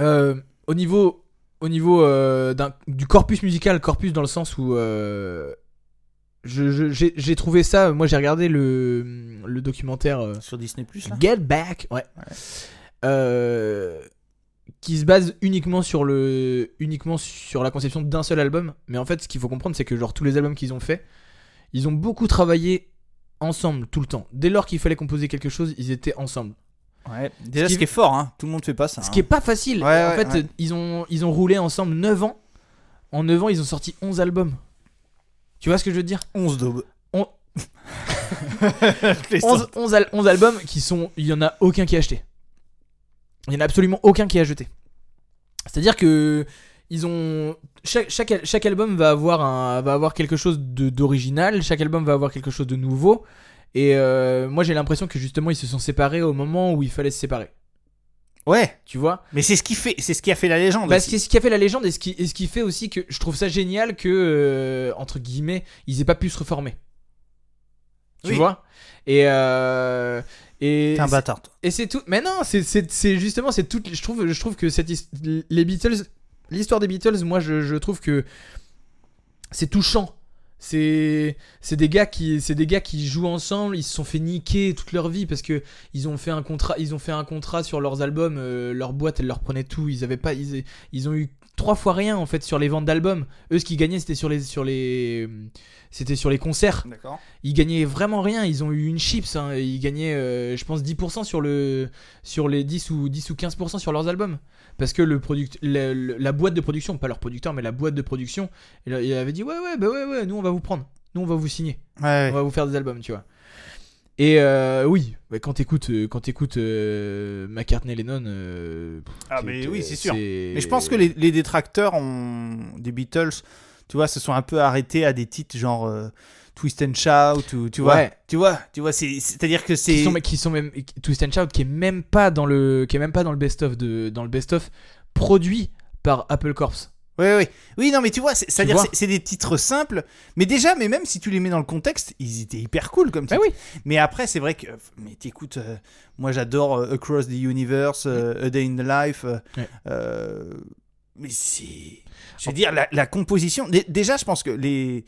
B: euh, au niveau, au niveau euh, d'un- du corpus musical, corpus dans le sens où. euh, je- je- J'ai j'ai trouvé ça. Moi, j'ai regardé le, le documentaire. euh,
C: Sur Disney Plus, là.
B: Get Back, ouais. Euh, qui se base uniquement sur le, uniquement sur la conception d'un seul album. Mais en fait, ce qu'il faut comprendre, c'est que genre tous les albums qu'ils ont fait, ils ont beaucoup travaillé ensemble tout le temps. Dès lors qu'il fallait composer quelque chose, ils étaient ensemble.
C: Ouais. Déjà,
B: Ce
C: ce
B: qui-
C: qui est fort, hein. tout le monde fait pas ça.
B: Ce
C: hein.
B: qui est pas facile.
C: Ouais,
B: en
C: ouais,
B: fait,
C: ouais.
B: ils ont, ils ont roulé ensemble 9 ans. En 9 ans, ils ont sorti 11 albums. Tu vois ce que je veux te dire
C: 11 daubes.
B: On- 11,
C: Onze-
B: 11 al- 11 albums qui sont. Il y en a aucun qui est acheté. Il y en a absolument aucun qui est jeté. C'est-à-dire que. Ils ont. Chaque, chaque, al- chaque album va avoir, un, va avoir quelque chose de- d'original, chaque album va avoir quelque chose de nouveau. Et euh, moi j'ai l'impression que justement ils se sont séparés au moment où il fallait se séparer.
C: Ouais,
B: Tu vois
C: mais c'est ce qui fait, c'est ce qui a fait la légende.
B: Bah,
C: aussi.
B: ce qui- ce qui a fait la légende et ce qui, et ce qui fait aussi que je trouve ça génial que, euh, entre guillemets, ils aient pas pu se reformer. Tu
C: Oui. bah,
B: vois Et. euh, et
C: T'es un bâtard. toi.
B: et c'est tout. Mais non, c'est- c'est c'est justement, c'est tout. Je trouve, je trouve que cette his- les Beatles, l'histoire des Beatles, moi, je, je trouve que c'est touchant. C'est c'est des gars qui c'est des gars qui jouent ensemble. Ils se sont fait niquer toute leur vie parce que ils ont fait un contrat. Ils ont fait un contrat sur leurs albums. euh, leur boîte, elle leur prenait tout. Ils avaient pas. Ils, ils ont eu trois fois rien en fait sur les ventes d'albums. Eux, ce qu'ils gagnaient, c'était sur les sur les c'était sur les concerts
C: D'accord.
B: ils gagnaient vraiment rien, ils ont eu une chips, hein, et ils gagnaient euh, je pense 10% sur, le, sur les 10 ou, 10 ou 15% sur leurs albums. Parce que le product, la, la boîte de production, pas leur producteur, mais la boîte de production, elle, elle avait dit ouais ouais bah ouais ouais, nous on va vous prendre, nous on va vous signer,
C: Ouais.
B: on va vous faire des albums, tu vois. Et euh, oui, bah, quand t'écoutes euh, quand t'écoutes euh, McCartney Lennon, euh, pff,
C: Ah
B: t'es-
C: mais
B: t'es-
C: oui, c'est sûr.
B: c'est-
C: Mais je pense que les, les détracteurs ont... des Beatles, tu vois, se sont un peu arrêtés à des titres genre euh, Twist and Shout ou tu vois,
B: Ouais.
C: tu vois, tu vois, c'est c'est-à-dire que
B: qui
C: c'est
B: sont, qui sont même Twist and Shout qui est même pas dans le qui est même pas dans le best of de dans le best of produit par Apple Corps.
C: Oui, oui. Oui, non, mais tu vois, c'est- c'est-à-dire
B: vois
C: c'est- c'est des titres simples, mais déjà, mais même si tu les mets dans le contexte, ils étaient hyper cool comme
B: Bah
C: titres.
B: oui.
C: Mais après, c'est vrai que, mais t'écoutes, euh, moi j'adore euh, Across the Universe, euh, A Day in the Life, euh,
B: Ouais.
C: euh, mais c'est, je veux dire, la, la composition. Dé- déjà, je pense que les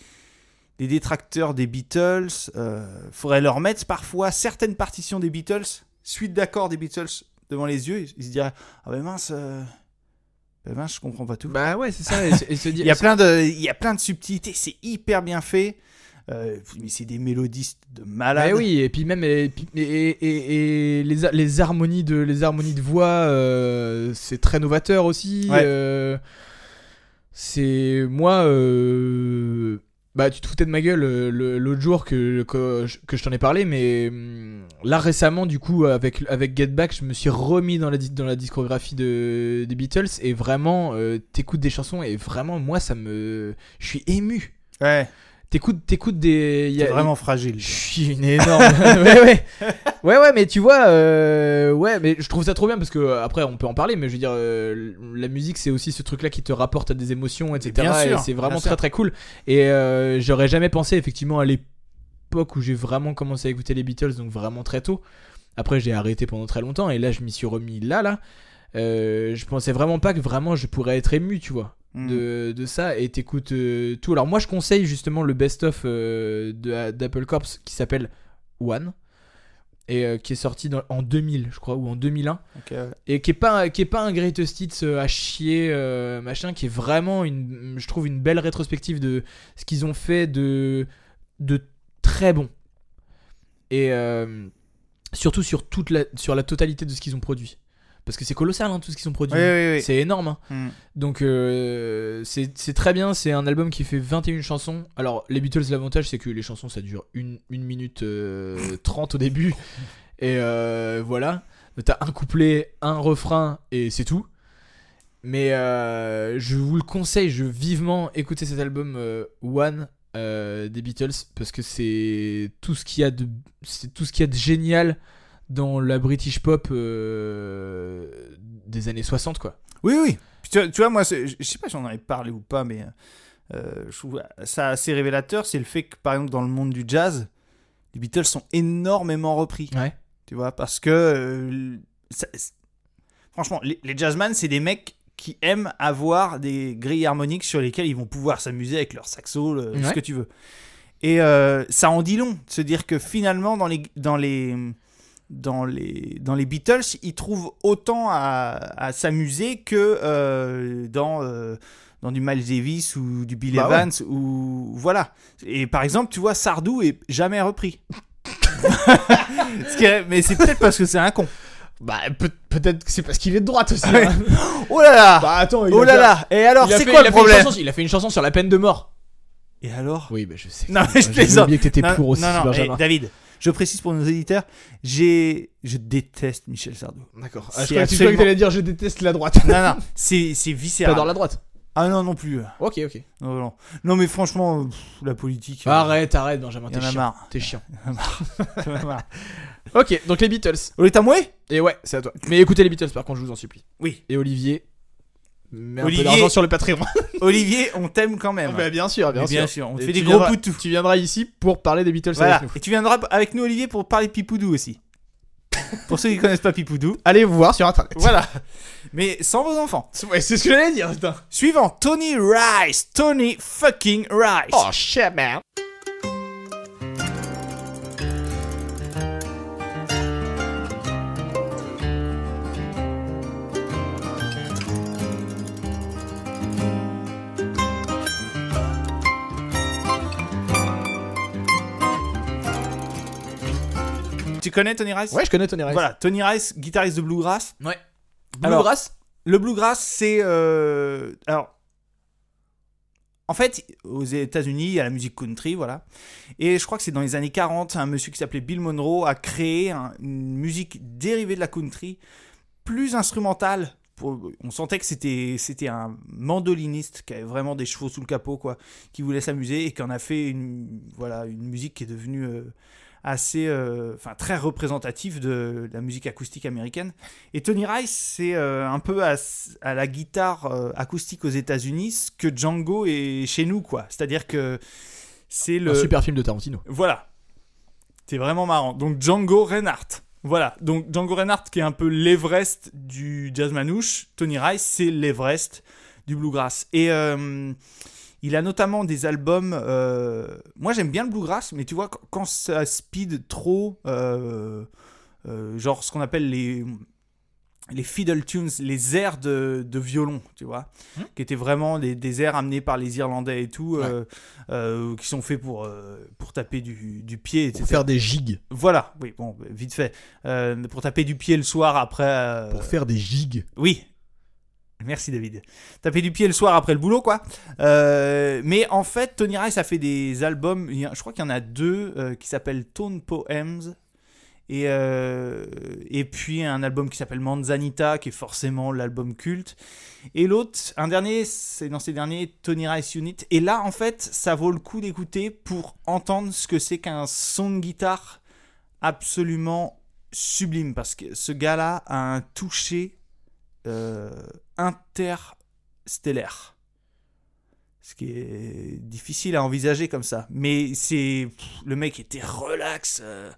C: les détracteurs des Beatles, euh, faudrait leur mettre parfois certaines partitions des Beatles, suite d'accords des Beatles devant les yeux, ils, ils se diraient, ah ben mince, euh, ben mince, je comprends pas tout.
B: Bah ouais, c'est ça. Et, se- et se dire,
C: Il y a plein de, il y a plein de subtilités. C'est hyper bien fait. Euh, mais c'est des mélodistes de malade.
B: Bah oui, et puis même et, puis- et, et- et les, les harmonies de les harmonies de voix, euh, c'est très novateur aussi.
C: Ouais.
B: euh, c'est moi, euh, bah tu te foutais de ma gueule euh, le- l'autre jour que que, je- que je t'en ai parlé, mais hum, là récemment du coup avec avec Get Back, je me suis remis dans la dis- dans la discographie de des Beatles et vraiment euh, t'écoutes des chansons et vraiment moi ça me, je suis ému.
C: Ouais.
B: T'écoutes t'écoutes des, il y
C: C'est
B: a-
C: vraiment fragile.
B: je suis une énorme. ouais, ouais. ouais, ouais, mais tu vois, euh, ouais, mais je trouve ça trop bien parce que euh, après on peut en parler, mais je veux dire, euh, la musique c'est aussi ce truc-là qui te rapporte à des émotions, etc.
C: bien sûr,
B: et c'est
C: bien
B: vraiment
C: sûr.
B: très très cool. Et euh, j'aurais jamais pensé effectivement à l'époque où j'ai vraiment commencé à écouter les Beatles, donc vraiment très tôt. Après j'ai arrêté pendant très longtemps et là je m'y suis remis là là. Euh, je pensais vraiment pas que vraiment je pourrais être ému, tu vois
C: Mm.
B: de, de ça et t'écoutes euh, tout. Alors moi je conseille justement le best-of euh, de- d'Apple Corps qui s'appelle One et euh, qui est sorti dans- en 2000 je crois ou en 2001
C: Ok, ouais.
B: et qui est pas qui est pas un greatest hits euh, à chier euh, machin qui est vraiment une je trouve une belle rétrospective de ce qu'ils ont fait de de très bon et euh, surtout sur toute la sur la totalité de ce qu'ils ont produit Parce que c'est colossal, hein, tout ce qu'ils ont produit.
C: Oui, oui, oui.
B: C'est énorme. hein.
C: Hmm.
B: Donc euh, c'est c'est très bien, c'est un album qui fait 21 chansons. Alors les Beatles l'avantage c'est que les chansons ça dure 1 une, une minute euh, 30 au début. Et euh, voilà, t'as un couplet, un refrain et c'est tout. Mais euh, je vous le conseille, je vivement écoutez cet album euh, One euh, des Beatles parce que c'est tout ce qu'il y a de c'est tout ce qu'il y a de génial dans la British pop euh, des années 60 quoi.
C: Oui, oui. Puis tu, tu vois, moi, c'est- je je sais pas si on en avait parlé ou pas, mais euh, je trouve ça assez révélateur. C'est le fait que, par exemple, dans le monde du jazz, les Beatles sont énormément repris.
B: Ouais.
C: Tu vois, parce que. euh, ça- c'est- franchement, les, les jazzman, c'est des mecs qui aiment avoir des grilles harmoniques sur lesquelles ils vont pouvoir s'amuser avec leur saxo, le-
B: Ouais.
C: ce que tu veux. Et euh, ça en dit long, de se dire que finalement, dans les. Dans les dans les, dans les Beatles, ils trouvent autant à, à s'amuser que euh, dans, euh, dans du Miles Davis ou du Bill
B: Bah ouais.
C: Evans. Ou, voilà. Et par exemple, tu vois, Sardou est jamais repris. Ce qui est- mais c'est peut-être parce que c'est un con.
B: Bah peut- peut-être que c'est parce qu'il est de droite aussi.
C: Ouais.
B: hein.
C: Oh là là
B: Bah attends, il
C: Oh
B: a
C: là
B: fait-
C: là Et alors,
B: il a
C: c'est
B: fait- il
C: quoi le
B: a fait une
C: problème
B: chanson- Il a fait une chanson sur la peine de mort.
C: Et alors
B: Oui, bah je sais.
C: Non, mais je
B: J'ai
C: plaisante.
B: oublié que t'étais
C: Non,
B: pour aussi,
C: non, non,
B: Benjamin.
C: eh, David, je précise pour nos éditeurs, j'ai, je déteste Michel Sardou.
B: D'accord. Ah,
C: C'est
B: je croyais que tu
C: absolument-
B: croyais que t'allais dire je déteste la droite.
C: Non, non, c'est, c'est viscéral.
B: T'adores la droite.
C: Ah non, non plus.
B: Ok, ok.
C: Non, non. Non, mais franchement, pff, la politique. euh,
B: Arrête, arrête, Benjamin.
C: Il y
B: T'es
C: en a
B: chiant.
C: marre.
B: T'es chiant.
C: ça va pas.
B: Ok, donc les Beatles.
C: Oli Tamoué
B: Et ouais, c'est à toi. Mais écoutez les Beatles par contre, je vous en supplie.
C: Oui.
B: Et Olivier. Mets un peu
C: Olivier-
B: d'argent sur le Patreon.
C: Olivier, on t'aime quand même.
B: Bah, bien sûr,
C: Mais
B: bien sûr.
C: on te
B: Et
C: fait
B: tu
C: des gros
B: viendras-
C: poutous.
B: Tu viendras ici pour parler des Beatles
C: Voilà.
B: avec nous.
C: Et tu viendras avec nous, Olivier, pour parler de Pipoudou aussi. pour ceux qui connaissent pas Pipoudou.
B: Allez voir sur internet.
C: Voilà. Mais sans vos enfants.
B: Ouais, c'est ce que j'allais dire, putain.
C: Suivant, Tony Rice. Tony fucking Rice.
B: Oh shit, man.
C: Tu connais Tony Rice
B: Ouais, je connais Tony Rice.
C: Voilà, Tony Rice, guitariste de Bluegrass.
B: Ouais.
C: Alors-
B: Bluegrass
C: Le bluegrass, c'est. euh, Alors. En fait, aux États-Unis, il y a la musique country, voilà. Et je crois que c'est dans les années 40, un monsieur qui s'appelait Bill Monroe a créé un- une musique dérivée de la country, plus instrumentale. Pour- On sentait que c'était c'était un mandoliniste qui avait vraiment des chevaux sous le capot, quoi, qui voulait s'amuser et qui en a fait une, voilà, une musique qui est devenue euh, assez. euh, Enfin, très représentative de la musique acoustique américaine. Et Tony Rice, c'est euh, un peu à, à la guitare euh, acoustique aux États-Unis ce que Django est chez nous, quoi. C'est-à-dire que c'est le.
B: Un super film de Tarantino.
C: Voilà. C'est vraiment marrant. Donc Django Reinhardt. Voilà. Donc Django Reinhardt qui est un peu l'Everest du jazz manouche. Tony Rice, c'est l'Everest du bluegrass. Et euh, il a notamment des albums. euh, Moi, j'aime bien le bluegrass, mais tu vois, quand, quand ça speed trop, euh, euh, genre ce qu'on appelle les les fiddle tunes, les airs de, de violon, tu vois, qui étaient vraiment des, des airs amenés par les Irlandais et tout,
B: Ouais.
C: euh, euh, qui sont faits pour, euh, pour taper du, du pied, etc.
B: Pour faire des gigs.
C: Voilà, oui, bon, vite fait. Euh, pour taper du pied le soir après. euh,
B: Pour faire des gigs.
C: oui. Merci David. Taper du pied le soir après le boulot, quoi. Euh, mais en fait, Tony Rice a fait des albums. il y a- Je crois qu'il y en a deux euh, qui s'appellent Tone Poems. Et, euh, et puis un album qui s'appelle Manzanita, qui est forcément l'album culte. Et l'autre, un dernier, c'est dans ces derniers, Tony Rice Unit. Et là, en fait, ça vaut le coup d'écouter pour entendre ce que c'est qu'un son de guitare absolument sublime. Parce que ce gars-là a un toucher euh, interstellaire. Ce qui est difficile à envisager comme ça. Mais c'est. pff, Le mec était relax. euh.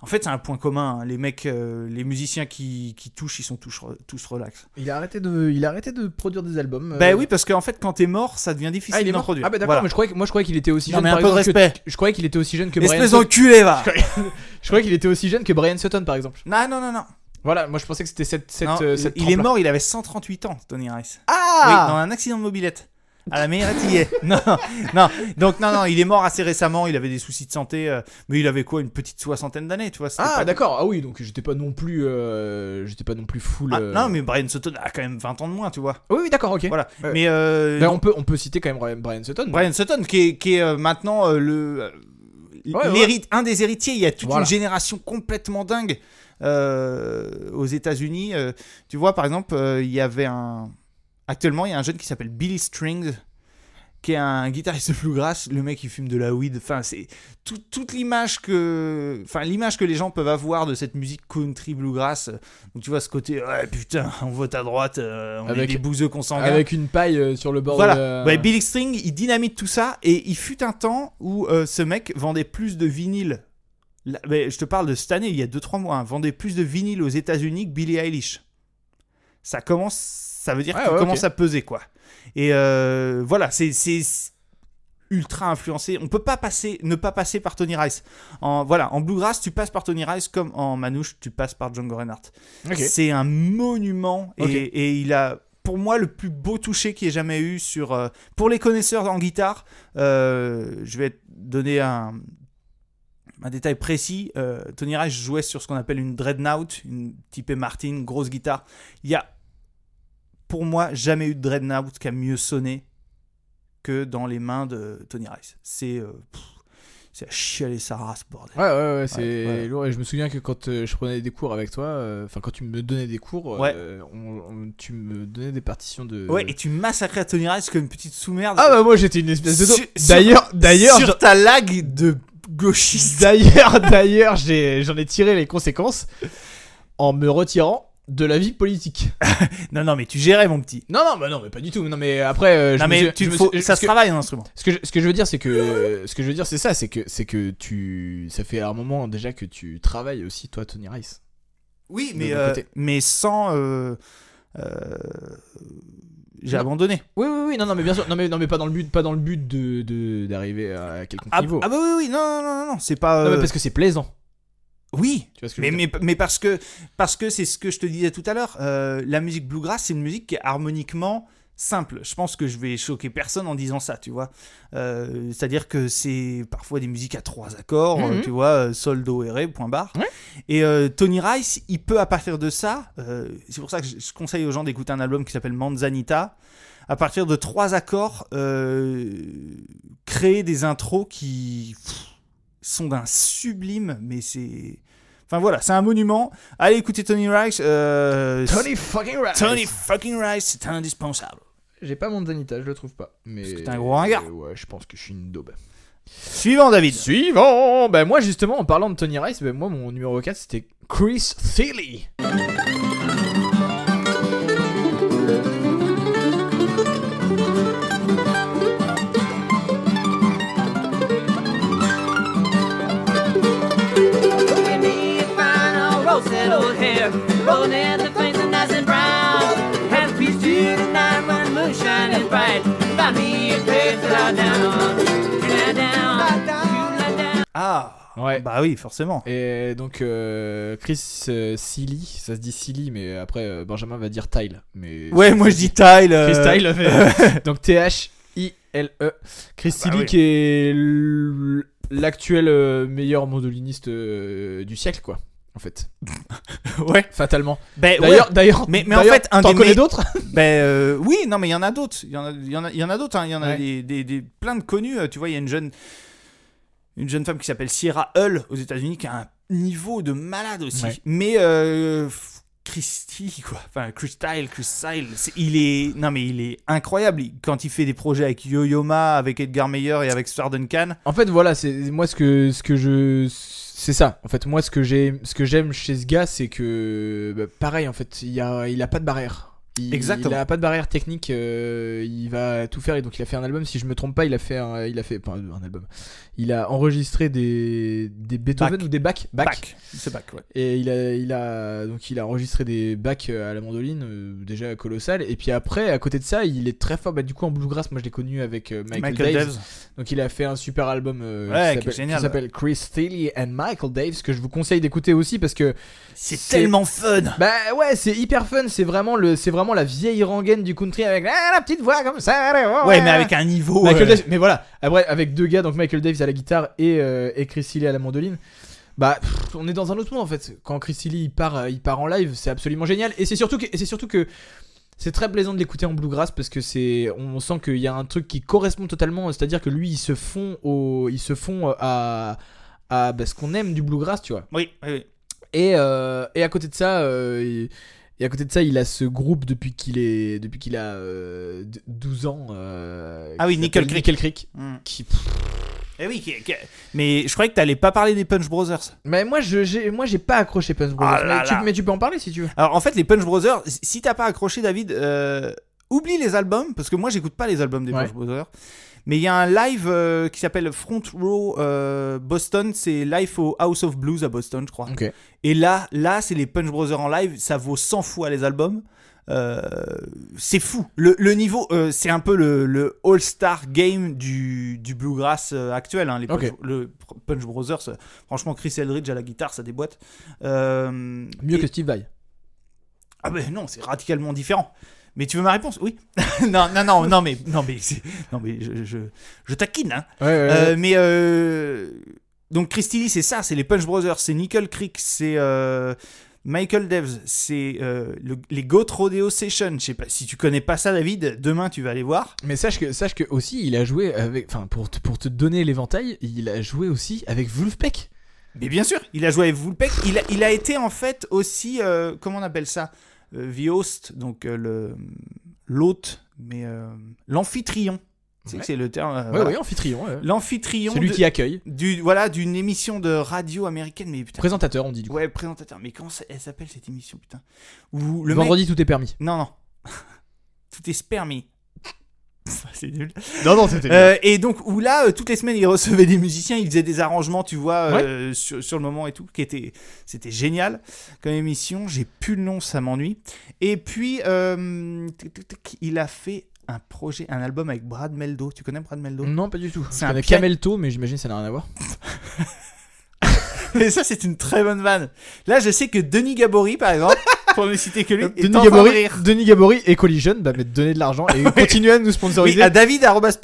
C: En fait, c'est un point commun. hein. Les mecs, euh, les musiciens qui, qui touchent, ils sont tous, re- tous relax.
B: Il a arrêté de, il a arrêté de produire des albums.
C: Bah oui, parce qu'en fait, quand t'es mort, ça devient difficile
B: Euh, Ah, il est
C: d'en
B: mort.
C: produire.
B: Ah, bah d'accord,
C: Voilà.
B: mais je croyais, que- moi je croyais qu'il était aussi
C: Non,
B: jeune.
C: mais un
B: par
C: peu de
B: exemple, que-
C: respect.
B: je croyais qu'il était aussi jeune que Brian
C: Espèce
B: Sutton.
C: d'enculé, va
B: Je croyais qu'il était aussi jeune que Brian Sutton, par exemple.
C: Non, non, non, non.
B: Voilà, moi je pensais que c'était cette. cette,
C: Non,
B: euh,
C: il
B: cette
C: il est
B: trempe-là.
C: mort, il avait 138 ans, Tony Rice. Oui, dans
B: Ah
C: un accident de mobilette. à la mairie, il y est. Non, non. Donc, non, non, il est mort assez récemment. Il avait des soucis de santé. euh, mais il avait quoi Une petite soixantaine d'années, tu vois. c'était
B: Ah
C: pas-
B: d'accord, ah oui, donc j'étais pas non plus, euh, j'étais pas non plus full.
C: Ah,
B: euh,
C: Non, mais Brian Sutton a quand même 20 ans de moins, tu vois.
B: Oui, oui, d'accord, ok.
C: Voilà.
B: Ouais.
C: Mais euh,
B: Ben,
C: non,
B: on peut, on peut citer quand même Brian Sutton.
C: Brian Sutton, qui est, qui est, euh, maintenant euh, le euh,
B: Ouais,
C: l'hérite- un des héritiers, il y a toute
B: Voilà.
C: une génération complètement dingue euh, aux États-Unis. euh, tu vois, par exemple, euh, il y avait un actuellement il y a un jeune qui s'appelle Billy Strings qui est un guitariste de bluegrass. Le mec, il fume de la weed. Enfin, c'est tout- toute l'image que, enfin, l'image que les gens peuvent avoir de cette musique country bluegrass. euh, Donc, tu vois ce côté, ouais, putain, on vote à droite, euh, on est
B: Avec-
C: des bouseux qu'on s'engage.
B: Avec une paille euh, sur le bord
C: Voilà. Bah,
B: de la-
C: Ouais, Billy String, il dynamite tout ça et il fut un temps où euh, ce mec vendait plus de vinyles. Là, mais je te parle de cette année, il y a 2-3 mois, hein, vendait plus de vinyles aux États-Unis que Billie Eilish. Ça commence, ça veut dire
B: Ouais,
C: qu'il
B: ouais,
C: commence
B: ok.
C: à peser quoi. Et euh, voilà, c'est c'est ultra influencé. On peut pas passer, ne pas passer par Tony Rice. En voilà, en bluegrass, tu passes par Tony Rice comme en manouche, tu passes par Django Reinhardt.
B: Ok.
C: C'est un monument et,
B: Ok.
C: et il a pour moi le plus beau toucher qu'il ait jamais eu sur euh, pour les connaisseurs en guitare. euh, je vais te donner un un détail précis, euh, Tony Rice jouait sur ce qu'on appelle une dreadnought, une typée Martin, grosse guitare. Il y a, pour moi, jamais eu de dreadnought qui a mieux sonné que dans les mains de Tony Rice. C'est euh, pff, c'est à chialer sa race, bordel.
B: Ouais, ouais, ouais, c'est
C: ouais.
B: lourd. Et je me souviens que quand euh, je prenais des cours avec toi, euh, enfin, quand tu me donnais des cours, euh,
C: Ouais.
B: on- on- tu me donnais des partitions de.
C: Ouais, et tu massacrais Tony Rice comme une petite sous-merde.
B: Ah, bah, moi, j'étais une espèce de.
C: Sur-
B: D'ailleurs, d'ailleurs,
C: sur ta lag de gauchiste.
B: D'ailleurs, d'ailleurs, j'ai- j'en ai tiré les conséquences en me retirant de la vie politique.
C: Non, non, mais tu gérais, mon petit.
B: Non, non, bah non, mais pas du tout. Non, mais après, euh, je
C: non,
B: me
C: mais
B: suis-
C: tu
B: je me
C: faut-
B: suis- ce
C: ça se
B: que-
C: travaille un instrument.
B: Ce que, je, ce que je veux dire, c'est que euh, ce que je veux dire, c'est ça, c'est que c'est que tu, ça fait un moment déjà que tu travailles aussi toi, Tony Rice.
C: Oui,
B: mais,
C: mais,
B: euh,
C: mais sans. euh, euh, J'ai
B: Non.
C: abandonné.
B: Oui, oui, oui, non, non, mais bien sûr, non, mais non, mais pas dans le but, pas dans le but de de- d'arriver à quelconque
C: Ah,
B: niveau.
C: ah bah oui, oui, non, non, non, non, non, c'est pas.
B: Non, mais
C: euh,
B: parce que c'est plaisant.
C: Oui,
B: Tu vois ce que
C: mais,
B: je veux dire
C: mais, mais parce que parce que c'est ce que je te disais tout à l'heure, euh, la musique bluegrass, c'est une musique qui est harmoniquement simple. Je pense que je vais choquer personne en disant ça, tu vois. Euh, C'est-à-dire que c'est parfois des musiques à trois accords,
B: Mhm.
C: euh, tu vois, euh, sol, do et ré, point barre.
B: Ouais.
C: Et euh, Tony Rice, il peut à partir de ça, euh, c'est pour ça que je- je conseille aux gens d'écouter un album qui s'appelle Manzanita. À partir de trois accords, euh, créer des intros qui pff, sont d'un sublime, mais c'est Enfin voilà, c'est un monument. Allez écouter Tony Rice. euh,
B: fucking Rice.
C: Tony fucking Rice, c'est indispensable.
B: J'ai pas mon Danita, je le trouve pas. Mais euh,
C: que t'es un gros ringard.
B: Ouais, je pense que je suis une daube.
C: Suivant David.
B: Suivant Ben moi justement en parlant de Tony Rice, ben moi mon numéro 4 c'était Chris Thiele.
F: Look at me, fine old roasted old hair, rolling in the face and nice and brown. Have peace to you tonight when the moon shining bright. Buy me a place to lie down, to lie down, to lie down.
C: Ah
B: Ouais.
C: Bah oui, forcément.
B: Et donc euh, Chris euh, Thiele, ça se dit Thiele mais après euh, Benjamin va dire Tile. Mais
C: Ouais, moi je dis Tyle. euh,
B: Chris Thiele, mais- donc T H I L E. Chris
C: Ah bah
B: Thiele
C: oui.
B: qui est l- l'actuel euh, meilleur mandoliniste euh, du siècle quoi. En fait,
C: ouais.
B: fatalement.
C: Ben, ouais.
B: D'ailleurs, d'ailleurs,
C: Mais- mais en
B: d'ailleurs,
C: fait, un
B: t'en
C: des
B: connais
C: me-
B: d'autres
C: Ben euh, oui, non, mais il y en a d'autres. Il y en a, il y en a, il y en a d'autres. hein. Il y en a
B: Ouais.
C: des, des- des- plein de connus. euh, Tu vois, il y a une jeune, une jeune femme qui s'appelle Sierra Hull aux États-Unis qui a un niveau de malade aussi.
B: Ouais.
C: Mais euh, pff, Christy, quoi. Enfin, Chris Tyle, Chris Tyle, c'est- il est, non mais il est incroyable. Il- Quand il fait des projets avec Yo-Yo Ma, avec Edgar Meyer et avec Stuart Duncan.
B: En fait, voilà, c'est moi ce que ce que je c'est ça. En fait, moi ce que j'ai ce que j'aime chez ce gars, c'est que bah, pareil en fait, il y a il a pas de barrière. Il, Il
C: Exactement.
B: a pas de barrière technique, euh, il va tout faire et donc il a fait un album si je me trompe pas, il a fait un, il a fait pas un album. Il a enregistré des des Beethoven
C: Bach.
B: ou des Bach, Bach.
C: Back. C'est back, ouais.
B: Et il a, il a donc il a enregistré des bacs à la mandoline euh, déjà colossal et puis après à côté de ça il est très fort bah du coup en bluegrass moi je l'ai connu avec euh, Michael,
C: Michael
B: Daves.
C: Daves.
B: Donc il a fait un super album euh,
C: Ouais, qui est
B: qui s'appelle-
C: génial.
B: qui s'appelle Chris Thiele and Michael Daves que je vous conseille d'écouter aussi parce que
C: C'est
B: C'est-
C: tellement fun.
B: bah ouais c'est hyper fun c'est vraiment le c'est vraiment vraiment la vieille rengaine du country avec ah, la petite voix comme ça. là,
C: Ouais, mais avec un niveau.
B: Michael
C: euh,
B: Davis- mais voilà, après, avec deux gars, donc Michael Davis à la guitare et, euh, et Chris Healy à la mandoline. Bah, pff, on est dans un autre monde en fait. Quand Chris Healy il part, euh, il part en live, c'est absolument génial. Et c'est surtout que, et c'est surtout que c'est très plaisant de l'écouter en bluegrass parce que c'est, on sent qu'il y a un truc qui correspond totalement. euh, C'est-à-dire que lui, il se fond au, il se fond euh, à, à bah, ce qu'on aime du bluegrass, tu vois.
C: Oui, oui, oui.
B: Et, euh, et à côté de ça, euh, il- et à côté de ça, il a ce groupe depuis qu'il est, depuis qu'il a euh, d- 12 ans. euh,
C: Ah oui,
B: qui
C: Nickel
B: s'appelle
C: Creek.
B: Nickel Creek.
C: Hmm.
B: Qui-
C: Eh oui, qui- qui- mais je croyais que t'allais pas parler des Punch Brothers.
B: Mais moi, je, j'ai, moi, j'ai pas accroché Punch Brothers.
C: Ah là
B: mais, tu,
C: là.
B: mais tu peux en parler si tu veux.
C: Alors en fait, les Punch Brothers, si- si t'as pas accroché David, euh, oublie les albums, parce que moi j'écoute pas les albums des
B: Ouais.
C: Punch Brothers. Mais il y a un live euh, qui s'appelle Front Row euh, Boston, c'est live au House of Blues à Boston, je crois.
B: Ok.
C: Et là, là, c'est les Punch Brothers en live, ça vaut 100 fois les albums. Euh, c'est fou. Le, le niveau, euh, c'est un peu le, le All-Star Game du, du bluegrass euh, actuel. hein, les Punch,
B: Ok.
C: Le Punch Brothers, euh, franchement, Chris Eldridge à la guitare, ça déboîte. Euh,
B: Mieux
C: et-
B: que Steve Vai.
C: ah ben non, c'est radicalement différent. Mais tu veux ma réponse Oui. non, non, non, non, mais non, mais c'est- non, mais je, je, je taquine. Hein.
B: Ouais, ouais,
C: Euh, mais euh, donc Christy Lee, c'est ça, c'est les Punch Brothers, c'est Nickel Creek, c'est euh, Michael Deves, c'est euh, le- les Goat Rodeo Session. Je sais pas si tu connais pas ça, David. Demain, tu vas aller voir.
B: Mais sache que, sache que aussi, il a joué avec. Enfin, pour, te- pour te donner l'éventail, il a joué aussi avec Wolfpack.
C: Mais bien sûr, il a joué avec Woolpeck. Il a, il a été en fait aussi, euh, comment on appelle ça, Euh, the host, donc euh, le l'hôte, mais euh, l'amphitryon. Tu sais
B: Ouais.
C: que c'est le terme. euh,
B: Ouais,
C: voilà.
B: ouais, Amphitryon. ouais.
C: L'amphitryon.
B: C'est lui
C: de-
B: qui accueille.
C: du voilà d'une émission de radio américaine mais putain
B: Présentateur, on dit du coup.
C: ouais présentateur mais comment ça- elle s'appelle cette émission putain où le mec-
B: Vendredi, tout est permis.
C: non non tout est spermé c'est nul
B: Non, non, c'était.
C: euh, et donc où là euh, toutes les semaines il recevait des musiciens il faisait des arrangements tu vois euh, sur, sur le moment et tout qui était c'était génial comme émission j'ai plus le nom ça m'ennuie et puis euh, tic, tic, tic, il a fait un projet un album avec Brad Meldo tu connais Brad Meldo
B: Non, pas du tout.
C: C'est
B: Je
C: un
B: connais
C: pian-
B: Camelto, mais j'imagine que ça n'a rien à voir.
C: Et ça, c'est une très bonne vanne. Là, je sais que Denis Gabory, par exemple, pour ne citer que lui, est
B: Euh, Denis
C: en train de
B: Gabory,
C: rire.
B: Denis Gabory et Collision bah, mais donner de l'argent et continuer à nous sponsoriser.
C: Oui, à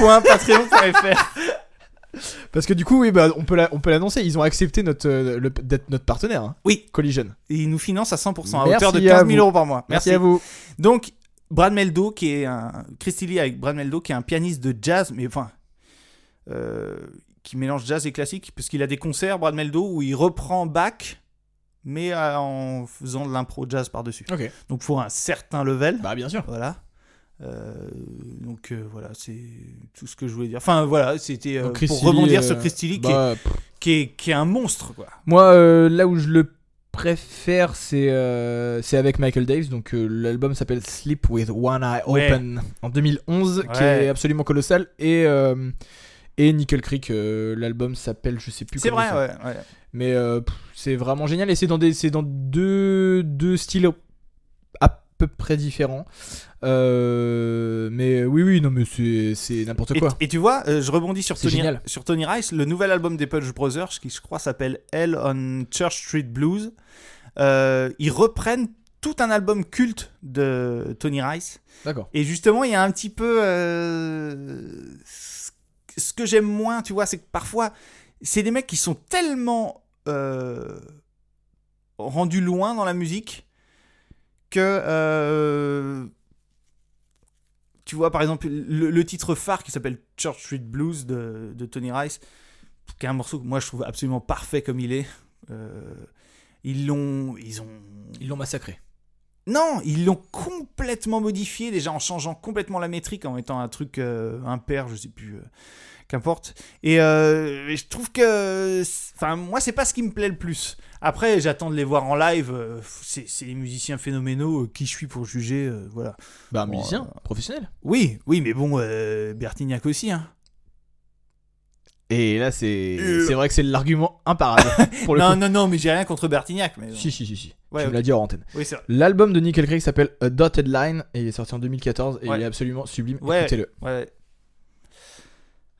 C: david.pepito.patreon.fr.
B: Parce que du coup, oui, bah, on peut la- on peut l'annoncer. Ils ont accepté notre, euh, le- d'être notre partenaire. hein.
C: Oui.
B: Collision.
C: Et il nous finance à 100%, à
B: Merci
C: hauteur de
B: à
C: 15 000
B: vous.
C: euros par mois.
B: Merci à vous.
C: Donc, Brad Meldo, qui est un. Christy Lee avec Brad Meldo, qui est un pianiste de jazz, mais enfin. euh, qui mélange jazz et classique, parce qu'il a des concerts, Brad Meldo, où il reprend Bach, mais euh, en faisant de l'impro jazz par-dessus.
B: Ok.
C: Donc, pour un certain level.
B: Bah bien sûr.
C: Voilà. Euh, donc euh, voilà, c'est tout ce que je voulais dire. Enfin voilà, c'était euh,
B: Donc, Chris
C: pour
B: Tilly,
C: rebondir
B: euh,
C: sur Christy Lee, qui, est,
B: bah, pff,
C: qui, est, qui est un monstre quoi.
B: Moi, euh, là où je le préfère, c'est euh, c'est avec Michael Davis. Donc euh, l'album s'appelle Sleep with One Eye
C: Ouais.
B: Open en 2011, qui
C: Ouais.
B: est absolument colossal. Et euh, et Nickel Creek, euh, l'album s'appelle, je sais plus.
C: C'est
B: comment
C: vrai,
B: ça.
C: ouais, ouais.
B: Mais euh, pff, c'est vraiment génial et c'est dans des c'est dans deux deux styles à peu près différents. Euh, mais oui oui non mais c'est c'est n'importe
C: Et,
B: quoi.
C: et tu vois, euh, je rebondis sur
B: C'est
C: Tony,
B: génial.
C: sur Tony Rice, le nouvel album des Punch Brothers, qui je crois s'appelle Hell on Church Street Blues. Euh, ils reprennent tout un album culte de Tony Rice.
B: D'accord.
C: Et justement, il y a un petit peu euh, ce- ce que j'aime moins, tu vois, c'est que parfois, c'est des mecs qui sont tellement euh, rendus loin dans la musique que, euh, tu vois, par exemple, le, le titre phare qui s'appelle Church Street Blues de, de Tony Rice, qui est un morceau que moi je trouve absolument parfait comme il est. euh, ils l'ont, ils ont,
B: Ils l'ont massacré.
C: non, ils l'ont complètement modifié, déjà en changeant complètement la métrique, en mettant un truc euh, impair, je sais plus, euh, qu'importe. Et euh, et je trouve que, c'est- enfin, moi, c'est pas ce qui me plaît le plus. Après, j'attends de les voir en live. euh, c'est c'est des musiciens phénoménaux. euh, qui je suis pour juger, euh, voilà.
B: Bah un
C: Bon,
B: musicien professionnel.
C: Oui, oui, mais bon, euh, Bertignac aussi, hein.
B: Et là c'est
C: Euh.
B: c'est vrai que c'est l'argument imparable pour le
C: Non,
B: coup.
C: non, non, mais j'ai rien contre Bertignac, mais. bon.
B: Si si si si.
C: Ouais,
B: tu
C: ok.
B: me l'as dit en antenne.
C: Oui, c'est vrai.
B: L'album de Nickel Creek s'appelle A Dotted Line et il est sorti en 2014 et
C: Ouais.
B: il est absolument sublime.
C: Ouais.
B: Écoutez-le.
C: Ouais.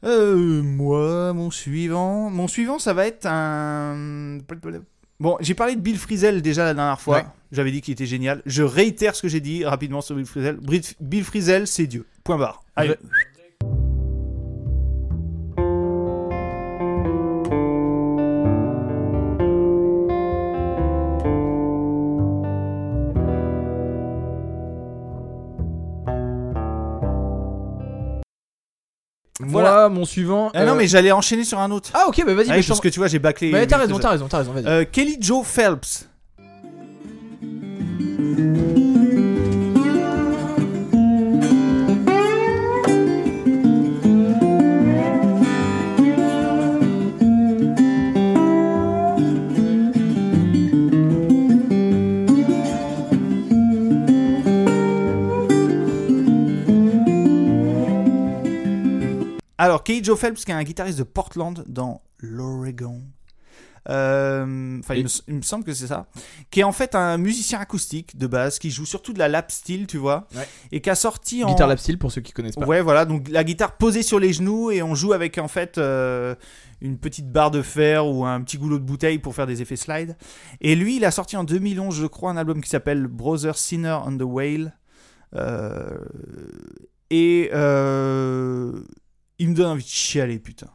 C: Euh, moi, mon suivant, mon suivant, ça va être un. Bon, j'ai parlé de Bill Frisell déjà la dernière fois.
B: Ouais.
C: J'avais dit qu'il était génial. Je réitère ce que j'ai dit rapidement sur Bill Frisell. Brit- Bill Frisell, c'est Dieu. Point barre. Allez.
B: Ré-
C: Voilà.
B: Moi, mon suivant.
C: Ah non,
B: euh,
C: mais j'allais enchaîner sur un autre.
B: Ah, ok, bah vas-y,
C: Ah,
B: mais je
C: parce que tu vois, j'ai bâclé.
B: Mais t'as
C: Bill
B: raison,
C: Frisell.
B: t'as raison, t'as raison, vas-y.
C: Euh, Kelly Joe Phelps. Alors, Kelly Joe Phelps, qui est un guitariste de Portland dans l'Oregon. Euh, Enfin, il,
B: Et-
C: me s- il me semble que c'est ça. Qui est en fait un musicien acoustique de base, qui joue surtout de la lap steel, tu vois.
B: Ouais.
C: Et qui a sorti en.
B: Guitare lap steel pour ceux qui connaissent pas.
C: Ouais, voilà, donc la guitare posée sur les genoux et on joue avec en fait euh, une petite barre de fer ou un petit goulot de bouteille pour faire des effets slide. Et lui, il a sorti en 2011, je crois, un album qui s'appelle Brother Sinner on the Whale. Euh, et euh, il me donne envie de chialer, putain.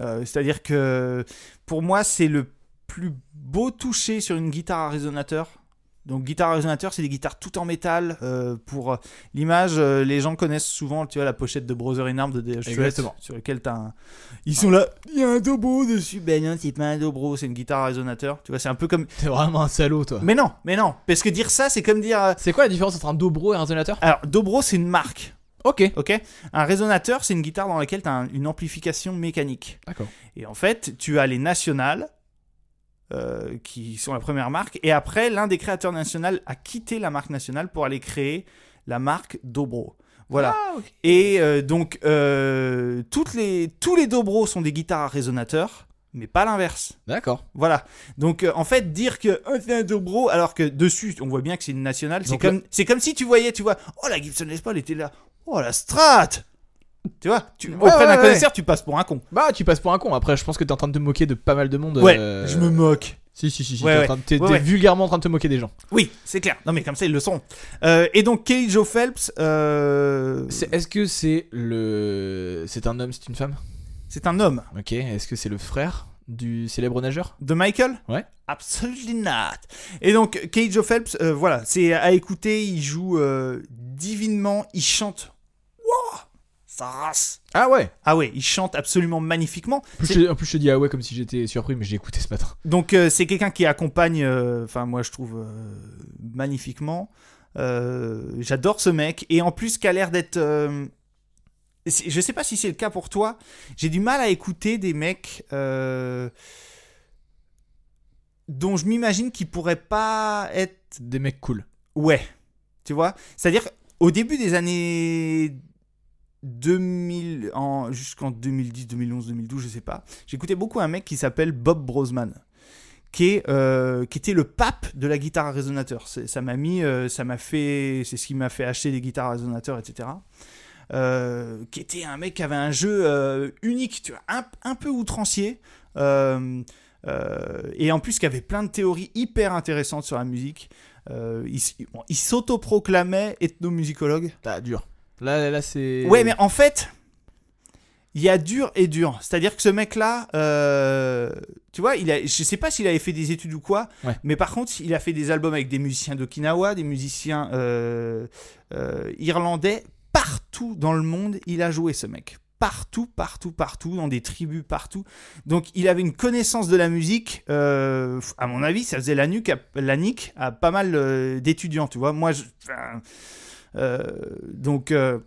C: Euh, C'est-à-dire que pour moi, c'est le plus beau toucher sur une guitare à résonateur. Donc, guitare à résonateur, c'est des guitares tout en métal euh, pour L'image, euh, les gens connaissent souvent, tu vois, la pochette de Brother in Arms de DH
B: Exactement.
C: sur lequel t'as un... Ils sont là, il y a un dobro dessus, ben non, c'est pas un dobro, c'est une guitare à résonateur, tu vois, c'est un peu comme...
B: T'es vraiment un salaud, toi.
C: Mais non, mais non, parce que dire ça, c'est comme dire... euh,
B: C'est quoi la différence entre un dobro et un résonateur
C: Alors, dobro, c'est une marque,
B: Ok.
C: ok Un résonateur, c'est une guitare dans laquelle t'as un- une amplification mécanique.
B: D'accord.
C: Et en fait, tu as les nationales, euh, qui sont la première marque, et après, l'un des créateurs nationaux a quitté la marque nationale pour aller créer la marque dobro. Voilà. Et euh, donc, euh, toutes les, tous les dobros sont des guitares à résonateur, mais pas l'inverse.
B: D'accord.
C: Voilà. Donc, euh, en fait, dire que oh, c'est un dobro, alors que dessus, on voit bien que c'est une nationale, c'est
B: Donc
C: comme, c'est comme si tu voyais, tu vois, oh la Gibson Les Paul était là, oh la Strat Tu vois, tu, auprès
B: ouais,
C: d'un
B: ouais.
C: connaisseur, tu passes pour un con.
B: Bah, tu passes pour un con. Après, je pense que t'es en train de te moquer de pas mal de monde.
C: Ouais,
B: euh,
C: je me moque.
B: Si, si, si, si,
C: Ouais,
B: t'es,
C: ouais.
B: en train de- t'es-
C: Ouais,
B: t'es
C: ouais.
B: vulgairement en train de te moquer des gens.
C: Oui, c'est clair. Non, mais comme ça, ils le sont. Euh, et donc, Kelly Joe Phelps, euh,
B: C'est- est-ce que c'est le. C'est un homme, c'est une femme
C: c'est un homme.
B: Ok. Est-ce que c'est le frère du célèbre nageur
C: De Michael
B: Ouais.
C: Absolutely not. Et donc, Cage Phelps, euh, voilà, c'est à écouter, il joue euh, divinement, il chante. Wow Sa race
B: Ah ouais
C: Ah ouais, il chante absolument magnifiquement.
B: en plus, je, te- en plus, je te dis ah ouais comme si j'étais surpris, mais j'ai écouté ce matin.
C: Donc, euh, c'est quelqu'un qui accompagne, euh, enfin, moi je trouve euh, magnifiquement. Euh, J'adore ce mec. Et en plus, qui a l'air d'être. euh, c'est- je sais pas si c'est le cas pour toi, j'ai du mal à écouter des mecs euh, dont je m'imagine qu'ils pourraient pas être
B: C'est Des mecs cool.
C: Ouais. Tu vois C'est-à-dire, au début des années 2000, en, jusqu'en 2010, 2011, 2012, je sais pas, j'écoutais beaucoup un mec qui s'appelle Bob Brosman, qui, est, euh, qui était le pape de la guitare à résonateur. C'est- Ça m'a mis, euh, ça m'a fait, c'est ce qui m'a fait acheter des guitares à résonateur, etc. Euh, qui était un mec qui avait un jeu euh, unique, tu vois, un, un peu outrancier. euh, euh, et en plus qui avait plein de théories hyper intéressantes sur la musique. Euh, il s- bon, il s'autoproclamait ethnomusicologue.
B: Bah, dur. Là, là, c'est.
C: Ouais, mais en fait, il y a dur et dur. C'est-à-dire que ce mec-là, euh, tu vois, il a, je sais pas s'il avait fait des études ou quoi,
B: Ouais.
C: mais par contre, il a fait des albums avec des musiciens d'Okinawa, des musiciens euh, euh, irlandais. Partout dans le monde, il a joué ce mec. Partout, partout, partout, dans des tribus, partout. Donc, il avait une connaissance de la musique. euh, à mon avis, ça faisait la nuque, à, la nique à pas mal euh, d'étudiants, tu vois. Moi, je, enfin, euh, donc. euh,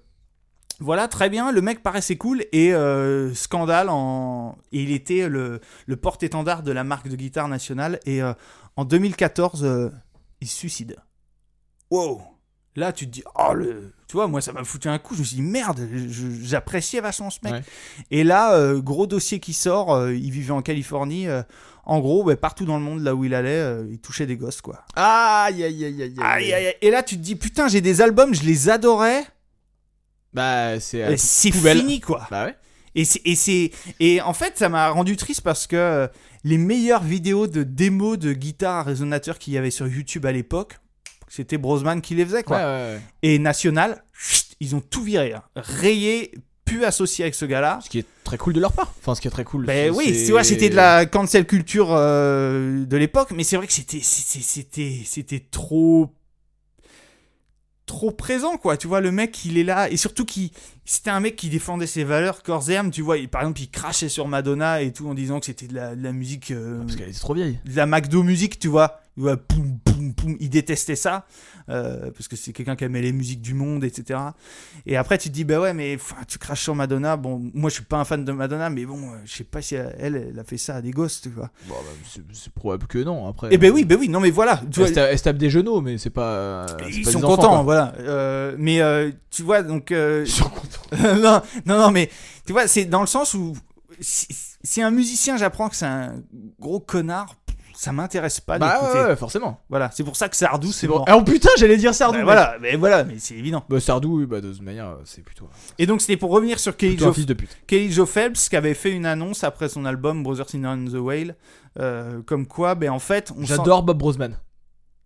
C: voilà, très bien. Le mec paraissait cool et euh, scandale en. et il était le, le porte-étendard de la marque de guitare nationale et euh, en 2014, euh, il se suicide. Wow. Là, tu te dis, oh le. Tu vois, moi, ça m'a foutu un coup. Je me suis dit, merde, je- j'appréciais vachement ce mec.
B: Ouais.
C: Et là, euh, gros dossier qui sort. euh, il vivait en Californie. euh, en gros, bah, partout dans le monde, là où il allait, euh, il touchait des gosses, quoi.
B: Aïe, aïe, aïe, aïe,
C: Aïe, aïe, aïe. Et là, tu te dis, putain, j'ai des albums, je les adorais.
B: Bah, c'est. à la
C: Et c'est
B: poubelle.
C: fini, quoi.
B: Bah ouais.
C: Et c'est et c'est et en fait ça m'a rendu triste parce que euh, les meilleures vidéos de démos de guitare à résonateur qu'il y avait sur YouTube à l'époque, c'était Brosman qui les faisait, quoi.
B: Ouais, ouais, ouais.
C: Et National, chut, ils ont tout viré. hein. Rayé, plus associé avec ce gars-là.
B: Ce qui est très cool de leur part. Enfin, ce qui est très cool.
C: Ben
B: c'est-
C: oui,
B: c'est-
C: tu vois, c'était de la cancel culture euh, de l'époque, mais c'est vrai que c'était c'est- c'est- c'était c'était trop trop présent quoi. Tu vois, le mec, il est là et surtout qui c'était un mec qui défendait ses valeurs corps et âme. Tu vois, il- par exemple, il crachait sur Madonna et tout en disant que c'était de la, de la musique euh,
B: Parce qu'elle était trop vieille.
C: de la McDo musique, tu vois. Il va poum, poum, poum. Il détestait ça, euh, parce que c'est quelqu'un qui aimait les musiques du monde, etc. Et après, tu te dis, bah ouais, mais enfin, tu craches sur Madonna. Bon, moi, je suis pas un fan de Madonna, mais bon, euh, je sais pas si elle, elle, elle a fait ça à des gosses, tu vois.
B: Bon, bah, c'est c'est probable que non, après.
C: Eh ben oui, ben oui, non, mais voilà. Tu
B: Elle,
C: vois,
B: se tape- elle se tape des genoux, mais c'est pas. c'est
C: ils
B: pas
C: sont
B: des enfants,
C: contents,
B: quoi.
C: voilà. Euh, mais euh, tu vois, donc. euh,
B: Ils sont contents.
C: non, non, non, mais tu vois, c'est dans le sens où si, si un musicien, j'apprends que c'est un gros connard, ça m'intéresse pas
B: Bah
C: d'écouter.
B: ouais, ouais, forcément.
C: Voilà, c'est pour ça que Sardou, c'est
B: bon.
C: mort.
B: Ah, oh putain, j'allais dire Sardou.
C: Bah
B: mais-
C: voilà, mais voilà, mais c'est évident.
B: Bah Sardou, oui, bah de toute manière, euh, c'est plutôt.
C: Et donc c'était pour revenir sur Kelly
B: plutôt un
C: Joe,
B: fils de pute.
C: Kelly Jo Phelps qui avait fait une annonce après son album Brothers in Arms and the Whale, euh, comme quoi, ben en fait, on
B: J'adore Bob Brosman.
C: sent-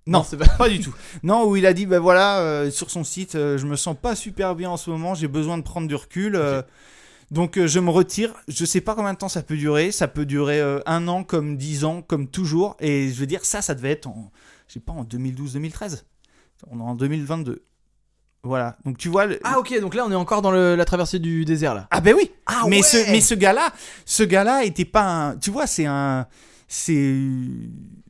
C: non,
B: c'est pas.
C: pas du tout. Non, où il a dit, ben voilà, euh, sur son site, euh, je me sens pas super bien en ce moment, j'ai besoin de prendre du recul. euh, Donc euh, je me retire, je sais pas combien de temps ça peut durer, ça peut durer euh, un an comme dix ans comme toujours, et je veux dire ça, ça devait être en, je sais pas, en 2012-2013, on est en 2022, voilà. Donc tu vois, le-
B: Ah ok, donc là on est encore dans le- la traversée du désert là.
C: Ah ben oui. mais
B: ouais.
C: ce mais ce gars-là, ce gars-là était pas un tu vois, c'est un c'est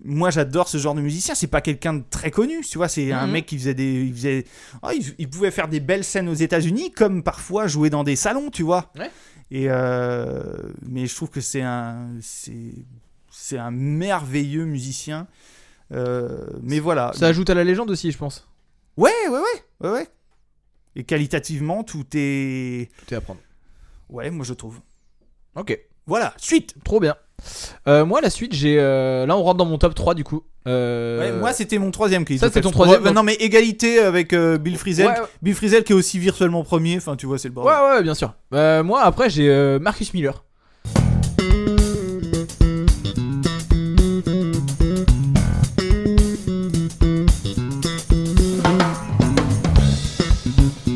C: moi j'adore ce genre de musicien, c'est pas quelqu'un de très connu, tu vois, c'est un
B: Mhm.
C: mec qui faisait des il faisait oh, il, il pouvait faire des belles scènes aux États-Unis comme parfois jouer dans des salons, tu vois.
B: Ouais.
C: Et euh, mais je trouve que c'est un c'est c'est un merveilleux musicien. Euh, mais voilà.
B: Ça ajoute à la légende aussi, je pense.
C: Ouais, ouais, ouais, ouais, ouais. Et qualitativement, tout est
B: Tout est à prendre.
C: ouais, moi je trouve.
B: Ok.
C: Voilà, suite.
B: Trop bien. Euh, moi, la suite, j'ai. euh, Là, on rentre dans mon top 3 du coup. Euh,
C: Ouais, moi, c'était mon troisième qui
B: ça, c'est ton troisième, donc-
C: non, mais égalité avec euh, Bill Frisell.
B: Ouais, ouais.
C: Bill Frisell qui est aussi virtuellement premier. Enfin, tu vois, c'est le
B: Ouais,
C: bordel.
B: ouais, bien sûr. Euh, moi, après, j'ai euh, Marcus Miller.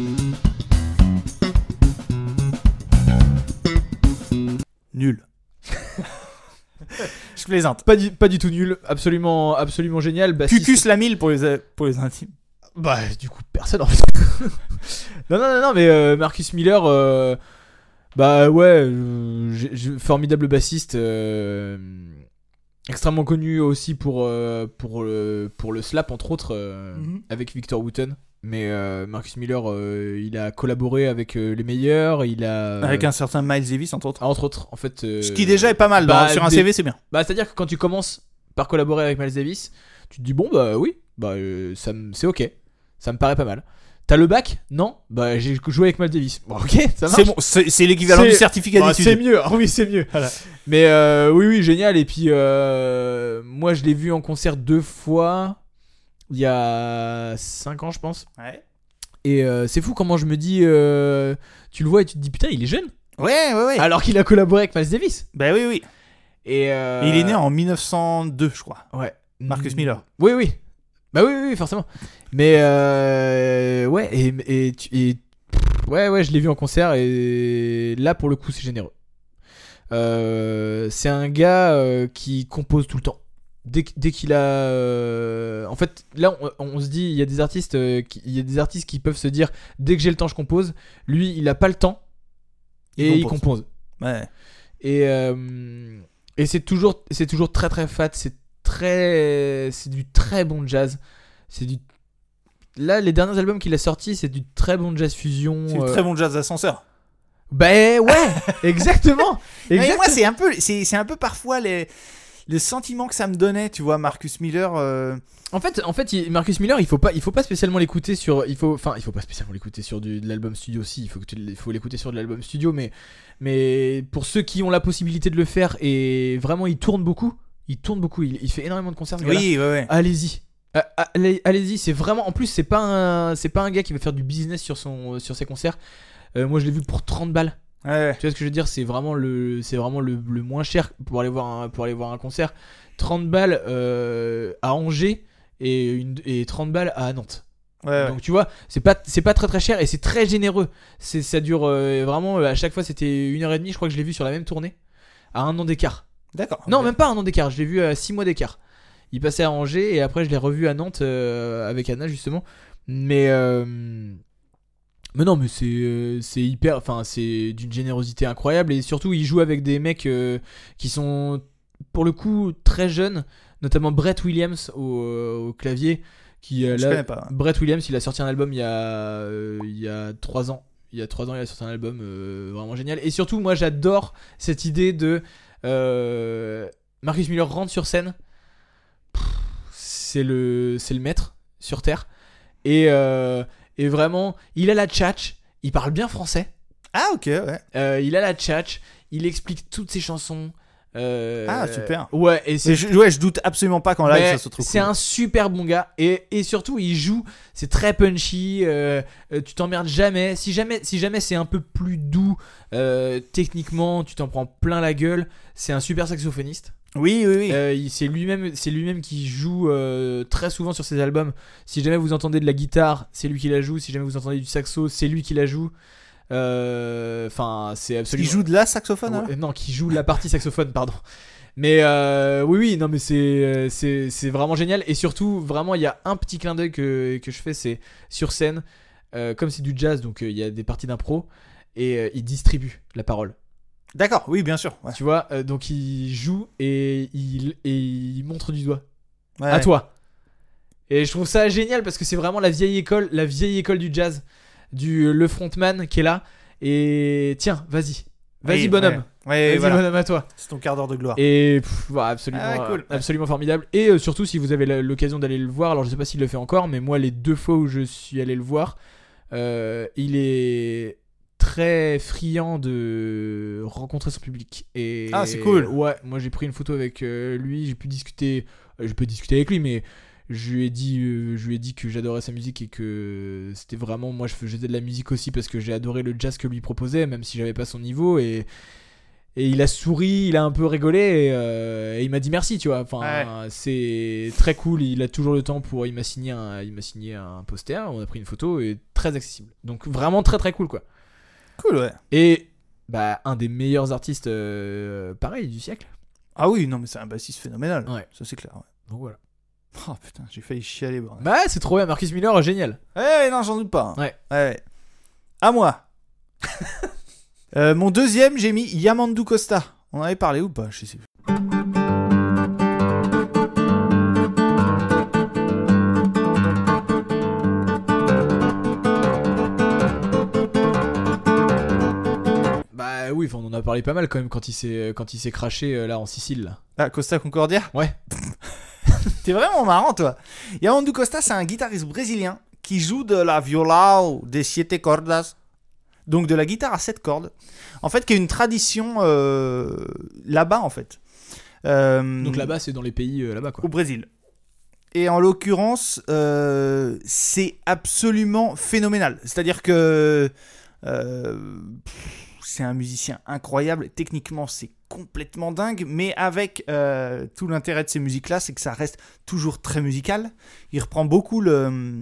C: Nul. Je plaisante.
B: Pas du, pas du tout nul, absolument, absolument génial. bassiste-
C: Cucus la mille pour les, euh, pour les intimes.
B: Bah, du coup, personne en fait. non, non, non, non, mais euh, Marcus Miller, euh, bah ouais, euh, j'ai- j'ai- formidable bassiste, euh, extrêmement connu aussi pour, euh, pour, le, pour le slap, entre autres, euh,
C: Mhm.
B: avec Victor Wooten. Mais euh, Marcus Miller, euh, il a collaboré avec euh, les meilleurs, il a.
C: Avec un certain Miles Davis, entre autres.
B: Ah, entre autres, en fait. euh,
C: Ce qui déjà est pas mal.
B: bah,
C: dans- sur un
B: des-
C: CV, c'est bien.
B: bah, c'est-à-dire que quand tu commences par collaborer avec Miles Davis, tu te dis bon bah oui, bah euh, ça me- c'est ok, ça me paraît pas mal. T'as le bac Non Bah j'ai joué avec Miles Davis. Bon, ok, ça marche.
C: C'est bon. C'est c'est l'équivalent
B: C'est-
C: du certificat
B: Bah, c'est
C: d'études.
B: mieux, Ah oui c'est mieux.
C: Voilà.
B: Mais euh, oui oui génial et puis euh, moi je l'ai vu en concert deux fois il y a 5 ans je pense
C: Ouais.
B: et euh, c'est fou comment je me dis euh, tu le vois et tu te dis putain il est jeune
C: Ouais, ouais, ouais.
B: alors qu'il a collaboré avec Miles Davis
C: Ah, Bah oui, oui.
B: et euh,
C: Il est né en 1902, je crois.
B: ouais
C: Marcus Miller.
B: Oui, oui. Bah oui, oui, oui, forcément. Mais euh, ouais, et, et, tu- et- ouais, ouais, je l'ai vu en concert et là pour le coup c'est généreux. Euh, c'est un gars euh, qui compose tout le temps. Dès, qu- dès qu'il a, euh, en fait, là on, on se dit il y a des artistes, euh, qui- il y a des artistes qui peuvent se dire dès que j'ai le temps je compose. Lui, il a pas le temps
C: Il
B: et il
C: compose.
B: compose.
C: Ouais.
B: Et, euh, et c'est toujours, c'est toujours très très fat, c'est très, c'est du très bon jazz. C'est du, là les derniers albums qu'il a sortis, c'est du très bon jazz fusion.
C: C'est du
B: euh,
C: très bon jazz d'ascenseur.
B: Bah ouais, exactement.
C: Non, mais
B: exactement.
C: moi, c'est un peu, c'est c'est un peu parfois les, le sentiment que ça me donnait, tu vois, Marcus Miller. euh,
B: En fait, en fait, il- Marcus Miller, il faut pas, il faut pas spécialement l'écouter sur, il faut, enfin, il faut pas spécialement l'écouter sur du, de l'album studio. Si, il faut que tu, l- il faut l'écouter sur de l'album studio, mais, mais pour ceux qui ont la possibilité de le faire et vraiment, il tourne beaucoup, il tourne beaucoup, il, il fait énormément de concerts. ce gars-là.
C: Oui, ouais, ouais.
B: Allez-y. Euh, allez- Allez-y, c'est vraiment. En plus, c'est pas un, c'est pas un gars qui va faire du business sur son, sur ses concerts. Euh, moi, je l'ai vu pour 30 balles.
C: Ouais.
B: Tu vois ce que je veux dire C'est vraiment le, c'est vraiment le, le moins cher pour aller voir un, pour aller voir un concert. 30 balles euh, à Angers et une et 30 balles à Nantes.
C: Ouais, ouais.
B: Donc tu vois, c'est pas c'est pas très très cher et c'est très généreux. C'est ça dure euh, vraiment euh, à chaque fois c'était une heure et demie. Je crois que je l'ai vu sur la même tournée à un an d'écart.
C: D'accord.
B: Non, même pas un an d'écart. Je l'ai vu à 6 mois d'écart. Il passait à Angers et après je l'ai revu à Nantes euh, avec Anna justement. Mais euh, mais non, mais c'est euh, c'est hyper. Enfin, c'est d'une générosité incroyable et surtout il joue avec des mecs euh, qui sont pour le coup très jeunes, notamment Brett Williams au, au clavier qui euh,
C: Je
B: là-
C: connais pas.
B: Brett Williams, il a sorti un album il y a, euh, il y a 3 ans. Il y a 3 ans, il a sorti un album euh, vraiment génial. Et surtout, moi, j'adore cette idée de euh, Marcus Miller rentre sur scène. Pff, C'est le, c'est le maître sur Terre. Et, euh, et vraiment, il a la tchatch. Il parle bien français.
C: Ah, ok, ouais.
B: Euh, il a la tchatch. Il explique toutes ses chansons. Euh,
C: Ah, super.
B: Ouais, et c'est
C: Mais je, ouais, je doute absolument pas qu'en live
B: mais
C: ça soit trop
B: C'est
C: cool.
B: un super bon gars et, et surtout il joue, c'est très punchy, euh, euh, tu t'emmerdes jamais. Si jamais, si jamais c'est un peu plus doux euh, techniquement, tu t'en prends plein la gueule. C'est un super saxophoniste.
C: Oui, oui, oui.
B: Euh, il- c'est lui-même, c'est lui-même qui joue euh, très souvent sur ses albums. Si jamais vous entendez de la guitare, c'est lui qui la joue. Si jamais vous entendez du saxo, c'est lui qui la joue. Euh, Enfin, c'est
C: Il
B: absolument.
C: joue de la saxophone hein. alors
B: Ouais, non, qui joue la partie saxophone, pardon. Mais euh, oui, oui, non, mais c'est, euh, c'est, c'est vraiment génial. Et surtout, vraiment, il y a un petit clin d'œil que, que je fais, c'est sur scène, euh, comme c'est du jazz, donc euh, il y a des parties d'impro, et euh, il distribue la parole.
C: D'accord, oui, bien sûr. Ouais.
B: Tu vois, euh, donc il joue et il, et il montre du doigt
C: Ouais,
B: à
C: ouais.
B: toi. Et je trouve ça génial parce que c'est vraiment la vieille école, la vieille école du jazz, du euh, le frontman qui est là. Et tiens, vas-y, vas-y
C: Oui,
B: bonhomme,
C: Ouais, ouais,
B: vas-y
C: voilà.
B: bonhomme à toi.
C: C'est ton quart d'heure de gloire.
B: Et pff, voilà, absolument,
C: Ah, cool.
B: absolument formidable. Et euh, surtout, si vous avez la- l'occasion d'aller le voir, alors je sais pas s'il le fait encore, mais moi, les deux fois où je suis allé le voir, euh, il est très friand de rencontrer son public. Et
C: Ah, c'est cool.
B: Ouais, moi j'ai pris une photo avec euh, lui, j'ai pu discuter, euh, je peux discuter avec lui, mais je lui ai dit, euh, je lui ai dit que j'adorais sa musique et que c'était vraiment, moi je faisais de la musique aussi parce que j'ai adoré le jazz que lui proposait, même si j'avais pas son niveau et et il a souri, il a un peu rigolé et, euh, et il m'a dit merci, tu vois. Enfin, c'est très cool. Il a toujours le temps pour. Il m'a signé un, il m'a signé un poster. On a pris une photo et très accessible. Donc vraiment très très cool quoi.
C: Cool, ouais.
B: Et bah un des meilleurs artistes euh, pareil du siècle.
C: Ah oui, non, mais c'est un bassiste phénoménal.
B: Ouais.
C: Ça, c'est clair. Ouais.
B: Donc voilà.
C: Oh putain, j'ai failli chialer, bordel.
B: Bah c'est trop bien. Marcus Miller génial.
C: Ouais, non, j'en doute pas. hein.
B: Ouais.
C: ouais. À moi. Euh, mon deuxième, j'ai mis Yamandu Costa. On en avait parlé ou pas Je sais plus.
B: Bah oui, enfin, on en a parlé pas mal quand même quand il s'est quand il s'est craché euh, là en Sicile. Là.
C: Ah, Costa Concordia
B: Ouais.
C: T'es vraiment marrant, toi. Yamandu Costa, c'est un guitariste brésilien qui joue de la viola ou des siete cordas. Donc de la guitare à sept cordes. En fait, qui est une tradition euh, là-bas, en fait. Euh,
B: Donc là-bas c'est dans les pays euh, là-bas quoi.
C: au Brésil. Et en l'occurrence, euh, c'est absolument phénoménal. C'est-à-dire que euh, pff, c'est un musicien incroyable. Techniquement, c'est complètement dingue. Mais avec euh, tout l'intérêt de ces musiques-là, c'est que ça reste toujours très musical. Il reprend beaucoup le,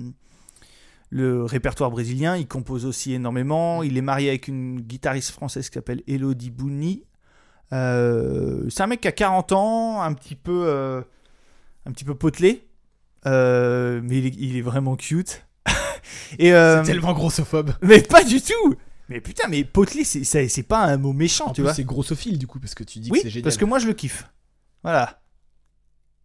C: le répertoire brésilien. Il compose aussi
B: Mm.
C: énormément. Il est marié avec une guitariste française qui s'appelle Elodie Bouni. Euh, c'est un mec qui a 40 ans, un petit peu, euh, un petit peu potelé, Euh, mais il est, il est vraiment cute. Et euh,
B: C'est tellement grossophobe.
C: mais pas du tout. Mais putain, mais potelé, c'est ça- c'est pas un mot méchant,
B: En
C: tu
B: plus
C: vois.
B: c'est grossophile du coup parce que tu dis
C: Oui,
B: que c'est génial.
C: parce que moi je le kiffe. Voilà.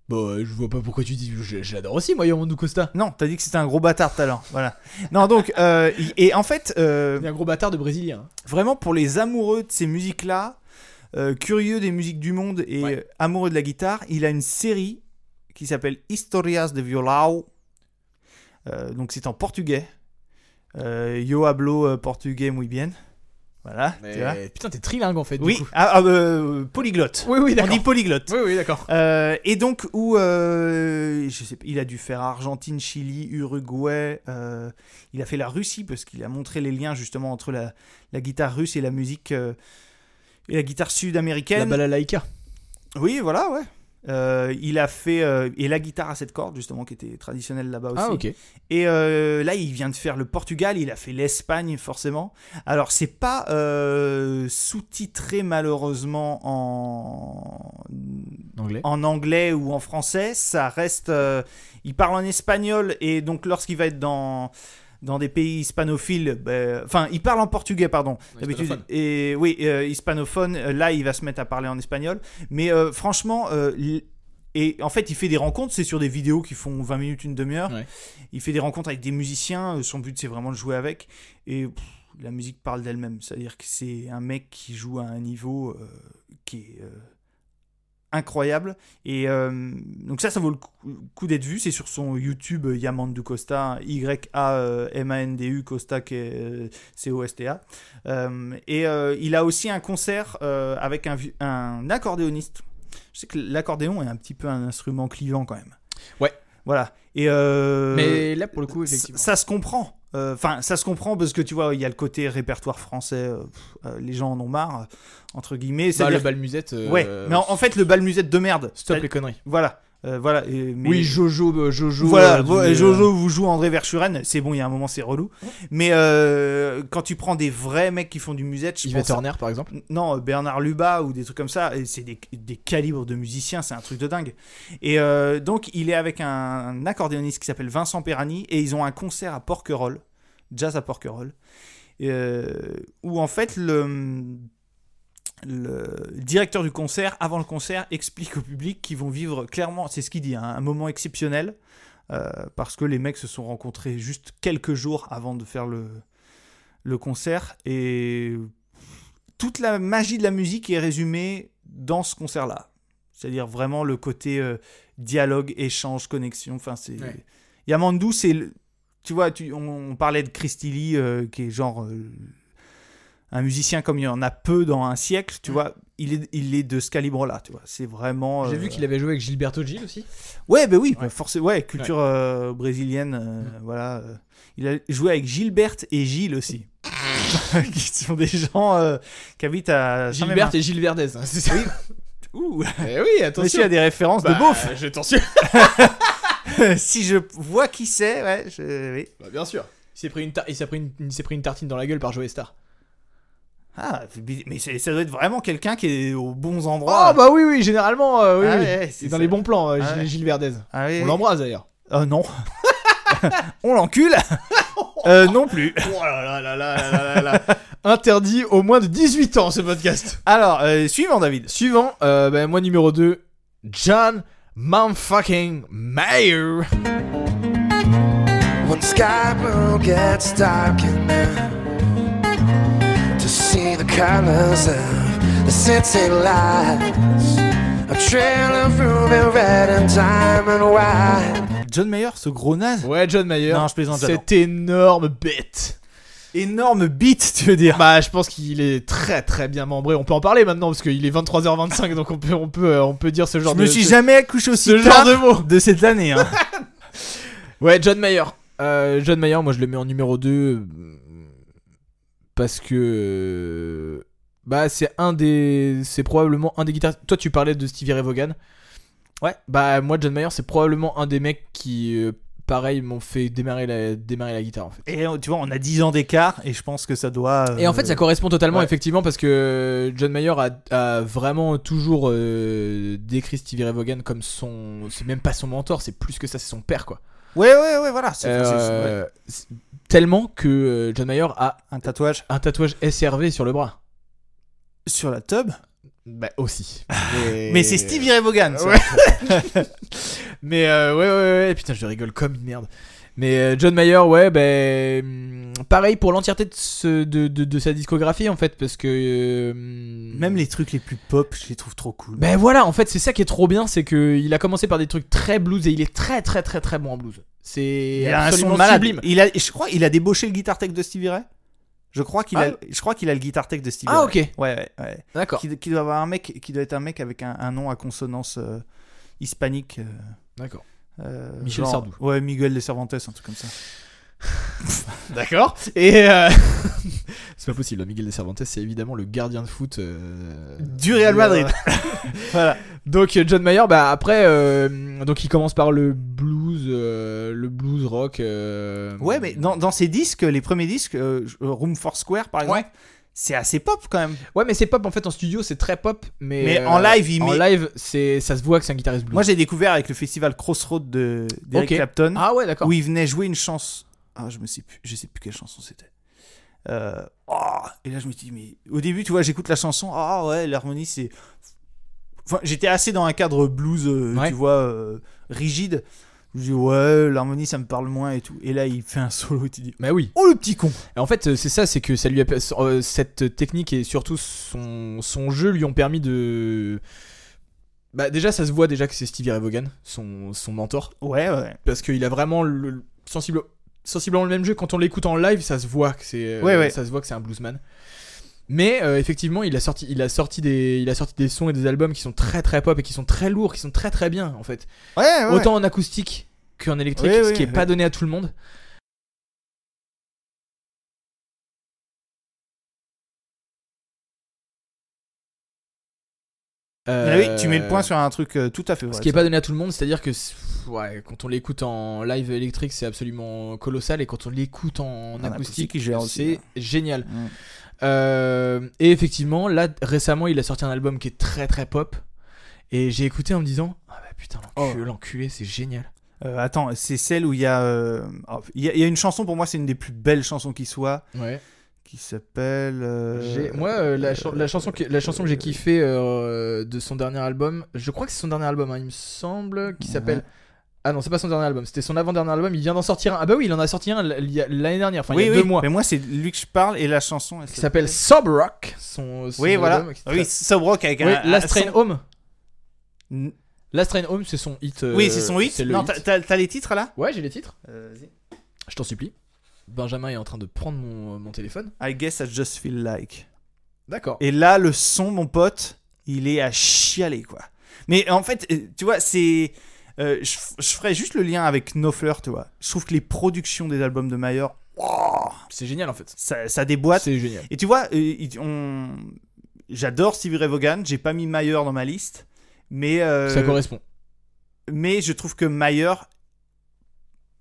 B: Bon, euh, je vois pas pourquoi tu dis. Je, je l'adore aussi, moi, Yamandu Costa.
C: Non, t'as dit que c'était un gros bâtard tout à l'heure. Voilà. Non, donc euh, et en fait, euh,
B: Il est un gros bâtard de Brésilien. hein.
C: vraiment pour les amoureux de ces musiques-là, euh, curieux des musiques du monde et
B: Ouais.
C: euh, amoureux de la guitare, il a une série qui s'appelle Historias de Violao. Euh, donc c'est en portugais. Euh, yo hablo euh, portugais muy bien. Voilà, tu vois.
B: Mais Putain, t'es trilingue en fait.
C: Oui,
B: Du coup.
C: ah, ah, euh, polyglotte.
B: Oui, oui,
C: On
B: d'accord.
C: dit polyglotte.
B: Oui, oui, d'accord.
C: Euh, et donc où euh, je sais, pas, il a dû faire Argentine, Chili, Uruguay. euh, il a fait la Russie parce qu'il a montré les liens justement entre la, la guitare russe et la musique euh, et la guitare
B: La
C: sud-américaine.
B: balalaïka.
C: Oui, voilà, ouais. Euh, il a fait euh, et la guitare à sept cordes justement qui était traditionnelle là-bas aussi.
B: Ah, ok.
C: Et euh, là, il vient de faire le Portugal, il a fait l'Espagne, forcément. Alors, c'est pas euh, sous-titré, malheureusement, en...
B: Anglais.
C: en anglais ou en français. Ça reste. euh, il parle en espagnol, et donc, lorsqu'il va être dans. Dans des pays hispanophiles, ben, enfin, il parle en portugais, pardon. D'habitude,
B: hispanophone.
C: et oui, euh, hispanophone. euh, Là, il va se mettre à parler en espagnol. Mais euh, franchement, euh, l- et en fait, il fait des rencontres. C'est sur des vidéos qui font 20 minutes, une demi-heure.
B: Ouais.
C: Il fait des rencontres avec des musiciens. euh, Son but, c'est vraiment de jouer avec. Et pff, la musique parle d'elle-même. C'est-à-dire que c'est un mec qui joue à un niveau euh, qui est euh, incroyable. Et euh, donc ça, ça vaut le coup, coup d'être vu. C'est sur son YouTube euh, Yamandu Costa, Y-A-M-A-N-D-U Costa, qui est, euh, C-O-S-T-A. Euh, et euh, il a aussi un concert euh, avec un, vi- un accordéoniste. Je sais que l'accordéon est un petit peu un instrument clivant quand même.
B: Ouais.
C: Voilà. Et euh,
B: Mais là, pour le coup,
C: ça-
B: effectivement.
C: Ça se comprend. Euh, Enfin, ça se comprend parce que tu vois, il y a le côté répertoire français. euh, pff, euh, les gens en ont marre, euh, entre guillemets.
B: Bah, le
C: C'est-à-dire-
B: bal musette. euh,
C: ouais. mais en, en fait, le bal musette de merde.
B: Stop les conneries.
C: Voilà. Euh, voilà. et- mais-
B: Oui, Jojo, euh, Jojo.
C: voilà,
B: euh,
C: vo-
B: du-
C: Jojo vous joue André Verschuren, c'est bon, il y a un moment c'est relou. Mais euh, quand tu prends des vrais mecs qui font du musette, je
B: Yves
C: pense à-
B: Turner, par exemple.
C: non, euh, Bernard Luba ou des trucs comme ça, et c'est des, des calibres de musiciens, c'est un truc de dingue. Et euh, donc, il est avec un, un accordéoniste qui s'appelle Vincent Perani, et ils ont un concert à Porquerolles, jazz à Porquerolles, euh, où en fait le, le directeur du concert, avant le concert, explique au public qu'ils vont vivre clairement, c'est ce qu'il dit, hein, un moment exceptionnel, euh, parce que les mecs se sont rencontrés juste quelques jours avant de faire le, le concert, et toute la magie de la musique est résumée dans ce concert-là. C'est-à-dire vraiment le côté euh, dialogue, échange, connexion. Enfin, c'est
B: Ouais.
C: Yamandou, c'est le- tu vois, tu- on, on parlait de Christy Lee, euh, qui est genre euh, un musicien comme il y en a peu dans un siècle.
B: Mm.
C: Tu vois, il est, il est de ce calibre-là. Tu vois, c'est vraiment.
B: J'ai
C: euh,
B: vu qu'il avait joué avec Gilberto Gil aussi.
C: Ouais, ben oui,
B: Ouais.
C: forcément. Ouais, culture euh, brésilienne, euh, voilà. euh. il a joué avec Gilbert et Gilles aussi, qui sont des gens euh, qui habitent à saint
B: Gilbert et Gil Verdez. hein, c'est ça.
C: Ouh,
B: Eh oui,
C: monsieur a
B: attention.
C: des références
B: Bah,
C: de beauf.
B: Je t'en suis.
C: si je vois qui c'est, ouais, je... oui.
B: Bah, bien sûr. Il s'est pris, une tar- il s'est pris, une... il s'est pris une tartine dans la gueule par Joey Star.
C: Ah, mais c'est- ça doit être vraiment quelqu'un qui est aux bons
B: Oh,
C: endroits.
B: bah oui, oui, généralement. euh, oui,
C: Ah
B: oui.
C: ouais, c'est
B: C'est dans
C: ça.
B: les bons plans, euh,
C: Ah
B: Gil-
C: ouais.
B: Gilles Verdez.
C: Ah oui,
B: On
C: oui.
B: l'embrasse d'ailleurs.
C: Euh, non. On l'encule. Euh, non plus.
B: Oh là là là là là là là là. Interdit au moins de 18 ans ce podcast.
C: Alors, euh, suivant, David.
B: Suivant, euh, ben, moi numéro 2, John Mumfucking Mayer.
G: When sky blue gets dark enough to see the colors of the city lights, a trail of ruby red and diamond white.
C: euh, John Mayer, ce gros naze.
B: Ouais, John Mayer.
C: Non, je plaisante, j'adore.
B: Cette énorme bête.
C: Énorme beat, tu veux dire.
B: Bah, je pense qu'il est très très bien membré. On peut en parler maintenant parce qu'il est 23h25, donc on peut on peut euh, on peut dire ce genre
C: Je
B: de
C: me suis
B: ce-
C: jamais accouché aussi
B: ce genre
C: tard
B: de mots.
C: de cette année. hein.
B: Ouais, John Mayer. Euh, John Mayer, moi je le mets en numéro 2 parce que euh, bah c'est un des c'est probablement un des guitaristes. Toi tu parlais de Stevie Ray Vaughan. Ouais. Bah moi John Mayer, c'est probablement un des mecs qui euh, pareil m'ont fait démarrer la démarrer la guitare en fait.
C: Et euh, tu vois, on a 10 ans d'écart et je pense que ça doit. euh,
B: Et en fait, ça correspond totalement,
C: ouais.
B: effectivement, parce que euh, John Mayer a, a vraiment toujours euh, décrit Stevie Ray Vaughan comme son. C'est même pas son mentor, c'est plus que ça, c'est son père, quoi.
C: Ouais, ouais, ouais, voilà. C'est c'est- c'est- ouais.
B: Euh, c'est- Tellement que euh, John Mayer a
C: Un tatouage
B: un tatouage SRV sur le bras.
C: sur la tub.
B: Bah, aussi.
C: Mais c'est Stevie Ray Vaughan. ça.
B: Ouais. Mais euh, ouais, ouais, ouais, putain, je rigole comme une merde. Mais euh, John Mayer, ouais, ben. hum, Pareil pour l'entièreté de, ce- de, de- de sa discographie, en fait, parce que. euh, hum,
C: Même les trucs les plus pop, je les trouve trop cool.
B: Ben voilà, en fait, c'est ça qui est trop bien, c'est que il a commencé par des trucs très blues et il est très très très très bon en blues. C'est
C: il a un son
B: absolument
C: malade.
B: sublime.
C: Il a, je crois, il a débauché le guitar tech de Stevie Ray. Je crois qu'il
B: Ah.
C: a, je crois qu'il a le guitar tech de Stevie.
B: Ah,
C: ouais.
B: ok.
C: Ouais, ouais, ouais.
B: D'accord.
C: Qui, qui doit avoir un mec, qui doit être un mec avec un, un nom à consonance euh, hispanique. euh,
B: D'accord.
C: euh,
B: Michel Sardou.
C: Ouais, Miguel de Cervantes, un truc comme ça.
B: D'accord. Et euh, c'est pas possible. Miguel de Cervantes, c'est évidemment le gardien de foot euh,
C: Du Real Madrid. voilà.
B: Donc euh, John Mayer, bah après, euh, donc il commence par le blues, euh, le blues rock. euh,
C: Ouais, mais dans, dans ces disques, les premiers disques, euh, je- Room for Square par exemple, c'est assez pop quand même.
B: ouais, mais c'est pop en fait en studio, c'est très pop, mais euh,
C: Mais en live, il
B: en
C: met-
B: live, c'est ça se voit que c'est un guitariste blues.
C: Moi, j'ai découvert avec le festival Crossroad de d'Eric
B: Ok.
C: Clapton,
B: ah ouais, d'accord.
C: où il venait jouer une chanson. Ah, je me sais plus, je sais plus quelle chanson c'était. Euh, oh, et là, je me dis, mais au début, tu vois, j'écoute la chanson. Ah ouais, l'harmonie, c'est. Enfin, j'étais assez dans un cadre blues, euh,
B: Ouais.
C: tu vois, euh, rigide. Je dis ouais, l'harmonie, ça me parle moins et tout. Et là, il fait un solo et tu dis,
B: Mais Bah oui.
C: oh le petit con.
B: Et En fait, euh, c'est ça, c'est que ça lui a... euh, cette technique et surtout son, son jeu lui ont permis de. Bah déjà, ça se voit déjà que c'est Stevie Ray Vaughan, son son mentor.
C: Ouais, ouais.
B: parce qu'il a vraiment le, le- sensible, sensiblement le même jeu. Quand on l'écoute en live, ça se voit que c'est euh,
C: Ouais, ouais.
B: ça se voit que c'est un bluesman. Mais euh, effectivement, il a sorti, il a sorti des, il a sorti des sons et des albums qui sont très très pop et qui sont très lourds, qui sont très très bien en fait.
C: Ah Ouais, ouais.
B: Autant en acoustique qu'en électrique,
C: Ouais,
B: ce
C: ouais,
B: qui est
C: ouais.
B: pas donné à tout le monde.
C: Ah oui, tu mets le
B: Euh,
C: point sur un truc euh, tout à fait vrai.
B: ce qui est pas donné à tout le monde, c'est-à-dire que c'est- pff, ouais, quand on l'écoute en live électrique, c'est absolument colossal, et quand on l'écoute en, acoustique,
C: acoustique, il gère aussi,
B: c'est génial.
C: Mm.
B: Euh, et effectivement, là récemment, il a sorti un album qui est très très pop, et j'ai écouté en me disant, ah bah putain, l'encu-
C: Oh.
B: l'enculé, c'est génial.
C: Euh, attends, c'est celle où il y a. euh, oh, Il y, a- il y a une chanson, pour moi, c'est une des plus belles chansons qui soit,
B: Ouais.
C: qui s'appelle. euh,
B: Moi, euh, la, chan-
C: euh,
B: la chanson que la chanson que j'ai kiffée euh, de son dernier album, je crois que c'est son dernier album, hein, il me semble, qui
C: Ouais.
B: s'appelle. Ah non, c'est pas son dernier album, c'était son avant-dernier album. Il vient d'en sortir un. Ah bah oui, il en a sorti un l- il y a- l'année dernière, enfin
C: oui,
B: il y a
C: oui,
B: deux mois.
C: Mais moi, c'est lui que je parle et la chanson. Elle
B: qui s'appelle Sob Rock. Son, son
C: Oui,
B: album
C: voilà. Ah
B: qui
C: Oui, Sob Rock avec
B: Oui,
C: un.
B: Last
C: un
B: Train
C: son-
B: Home.
C: N-
B: Last Train Home, c'est son hit. euh,
C: Oui, c'est son hit.
B: c'est le
C: Non,
B: hit.
C: t'as- t'as t'as les titres là Euh,
B: Ouais, j'ai les titres. Je t'en supplie. Benjamin est en train de prendre mon, mon téléphone.
C: I guess I just feel like.
B: D'accord.
C: Et là, le son, mon pote, il est à chialer, quoi. Mais en fait, euh, tu vois, c'est. euh, je, f- je ferais juste le lien avec No Fleur, tu vois. Je trouve que les productions des albums de Mayer, wow,
B: C'est génial en fait.
C: ça, ça déboîte.
B: C'est génial.
C: Et tu vois, euh, il- on... j'adore Stevie Ray Vaughan, j'ai pas mis Mayer dans ma liste, mais, euh,
B: Ça correspond.
C: mais je trouve que Mayer,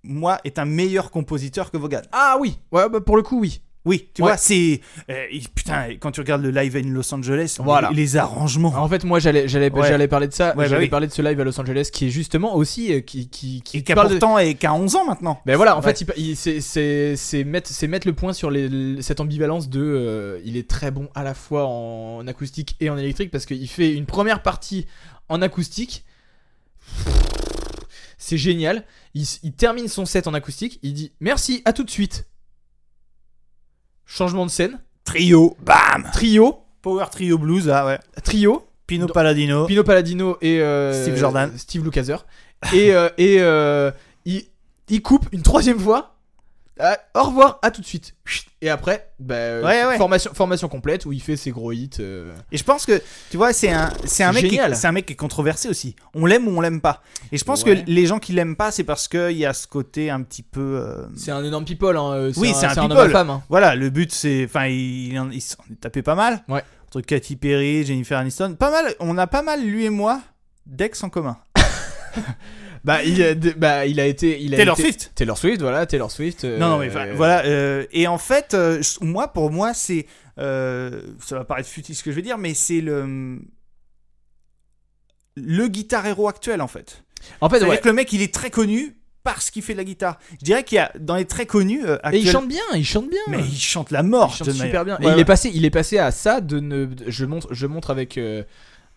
C: moi, est un meilleur compositeur que Vaughan.
B: Ah oui. Ouais, bah, pour le coup, oui.
C: Oui, tu
B: Ouais.
C: vois, c'est. euh, il- putain, quand tu regardes le live in Los Angeles,
B: Voilà.
C: les, les arrangements.
B: En fait, moi, j'allais, j'allais,
C: Ouais.
B: j'allais parler de ça.
C: Ouais, bah
B: j'allais
C: oui.
B: parler de ce live à Los Angeles, qui est justement aussi euh, qui, qui, qui
C: et qui a
B: parle de-
C: pourtant et qui a 11 ans maintenant.
B: Ben voilà, en
C: Ouais.
B: fait, il pa- il- c'est- c'est c'est mettre, c'est mettre le point sur les- cette ambivalence de. euh, il est très bon à la fois en acoustique et en électrique parce qu'il fait une première partie en acoustique. C'est génial. Il, s- il termine son set en acoustique. Il dit merci, à tout de suite. Changement de scène.
C: Trio, bam
B: Trio.
C: Power Trio Blues, ah ouais.
B: Trio.
C: Pino
B: Non.
C: Palladino.
B: Pino Palladino et euh,
C: Oh. Steve Jordan.
B: Steve Lukather. Et, euh, et euh, il, il coupe une troisième fois. Ah, au revoir, à tout de suite. Chut. Et après, bah, euh,
C: Ouais, ouais.
B: Formation, formation complète où il fait ses gros hits. euh.
C: Et je pense que, tu vois, c'est un, c'est un,
B: C'est
C: mec qui-
B: génial.
C: c'est un mec qui est controversé aussi. On l'aime ou on l'aime pas. Et je pense
B: Ouais.
C: que les gens qui l'aiment pas, c'est parce qu'il y a ce côté un petit peu. euh,
B: C'est un énorme people. hein, euh,
C: Oui, c'est un
B: homme
C: people.
B: à femme, hein.
C: Voilà, le but c'est. Enfin, il, en- il s'en est tapé pas mal.
B: Ouais.
C: Entre Katy Perry, Jennifer Aniston. Pas mal, on a pas mal, lui et moi, d'ex en commun.
B: Bah, il a, de- bah, il a été. Il a
C: Taylor
B: été-
C: Swift.
B: Taylor Swift, voilà, Taylor Swift. euh,
C: Non, non, mais enfin, voilà. euh, et en fait, euh, je- moi, pour moi, c'est. euh, ça va paraître futile ce que je vais dire, mais c'est le. Le guitar héros actuel, en fait.
B: En fait,
C: C'est-à-dire
B: ouais.
C: que le mec, il est très connu parce qu'il fait de la guitare. Je dirais qu'il y a, dans les très connus, euh,
B: Et il
C: actuels-
B: chante bien, il chante bien.
C: Mais il chante la
B: Il
C: mort,
B: chante
C: John
B: super
C: Mayer.
B: bien.
C: Ouais,
B: et il
C: ouais.
B: est passé, il est passé à ça de ne. Je montre, je montre avec euh,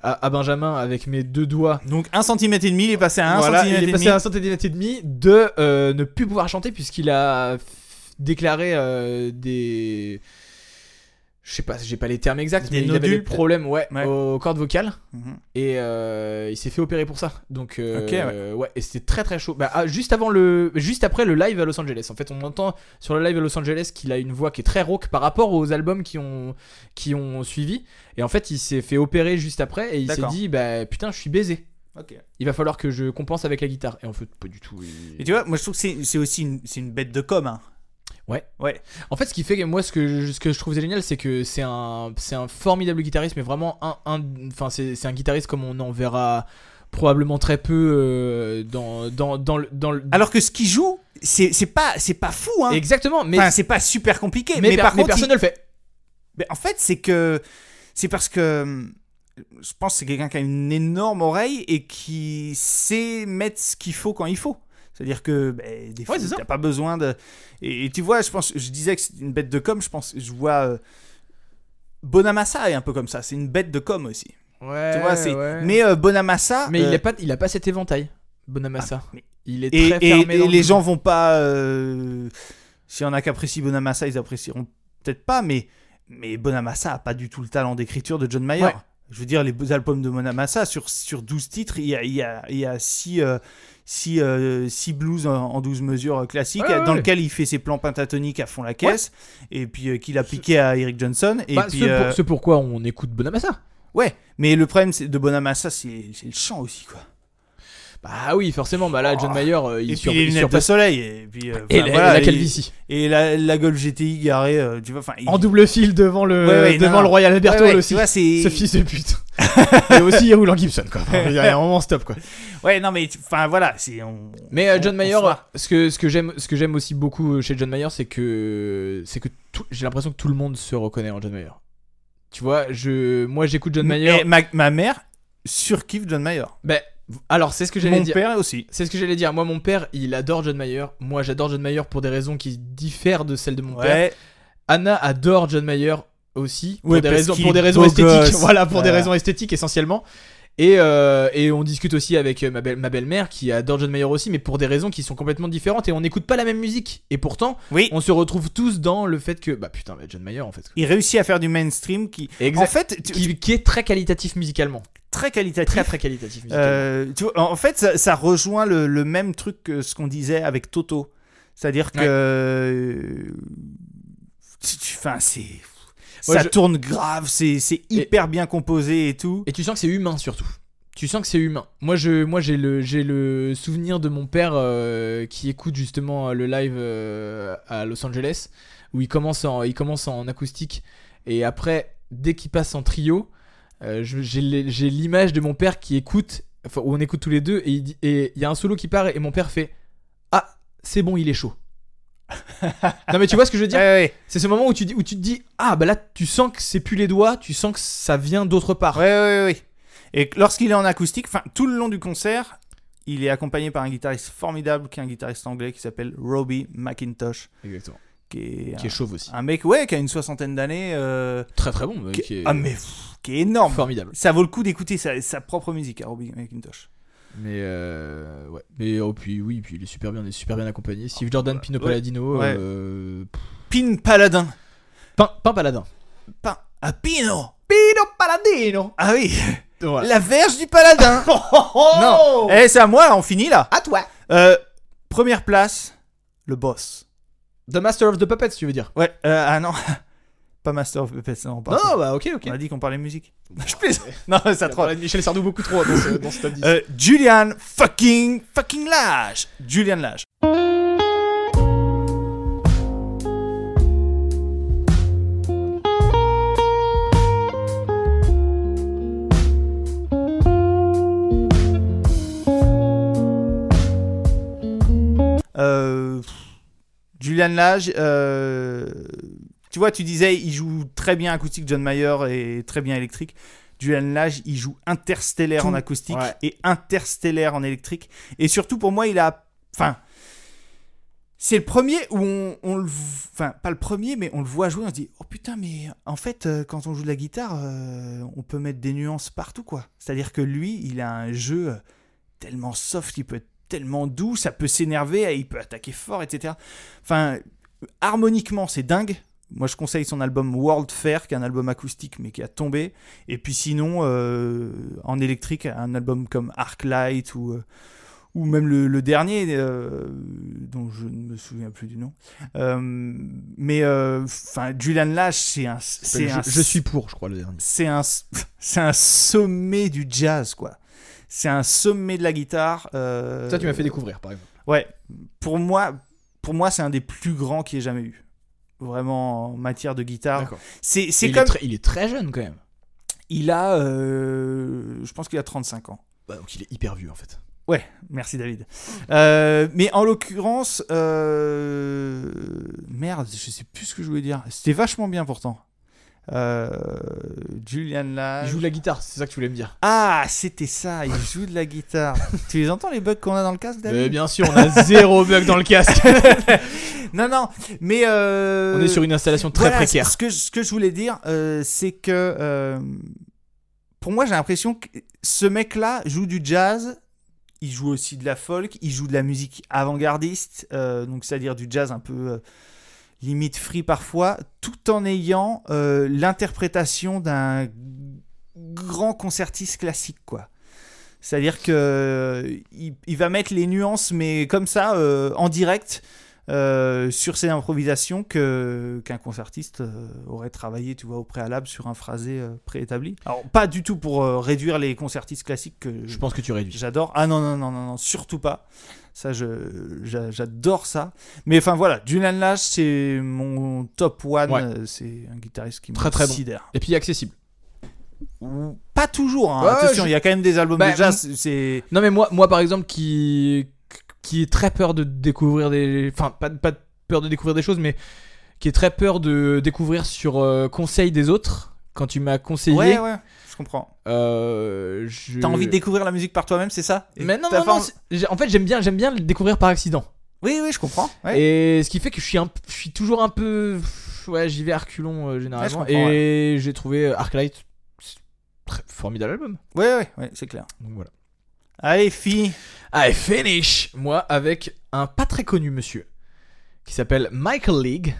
B: à- à Benjamin avec mes deux doigts
C: Donc, 1 cm et demi, il est passé à 1
B: Voilà,
C: cm
B: il est passé à un centimètre et demi de euh, ne plus pouvoir chanter puisqu'il a f- déclaré euh, des je sais pas, j'ai pas les termes exacts,
C: Des
B: mais il avait des
C: nodules,
B: problèmes, ouais,
C: Ouais.
B: aux cordes vocales.
C: Mhm.
B: Et euh, il s'est fait opérer pour ça. Donc, euh,
C: Ok, ouais.
B: ouais. et c'était très très chaud. Bah, ah, juste avant le, juste après le live à Los Angeles. En fait, on entend sur le live à Los Angeles qu'il a une voix qui est très rauque par rapport aux albums qui ont, qui ont suivi. Et en fait, il s'est fait opérer juste après et il s'est
C: D'accord.
B: dit, bah putain, je suis baisé.
C: Ok.
B: Il va falloir que je compense avec la guitare. Et en fait, pas du tout. il-
C: Et tu vois, moi je trouve que c'est c'est aussi une, c'est une bête de com. hein.
B: Ouais.
C: Ouais.
B: En fait, ce qui fait que moi, ce que je, ce que je trouve génial, c'est que c'est un, c'est un formidable guitariste, mais vraiment un, un enfin, c'est, c'est un guitariste comme on en verra probablement très peu euh, dans, dans, dans le, dans le-
C: Alors que ce qu'il joue, c'est c'est pas, c'est pas fou. Hein.
B: exactement, mais,
C: Enfin, c'est pas super compliqué.
B: mais,
C: Mais,
B: per-
C: par
B: mais
C: contre, il-
B: personne ne le fait.
C: Mais en fait, c'est que c'est parce que hum, je pense que c'est quelqu'un qui a une énorme oreille et qui sait mettre ce qu'il faut quand il faut. C'est-à-dire que ben, des fois,
B: c'est ça.
C: t'as pas besoin de. Et, et tu vois, je pense, je disais que c'est une bête de com. Je pense, je vois. euh, Bonamassa est un peu comme ça. C'est une bête de com aussi.
B: Ouais,
C: tu vois, c'est. Mais euh, Bonamassa.
B: mais
C: euh, Ah,
B: il a pas, il a pas cet éventail, Bonamassa.
C: mais-
B: Il est
C: et,
B: très
C: et-
B: fermé.
C: et
B: dans le-
C: les gens vont pas. euh, S'il y en a qui apprécient Bonamassa, ils apprécieront peut-être pas, mais, mais Bonamassa a pas du tout le talent d'écriture de John Mayer.
B: Ouais.
C: Je veux dire, les beaux albums de Bonamassa, sur, sur 12 titres, il y a, il y a, il y a euh, 6, euh, blues en, en 12 mesures classiques,
B: Ouais, ouais,
C: dans
B: ouais.
C: lequel il fait ses plans pentatoniques à fond la caisse, et puis euh, qu'il a piqué à Eric Johnson. Et
B: Bah,
C: puis,
B: ce,
C: euh,
B: pour- ce pourquoi on écoute Bonamassa.
C: Ouais, mais le problème c'est- de Bonamassa, c'est c'est le chant aussi, quoi.
B: Bah oui, forcément. Bah là, John Mayer, euh, il,
C: Oh. et
B: sur,
C: puis les
B: il
C: lunettes de
B: surpasse.
C: soleil, et puis euh,
B: Et
C: enfin,
B: la,
C: voilà,
B: la
C: il-
B: calvitie.
C: et la, la Golf GTI garée, euh, tu vois, enfin, il-
B: En double fil devant le,
C: Ouais, ouais,
B: devant
C: non,
B: le
C: non.
B: Royal Albert
C: Ouais,
B: Hall
C: ouais,
B: aussi.
C: tu vois, c'est-
B: Ce fils de pute. et aussi, il roule en Gibson, quoi. Il y a un moment stop, quoi.
C: Ouais, non, mais tu- enfin voilà, c'est. on-
B: Mais euh,
C: on-
B: John
C: on
B: Mayer,
C: se marre.
B: ce que, ce que j'aime, ce que j'aime aussi beaucoup chez John Mayer, c'est que, c'est que tout- j'ai l'impression que tout le monde se reconnaît en John Mayer. Tu vois, je, moi, j'écoute John Mayer.
C: Eh, ma, ma mère surkiffe John Mayer.
B: Ben, alors, c'est ce que j'allais
C: Mon
B: dire.
C: père aussi.
B: C'est ce que j'allais dire. Moi, mon père, il adore John Mayer. Moi, j'adore John Mayer pour des raisons qui diffèrent de celles de mon père.
C: Ouais.
B: Anna adore John Mayer aussi pour
C: Ouais,
B: des
C: parce
B: raisons
C: qu'il
B: pour des
C: est
B: raisons
C: beau
B: esthétiques
C: gosse.
B: voilà pour des
C: Voilà.
B: raisons esthétiques essentiellement et, euh, et on discute aussi avec euh, ma belle ma belle-mère qui adore John Mayer aussi mais pour des raisons qui sont complètement différentes et on n'écoute pas la même musique et pourtant
C: Oui.
B: on se retrouve tous dans le fait que bah putain mais John Mayer en fait
C: Il réussit à faire du mainstream qui, en
B: Exact.
C: fait, tu-
B: qui, qui est très qualitatif musicalement
C: très qualitatif.
B: très très qualitatif musicalement
C: Euh, tu vois, en fait, ça, ça rejoint le, le même truc que ce qu'on disait avec Toto. C'est-à-dire que.
B: Ouais.
C: euh, tu- tu- Enfin, c'est.
B: Moi,
C: ça
B: je-
C: tourne grave, c'est c'est hyper bien composé et tout.
B: Et tu sens que c'est humain surtout. Tu sens que c'est humain. Moi, je, moi, j'ai le, j'ai le souvenir de mon père euh, qui écoute justement euh, le live euh, à Los Angeles où il commence en, il commence en acoustique et après, dès qu'il passe en trio, euh, je- j'ai les- j'ai l'image de mon père qui écoute, enfin, où on écoute tous les deux et il dit- et il y a un solo qui part et mon père fait ah c'est bon il est chaud. non mais tu vois ce que je veux dire
C: Ouais, ouais,
B: C'est ce moment où tu dis, où tu te dis ah bah là tu sens que c'est plus les doigts, tu sens que ça vient d'autre part.
C: Ah. ouais, ouais, ouais, ouais. Et que lorsqu'il est en acoustique, enfin, tout le long du concert, il est accompagné par un guitariste formidable qui est un guitariste anglais qui s'appelle Robbie McIntosh,
B: Exactement.
C: qui est,
B: Qui est chauve aussi.
C: un, un mec, ouais, qui a une soixantaine d'années. euh,
B: Ah. Très très bon, mais
C: qui-
B: qui est
C: Ah, mais pff, qui est énorme.
B: formidable.
C: Ça vaut le coup d'écouter sa, sa propre musique à Robbie McIntosh.
B: Mais euh, ouais, mais oh, puis oui, puis il est super bien, il est super bien accompagné. Steve Jordan, Pino
C: Ah, bah, ouais.
B: Palladino,
C: Ouais.
B: euh, pff,
C: Pin Paladin.
B: Pin, Pin Paladin.
C: Pin. Ah, Pino
B: Pino Palladino.
C: Ah oui
B: Voilà.
C: La verge du Paladin Non Eh, c'est à moi, on finit là
B: Oh. À toi.
C: Euh, Première place, le boss.
B: The Master of the Puppets, tu veux dire
C: Ouais, euh, ah non. Pas Master of Puppets, non,
B: Non,
C: pardon.
B: bah ok, ok.
C: On a dit qu'on parlait musique.
B: Bah,
C: Je plaisante. Non, ça
B: On
C: troll.
B: de Michel Sardou beaucoup trop dans ce, dans ce top 10.
C: Euh, Julian fucking fucking Lage. Julian Lage. Euh, Euh, pff, Julian Lage, euh, tu vois, tu disais, il joue très bien acoustique, John Mayer, et très bien électrique. Julian Lage, il joue interstellaire en acoustique
B: ouais.
C: et interstellaire en électrique. Et surtout, pour moi, il a. Enfin. C'est le premier où on, on le. v- Enfin, pas le premier, mais on le voit jouer, on se dit Oh putain, mais en fait, euh, quand on joue de la guitare, euh, on peut mettre des nuances partout, quoi. C'est-à-dire que lui, il a un jeu euh, tellement soft, il peut être tellement doux, ça peut s'énerver, il peut attaquer fort, etc. Enfin, harmoniquement, c'est dingue. Moi, je conseille son album World Fair, qui est un album acoustique, mais qui a tombé. Et puis sinon, euh, en électrique, un album comme Arclight ou, euh, ou même le, le dernier, euh, dont je ne me souviens plus du nom. Euh, mais euh, enfin, Julian Lash, c'est un, c'est
B: je,
C: un,
B: je suis pour, je crois, le dernier.
C: c'est un, c'est un sommet du jazz, quoi. C'est un sommet de la guitare. euh,
B: Ça, tu m'as fait découvrir, par exemple.
C: Ouais, pour moi, pour moi, c'est un des plus grands qui ait jamais eu. Vraiment en matière de guitare.
B: D'accord.
C: C'est,
B: Et
C: c'est
B: il,
C: comme.
B: est très- il est très jeune, quand même.
C: Il a. euh, je pense qu'il a 35 ans.
B: Bah, donc, il est hyper vieux, en fait.
C: Ouais, merci David. Euh, mais en l'occurrence. euh, Merde, je sais plus ce que je voulais dire. C'était vachement bien pourtant. Euh, Julian
B: Il
C: Lage.
B: joue de la guitare, c'est ça que tu voulais me dire.
C: Ah, c'était ça, il joue de la guitare. tu les entends les bugs qu'on a dans le casque,
B: Mais
C: David
B: bien sûr, on a zéro bug dans le casque.
C: Non, non, mais. euh,
B: on est sur une installation très
C: Voilà,
B: précaire.
C: Ce que, ce que je voulais dire, euh, c'est que euh, pour moi, j'ai l'impression que ce mec-là joue du jazz, il joue aussi de la folk, il joue de la musique avant-gardiste, euh, donc c'est-à-dire du jazz un peu euh, limite free parfois, tout en ayant euh, l'interprétation d'un grand concertiste classique, quoi. C'est-à-dire que euh, il, il va mettre les nuances, mais comme ça, euh, en direct, euh, sur ces improvisations que qu'un concertiste euh, aurait travaillé, tu vois, au préalable sur un phrasé euh, préétabli. Alors pas du tout pour euh, réduire les concertistes classiques que
B: Je pense que tu réduis.
C: j'adore. Ah non non non non non, surtout pas. Ça je j'a- j'adore ça. Mais enfin voilà, Julian Lash c'est mon top one.
B: Ouais.
C: Euh, C'est un guitariste qui
B: Très, très bon.
C: me sidère.
B: Et puis accessible.
C: Ou- Pas toujours. hein.
B: Ouais,
C: Attention, il
B: je-
C: y a quand même des albums
B: Bah,
C: de jazz. c'est- C'est
B: Non mais moi, moi par exemple qui qui est très peur de découvrir des, enfin pas pas de peur de découvrir des choses, mais qui est très peur de découvrir sur euh, conseil des autres. Quand tu m'as conseillé,
C: ouais ouais. Je comprends.
B: euh, je-
C: T'as envie de découvrir la musique par toi-même, c'est ça Et
B: Mais non,
C: t'as
B: non,
C: pas
B: non,
C: en-
B: c'est- j'ai- en fait j'aime bien, j'aime bien le découvrir par accident.
C: Oui, oui, je comprends. ouais.
B: Et ce qui fait que je suis un, je suis toujours un peu, ouais, j'y vais à reculons euh, généralement.
C: Ouais, je comprends,
B: et j'ai trouvé euh, Arclight c'est très formidable album.
C: Ouais, ouais, ouais, c'est clair.
B: Donc voilà.
C: Allez, fille.
B: I finish moi avec un pas très connu monsieur qui s'appelle Michael League.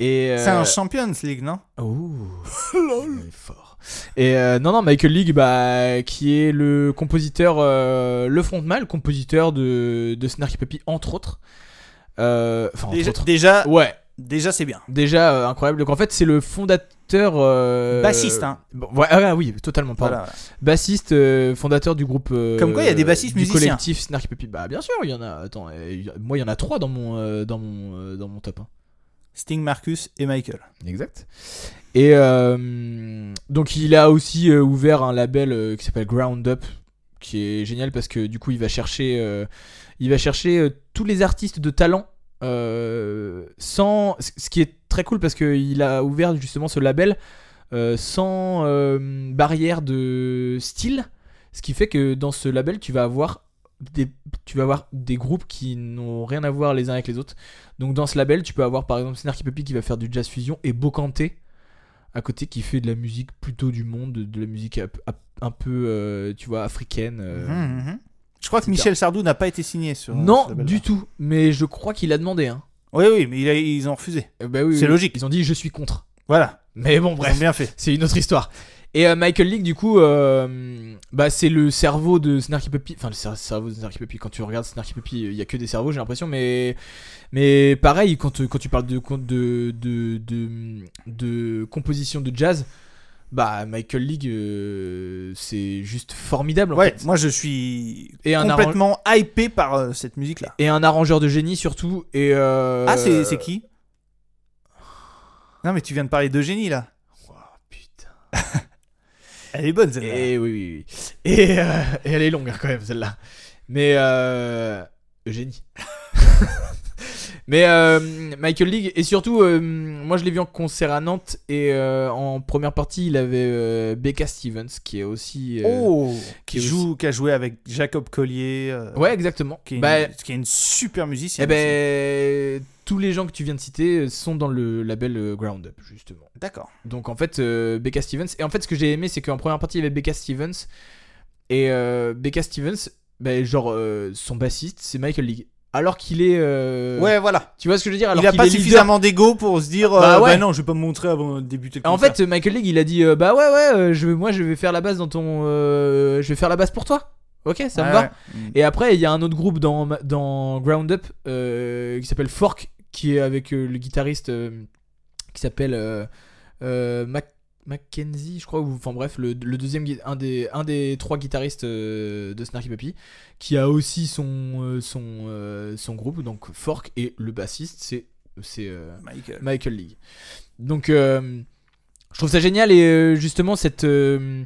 B: Et
C: C'est un
B: euh,
C: Champions League, non
B: Ouh.
C: Mm.
B: Il est fort. Et euh, non, non, Michael League, bah, qui est le compositeur, euh, le frontman, le compositeur de, de Snarky Puppy, entre autres. Euh, Enfin, entre
C: Déjà,
B: autres.
C: déjà,
B: Ouais,
C: déjà, c'est bien.
B: déjà euh, incroyable. Donc en fait, c'est le fondateur. euh,
C: Bassiste, hein.
B: Bon, ouais, ah, ah, oui, totalement, pardon.
C: Voilà.
B: Bassiste, euh, fondateur du groupe. euh,
C: Comme quoi, il y a des bassistes
B: du
C: musiciens.
B: collectif Snarky Puppy. Bah, bien sûr, il y en a. Attends, euh, il y a- moi, il y en a trois dans mon, euh, dans mon, euh, dans mon top. hein.
C: Sting, Marcus et Michael.
B: Exact. Et euh, donc il a aussi euh, ouvert un label euh, qui s'appelle Ground Up, qui est génial parce que du coup il va chercher, euh, il va chercher euh, tous les artistes de talent. euh, sans, ce ce qui est très cool parce qu'il a ouvert justement ce label euh, sans euh, barrière de style, ce qui fait que dans ce label tu vas avoir des, tu vas avoir des groupes qui n'ont rien à voir les uns avec les autres. Donc dans ce label, tu peux avoir par exemple Snarky Puppy qui va faire du jazz fusion et Bocanté à côté qui fait de la musique plutôt du monde, de la musique ap- ap- un peu, euh, tu vois, africaine. euh.
C: Mhm, mhm. Je crois que
B: c'est
C: Michel Sardou n'a pas été signé sur.
B: Non,
C: ce label-là.
B: du tout. Mais je crois qu'il a demandé. Hein.
C: Oui, oui, mais il a- ils ont refusé.
B: Eh ben oui,
C: C'est
B: oui.
C: logique.
B: Ils ont dit je suis contre.
C: Voilà.
B: Mais bon,
C: Ils ont
B: bref,
C: bien fait.
B: c'est une autre histoire. Et euh, Michael League, du coup, euh, bah, c'est le cerveau de Snarky Puppy. Enfin, le cer- cerveau de Snarky Puppy. Quand tu regardes Snarky Puppy, il y a que des cerveaux, j'ai l'impression. Mais Mais pareil, quand, euh, quand tu parles de, de, de, de, de composition de jazz, bah Michael League, euh, c'est juste formidable en
C: Ouais,
B: fait.
C: moi je suis
B: Et un, arrange-
C: complètement hypé par euh, cette musique-là.
B: et un arrangeur de génie surtout. Et euh,
C: Ah, c'est c'est qui Non, mais tu viens de parler de génie là.
B: Oh, putain.
C: Elle est bonne celle-là.
B: Et euh, oui, oui, oui. Et, euh, et elle est longue hein, quand même celle-là. Mais euh, génie. Mais euh, Michael League, et surtout, euh, moi je l'ai vu en concert à Nantes, et euh, en première partie, il avait euh, Becca Stevens, qui est aussi. euh,
C: oh,
B: qui
C: qui
B: est
C: joue, qui a joué avec Jacob Collier. euh,
B: Ouais, exactement.
C: Qui est,
B: Bah,
C: une, qui est une super musicienne.
B: eh ben, tous les gens que tu viens de citer sont dans le label euh, Ground Up, justement.
C: aussi. D'accord.
B: Donc en fait, euh, Becca Stevens. Et en fait, ce que j'ai aimé, c'est qu'en première partie, il y avait Becca Stevens. Et euh, Becca Stevens, ben, genre, euh, son bassiste, c'est Michael League. Alors qu'il est. euh,
C: ouais, voilà.
B: Tu vois ce que je veux dire Alors
C: il a
B: qu'il
C: pas
B: est leader-
C: suffisamment d'ego pour se dire, euh,
B: Bah
C: bah,
B: ouais.
C: non, je vais pas me montrer avant de débuter le
B: En
C: concert.
B: fait, Michael League, il a dit euh, Bah ouais, ouais, euh, je, vais- moi je vais faire la basse dans ton. euh, je vais faire la basse pour toi. Ok, ça me
C: Ouais,
B: va.
C: ouais. Mm.
B: Et après, il y a un autre groupe dans, dans Ground Up euh, qui s'appelle Fork, qui est avec euh, le guitariste euh, qui s'appelle euh, euh, Mac- Mackenzie, je crois, ou enfin bref, le, le deuxième, gui- un des, un des trois guitaristes euh, de Snarky Puppy, qui a aussi son, euh, son, euh, son groupe, donc Fork, et le bassiste, c'est. c'est euh,
C: Michael.
B: Michael League. Donc, euh, je trouve ça génial et euh, justement, cette, euh,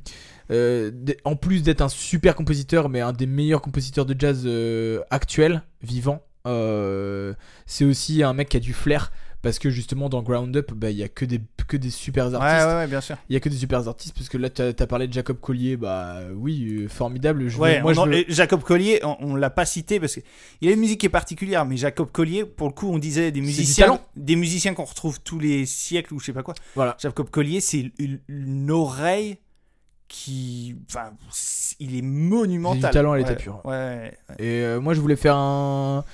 B: euh, d- en plus d'être un super compositeur, mais un des meilleurs compositeurs de jazz euh, actuel, vivant, euh, c'est aussi un mec qui a du flair parce que justement dans Ground Up, bah, il y a que des, que des super
C: Ouais,
B: artistes.
C: ouais, ouais, bien sûr.
B: Il y a que des super artistes parce que là, t'as as parlé de Jacob Collier, bah oui, euh, formidable. Je,
C: Ouais,
B: moi,
C: on en-
B: je veux-
C: et Jacob Collier, on, on l'a pas cité parce qu'il a une musique qui est particulière, mais Jacob Collier, pour le coup, on disait des
B: du
C: musiciens,
B: talent.
C: des musiciens qu'on retrouve tous les siècles ou je sais pas quoi.
B: Voilà.
C: Jacob Collier, c'est une, une oreille qui, enfin, c'est- il est monumental.
B: Il a du talent à
C: ouais,
B: l'état pur.
C: Ouais.
B: Et euh, moi, je voulais faire un.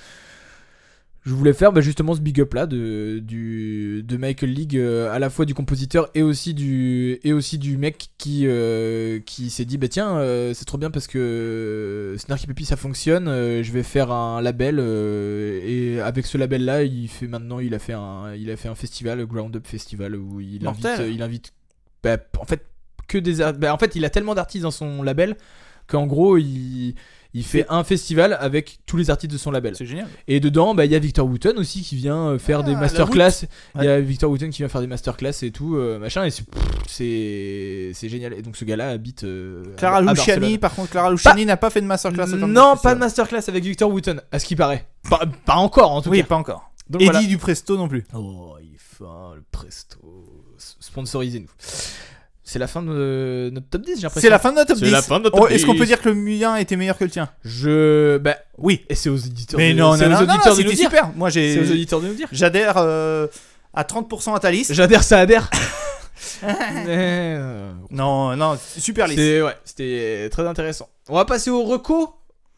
B: Je voulais faire bah, justement ce big up là de, du, de Michael League, euh, à la fois du compositeur et aussi du, et aussi du mec qui, euh, qui s'est dit bah tiens, euh, c'est trop bien parce que Snarky Puppy ça fonctionne, euh, je vais faire un label euh, et avec ce label là, il fait maintenant, il a fait un, il a fait un festival, le Ground Up Festival, où il invite,
C: Mortel.
B: euh, il invite bah, en fait que des ar- bah, en fait, il a tellement d'artistes dans son label qu'en gros, il, il fait un festival avec tous les artistes de son label.
C: C'est génial.
B: Et dedans, bah, il y a Victor Wooten aussi qui vient euh, faire
C: Ah,
B: des
C: la
B: masterclass. Il y a Victor Wooten qui vient faire des masterclass et tout, euh, machin. Et c'est- pff, c'est c'est génial. Et donc, ce gars-là habite. euh, à-
C: Clara
B: à
C: Luciani,
B: Barcelone.
C: par contre, Clara Luciani n'a pas fait de masterclass. au Camp
B: Non,
C: Festival.
B: pas de masterclass avec Victor Wooten, à ce qui paraît. Pas, pas encore, en tout
C: Oui,
B: cas.
C: pas encore.
B: Donc,
C: Eddie
B: voilà.
C: du Presto non plus.
B: Oh, il est fin, le presto. S- Sponsorisez-nous. C'est la fin de notre top 10, j'ai l'impression.
C: C'est la fin de notre top 10.
B: C'est la fin de notre
C: Oh,
B: top
C: Est-ce qu'on peut
B: 10.
C: dire que le mien était meilleur que le tien
B: Je. Bah,
C: Oui.
B: et c'est aux auditeurs.
C: Mais
B: de-
C: non,
B: c'est
C: non,
B: aux
C: non, non,
B: auditeurs de nous
C: c'était
B: dire.
C: super. Moi,
B: C'est aux
C: j'ai,
B: auditeurs de nous dire.
C: j'adhère euh, à 30% à ta liste.
B: J'adhère, ça adhère. Mais, euh,
C: Non, non, super liste.
B: c'est- ouais, c'était très intéressant. On va passer au reco.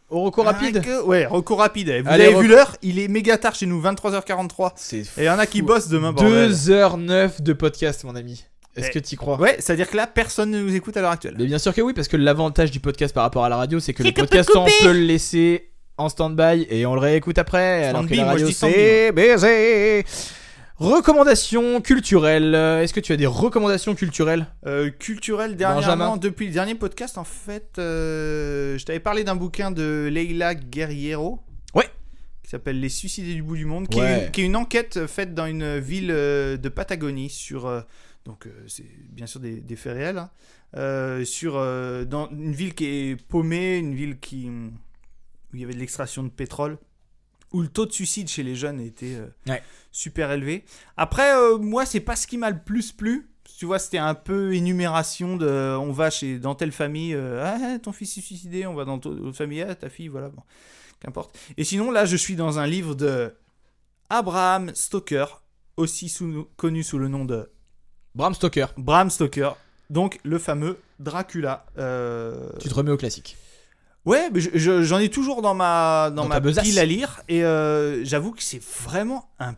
B: Au reco rapide.
C: Ah, que- Ouais, recours rapide. Vous
B: Allez,
C: avez
B: reco-
C: vu l'heure Il est méga tard chez nous, 23h43.
B: C'est
C: Et il y en a qui bossent demain, bordel.
B: 2h09 de podcast, mon ami. Est-ce
C: Eh,
B: que tu crois
C: Ouais, c'est-à-dire que là, personne ne nous écoute à l'heure actuelle.
B: Mais bien sûr que oui, parce que l'avantage du podcast par rapport à la radio, c'est que le podcast, on peut le laisser en stand-by et on le réécoute après. alors que
C: Stand-by,
B: la
C: moi, je
B: radio,
C: dis
B: c'est baisé. Recommandations culturelles. Euh, Est-ce que tu as des recommandations culturelles
C: Euh, culturel, dernièrement,
B: Benjamin.
C: depuis le dernier podcast, en fait, euh, je t'avais parlé d'un bouquin de Leila Guerriero.
B: Ouais.
C: Qui s'appelle Les Suicidés du bout du monde, qui,
B: Ouais.
C: est, une, qui est une enquête faite dans une ville euh, de Patagonie sur. euh, donc, euh, c'est bien sûr des, des faits réels. hein, euh, sur. euh, dans une ville qui est paumée, une ville qui. où il y avait de l'extraction de pétrole, où le taux de suicide chez les jeunes était euh,
B: Ouais.
C: super élevé. Après, euh, moi, c'est pas ce qui m'a le plus plu. Tu vois, c'était un peu énumération de. euh, On va chez, dans telle famille, euh, ah, ton fils est suicidé, on va dans ton- l'autre famille, ah, ta fille, voilà, bon, qu'importe. Et sinon, là, je suis dans un livre de Abraham Stoker, aussi sous- connu sous le nom de
B: Bram Stoker,
C: Bram Stoker, donc le fameux Dracula. Euh,
B: tu te remets au classique.
C: Ouais, mais je- je- j'en ai toujours dans ma, dans
B: Dans ta
C: ma
B: besace.
C: pile à lire. Et euh, j'avoue que c'est vraiment un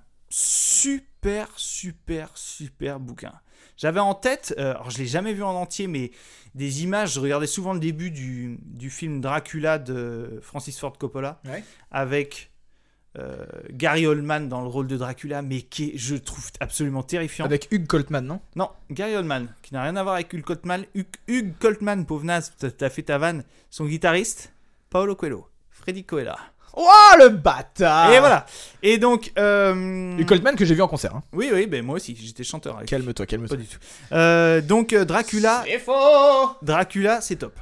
C: super, super, super bouquin. J'avais en tête, euh, alors je l'ai jamais vu en entier, mais des images. Je regardais souvent le début du, du film Dracula de Francis Ford Coppola
B: Ouais.
C: avec euh, Gary Oldman dans le rôle de Dracula, mais qui est, je trouve absolument terrifiant.
B: Avec Hugues Coltman, non
C: Non, Gary Oldman, qui n'a rien à voir avec Hugues Coltman. Hugues, Hugues Coltman, pauvre naze, t'as- t'as fait ta vanne. Son guitariste, Paolo Coelho. Freddy Coela.
B: Oh le bâtard
C: Et voilà. Et donc. euh,
B: Hugues Coltman que j'ai vu en concert. hein.
C: Oui, oui, ben moi aussi, j'étais chanteur. avec-
B: Calme-toi, calme-toi.
C: Pas du tout. Euh, donc, euh, Dracula. Dracula, c'est top.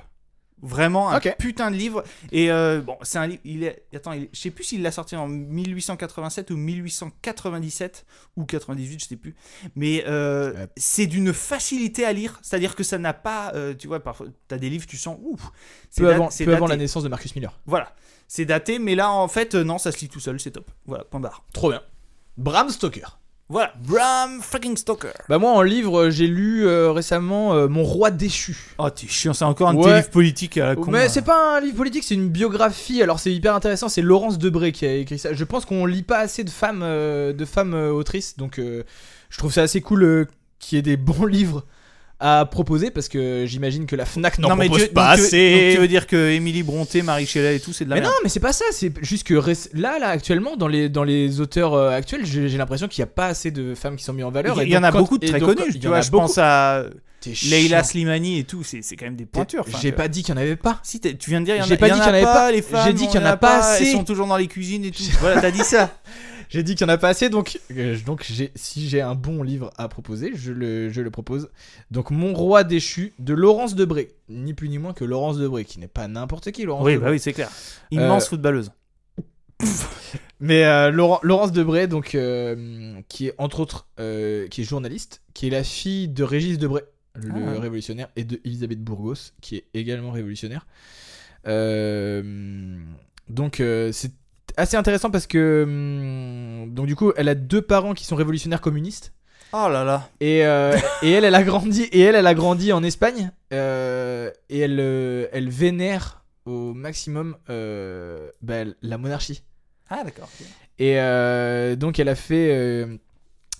C: Vraiment un
B: Ok.
C: putain de livre. Et euh, bon, c'est un livre. Il est. Attends, il est- je sais plus s'il l'a sorti en 1887 ou 1897 ou 98, je sais plus. Mais euh,
B: Ouais.
C: c'est d'une facilité à lire. C'est-à-dire que ça n'a pas. euh, tu vois, parfois, t'as des livres, tu sens. Ouf. c'est
B: Peu,
C: dat-
B: avant,
C: c'est
B: peu avant la
C: daté.
B: naissance de Marcus Miller.
C: Voilà. C'est daté, mais là, en fait, euh, non, ça se lit tout seul, c'est top. Voilà, point barre.
B: Trop bien. Bram Stoker.
C: Voilà. Bram fucking Stoker.
B: Bah moi en livre euh, j'ai lu euh, récemment euh, Mon roi déchu.
C: Oh, t'es chiant, c'est encore un de
B: Ouais.
C: tes livres politiques à la con. hein.
B: Mais
C: là.
B: c'est pas un livre politique, c'est une biographie. Alors c'est hyper intéressant. C'est Laurence Debré qui a écrit ça. Je pense qu'on lit pas assez de femmes, euh, de femmes euh, autrices. Donc euh, je trouve ça assez cool euh, qu'il y ait des bons livres à proposer parce que j'imagine que la Fnac n'en
C: Non, mais
B: propose
C: tu,
B: pas
C: donc tu veux-
B: assez.
C: donc tu veux dire que Émilie Bronté, Marie Shelley et tout, c'est de la
B: mais
C: merde.
B: non, mais c'est pas ça. C'est juste que réc- là, là, actuellement, dans les dans les auteurs euh, actuels, j'ai j'ai l'impression qu'il y a pas assez de femmes qui sont mises en valeur.
C: Il y,
B: Et
C: en
B: donc,
C: a
B: quand-
C: beaucoup de
B: et
C: très
B: donc,
C: connus.
B: il y
C: Tu
B: en
C: vois,
B: a
C: je pense à
B: T'es chiant.
C: Leila Slimani et tout. C'est c'est quand même des pointures. enfin,
B: J'ai
C: tu-
B: pas dit qu'il y en avait pas.
C: Si t'es- tu viens de dire, il y en a-
B: J'ai pas
C: il y
B: dit
C: en
B: qu'il y en
C: a
B: avait pas.
C: Les femmes,
B: J'ai dit
C: on
B: qu'il y en
C: en
B: a pas assez.
C: Elles sont toujours dans les cuisines et tout. voilà, t'as dit ça.
B: J'ai dit qu'il n'y en a pas assez, donc, euh, donc j'ai- si j'ai un bon livre à proposer, je le, je le propose. Donc Mon Roi déchu de Laurence Debré. Ni plus ni moins que Laurence Debré, qui n'est pas n'importe qui, Laurence
C: Oui,
B: Debré.
C: bah oui, c'est clair. Immense
B: Euh,
C: footballeuse.
B: Mais euh, Laurent- Laurence Debré, donc, euh, qui est entre autres euh, qui est journaliste, qui est la fille de Régis Debré, le
C: Ah.
B: révolutionnaire, et de Elisabeth Burgos, qui est également révolutionnaire. Euh, donc euh, c'est assez intéressant parce que hum, donc du coup elle a deux parents qui sont révolutionnaires communistes.
C: Oh là là.
B: Et, euh, et elle, elle a grandi. Et elle, elle a grandi en Espagne. euh, et elle, euh, elle vénère au maximum euh, bah, la monarchie.
C: Ah d'accord.
B: Et euh, donc, elle a fait. euh,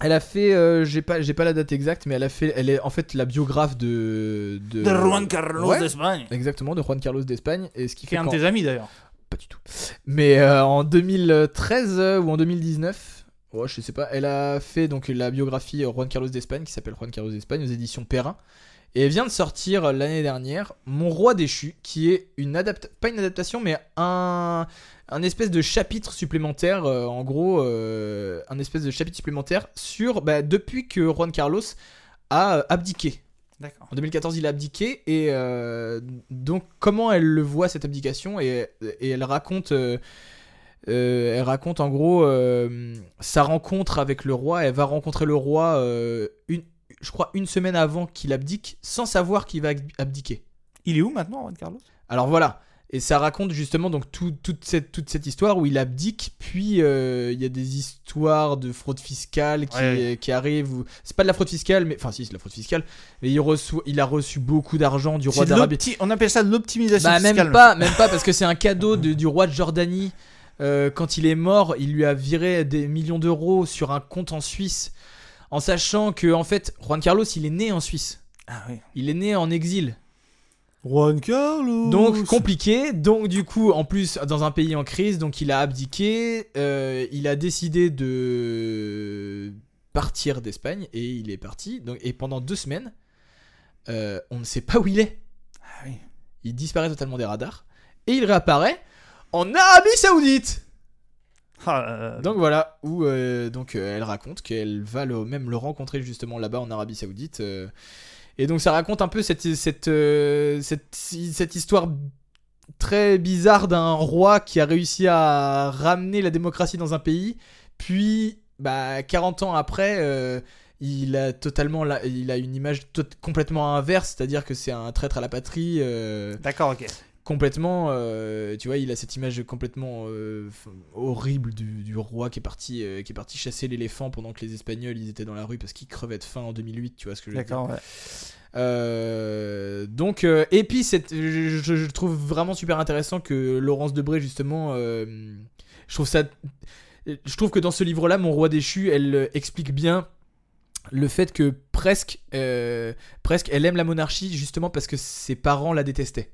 B: elle a fait, euh, j'ai pas, j'ai pas la date exacte, mais elle a fait, elle est en fait la biographe de de,
C: De Juan Carlos
B: Ouais.
C: d'Espagne.
B: exactement de Juan Carlos d'Espagne, et ce qui
C: Qui
B: fait
C: est un de
B: qu'en-
C: tes amis d'ailleurs.
B: pas du tout. Mais euh, en 2013 euh, ou en 2019, ouais, je sais pas, elle a fait donc la biographie euh, Juan Carlos d'Espagne qui s'appelle Juan Carlos d'Espagne aux éditions Perrin. Et elle vient de sortir euh, l'année dernière Mon roi déchu, qui est une adaptation, pas une adaptation, mais un, un espèce de chapitre supplémentaire, euh, en gros, euh, un espèce de chapitre supplémentaire sur, bah, depuis que Juan Carlos a euh, abdiqué.
C: D'accord.
B: En 2014, il a abdiqué et euh, donc comment elle le voit cette abdication et, et elle raconte, euh, euh, elle raconte en gros euh, sa rencontre avec le roi. Elle va rencontrer le roi euh, une, je crois une semaine avant qu'il abdique, sans savoir qu'il va abdiquer.
C: Il est où maintenant Juan Carlos
B: Alors voilà. Et ça raconte justement donc tout- toute, cette, toute cette histoire où il abdique, puis euh, il y a des histoires de fraude fiscale qui, euh,
C: Ouais,
B: qui arrivent. où- C'est pas de la fraude fiscale, mais enfin si c'est de la fraude fiscale. Mais il, reçoit, il a reçu beaucoup d'argent du roi
C: C'est de
B: d'Arabie.
C: l'opti- On appelle ça de l'optimisation
B: Bah,
C: fiscale.
B: même pas, même pas parce que c'est un cadeau de- du roi de Jordanie. Euh, quand il est mort, il lui a viré des millions d'euros sur un compte en Suisse, en sachant que en fait Juan Carlos il est né en Suisse,
C: Ah oui.
B: il est né en exil.
C: Juan Carlos.
B: Donc compliqué, donc du coup en plus dans un pays en crise, donc il a abdiqué, euh, il a décidé de partir d'Espagne et il est parti, donc, et pendant deux semaines euh, on ne sait pas où il est,
C: Ah oui.
B: il disparaît totalement des radars et il réapparaît en Arabie Saoudite
C: Ah, euh,
B: donc voilà, où euh, donc euh, elle raconte qu'elle va le, même le rencontrer justement là-bas en Arabie Saoudite. euh, et donc ça raconte un peu cette cette euh, cette, cette histoire très bizarre d'un roi qui a réussi à ramener la démocratie dans un pays, puis bah 40 ans après. euh, il a totalement, la- il a une image tot- complètement inverse, c'est-à-dire que c'est un traître à la patrie. euh,
C: D'accord, ok.
B: complètement euh, tu vois il a cette image complètement euh, f- horrible du, du roi qui est parti euh, qui est parti chasser l'éléphant pendant que les espagnols ils étaient dans la rue parce qu'ils crevaient de faim en 2008 tu vois ce que je veux dire
C: D'accord, ouais.
B: euh, donc, euh, et puis, c'est- je, je- je trouve vraiment super intéressant que Laurence Debré, justement, euh, je trouve ça. Je trouve que dans ce livre-là, Mon Roi déchu, elle euh, explique bien le fait que presque, euh, presque, elle aime la monarchie justement parce que ses parents la détestaient.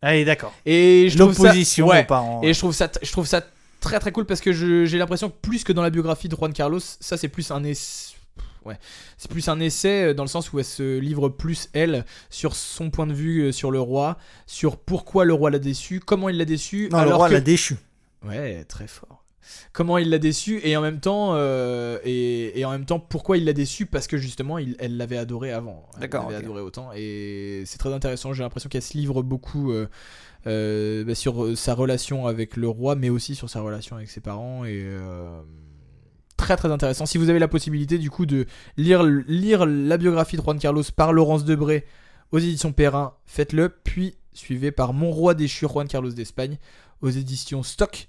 C: Allez, d'accord.
B: Et je trouve ça-
C: L'opposition
B: ouais.
C: aux parents.
B: Et je trouve ça, tr- je trouve ça très très cool parce que je- j'ai l'impression que plus que dans la biographie de Juan Carlos, ça c'est plus un essai. Ouais, c'est plus un essai euh, dans le sens où elle se livre plus elle sur son point de vue euh, sur le roi, sur pourquoi le roi l'a déçu, comment il l'a déçu.
C: Non,
B: alors
C: le roi
B: que-
C: l'a déchu.
B: Ouais, très fort. comment il l'a déçu et en même temps euh, et, et en même temps pourquoi il l'a déçu parce que justement il- elle l'avait adoré avant Elle
C: D'accord,
B: l'avait
C: ok.
B: adoré autant et c'est très intéressant j'ai l'impression qu'elle se livre beaucoup euh, euh, bah, sur euh, sa relation avec le roi mais aussi sur sa relation avec ses parents et euh, très très intéressant si vous avez la possibilité du coup de lire lire la biographie de Juan Carlos par Laurence Debré aux éditions Perrin faites-le puis suivez par Mon roi déchu Juan Carlos d'Espagne aux éditions Stock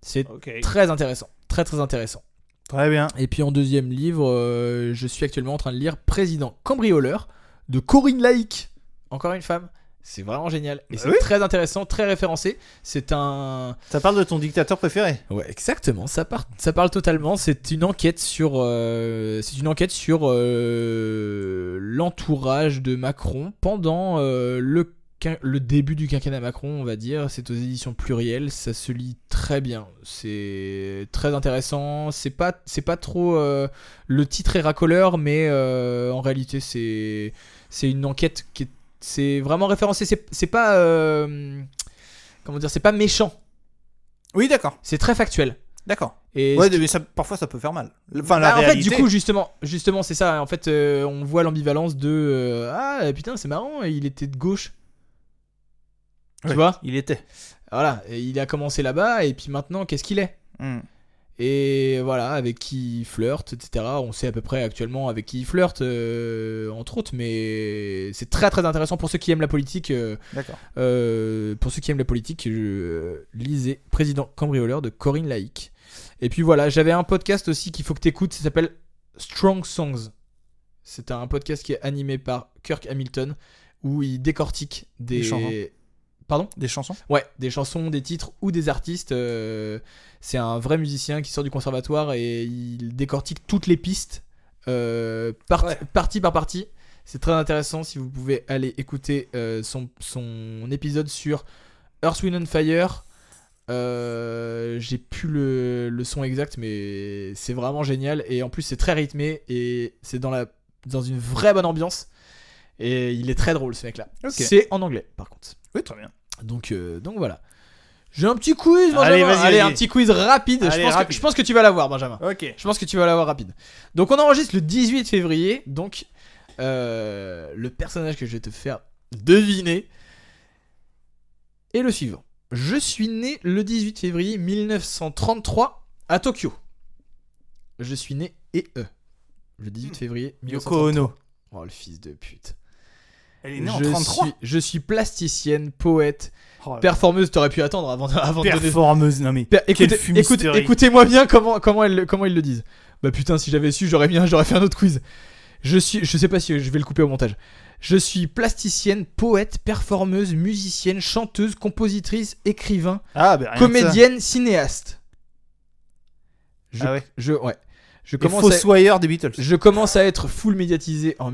B: c'est
C: Ok.
B: Très intéressant, très très intéressant.
C: Très bien.
B: Et puis en deuxième livre, euh, je suis actuellement en train de lire Président cambrioleur de Corinne Laïc. Encore une femme. C'est vraiment génial. Et
C: Bah
B: c'est
C: oui.
B: très intéressant, très référencé. C'est un...
C: Ça parle de ton dictateur préféré.
B: Ouais, exactement. Ça, part- ça parle totalement. C'est une enquête sur, euh, c'est une enquête sur euh, l'entourage de Macron pendant euh, le quin- le début du quinquennat Macron, on va dire. C'est aux éditions plurielles. Ça se lit très bien. C'est très intéressant. C'est pas, c'est pas trop. euh, le titre est racoleur, mais euh, en réalité, c'est, c'est une enquête qui est, c'est vraiment référencé. C'est, c'est pas, euh, comment dire, c'est pas méchant.
C: Oui, d'accord.
B: C'est très factuel.
C: D'accord.
B: Et
C: Ouais,
B: ce qui-
C: mais ça, parfois ça peut faire mal. Enfin, la
B: Bah, en fait,
C: réalité.
B: du coup, justement, justement, c'est ça. En fait, euh, on voit l'ambivalence de euh, ah putain, c'est marrant, il était de gauche. Tu
C: Ouais,
B: vois
C: il était.
B: Voilà, et il a commencé là-bas et puis maintenant, qu'est-ce qu'il est
C: Hmm.
B: Et voilà, avec qui il flirte, etc. On sait à peu près actuellement avec qui il flirte, euh, entre autres. Mais c'est très très intéressant pour ceux qui aiment la politique. euh,
C: D'accord.
B: euh, pour ceux qui aiment la politique, je- euh, lisez Président cambrioleur de Corinne Laïc. Et puis voilà, j'avais un podcast aussi qu'il faut que t'écoutes, ça s'appelle Strong Songs. C'est un podcast qui est animé par Kirk Hamilton où il décortique des,
C: Des chansons.
B: Pardon
C: Des chansons.
B: Ouais, des chansons, des titres ou des artistes. euh, c'est un vrai musicien qui sort du conservatoire et il décortique toutes les pistes, euh, par-
C: Ouais.
B: partie par partie. C'est très intéressant si vous pouvez aller écouter euh, son, son épisode sur Earth, Wind and Fire. Euh, J'ai plus le, le son exact, mais c'est vraiment génial. Et en plus, c'est très rythmé et c'est dans, la, dans une vraie bonne ambiance. Et il est très drôle ce mec-là.
C: Ok.
B: C'est en anglais par contre.
C: Oui, très bien.
B: Donc, euh, donc voilà. J'ai un petit quiz, Benjamin.
C: Allez,
B: Allez,
C: vas-y, vas-y.
B: un petit quiz rapide.
C: Allez,
B: je, pense
C: rapide.
B: Que, je pense que tu vas l'avoir, Benjamin.
C: Ok.
B: Je pense que tu vas l'avoir rapide. Donc, on enregistre le 18 février. Donc, euh, le personnage que je vais te faire deviner est le suivant. Je suis né le 18 février 1933 à Tokyo. Je suis né et E. Le 18 février
C: Yoko
B: 1933.
C: Ono.
B: Oh, le fils de pute.
C: Elle est née en
B: je,
C: 33.
B: suis, je suis plasticienne, poète,
C: Oh là là.
B: Ah. Performeuse, t'aurais pu attendre avant de, avant de donner.
C: Performeuse, non mais.
B: Per- écoutez,
C: Quelle
B: écoute-
C: fumisterie.
B: Écoutez-moi bien comment, comment, elles, le- comment ils le disent. Bah putain, si j'avais su, j'aurais bien, j'aurais fait un autre quiz. Je suis, je sais pas si je vais le couper au montage. Je suis plasticienne, poète, performeuse, musicienne, chanteuse, compositrice, écrivain,
C: Ah, bah, rien que ça.
B: comédienne, cinéaste. Je,
C: Ah ouais.
B: je, ouais. Je
C: Les
B: commence à-
C: Fossoyeurs des Beatles.
B: je commence à être full médiatisé en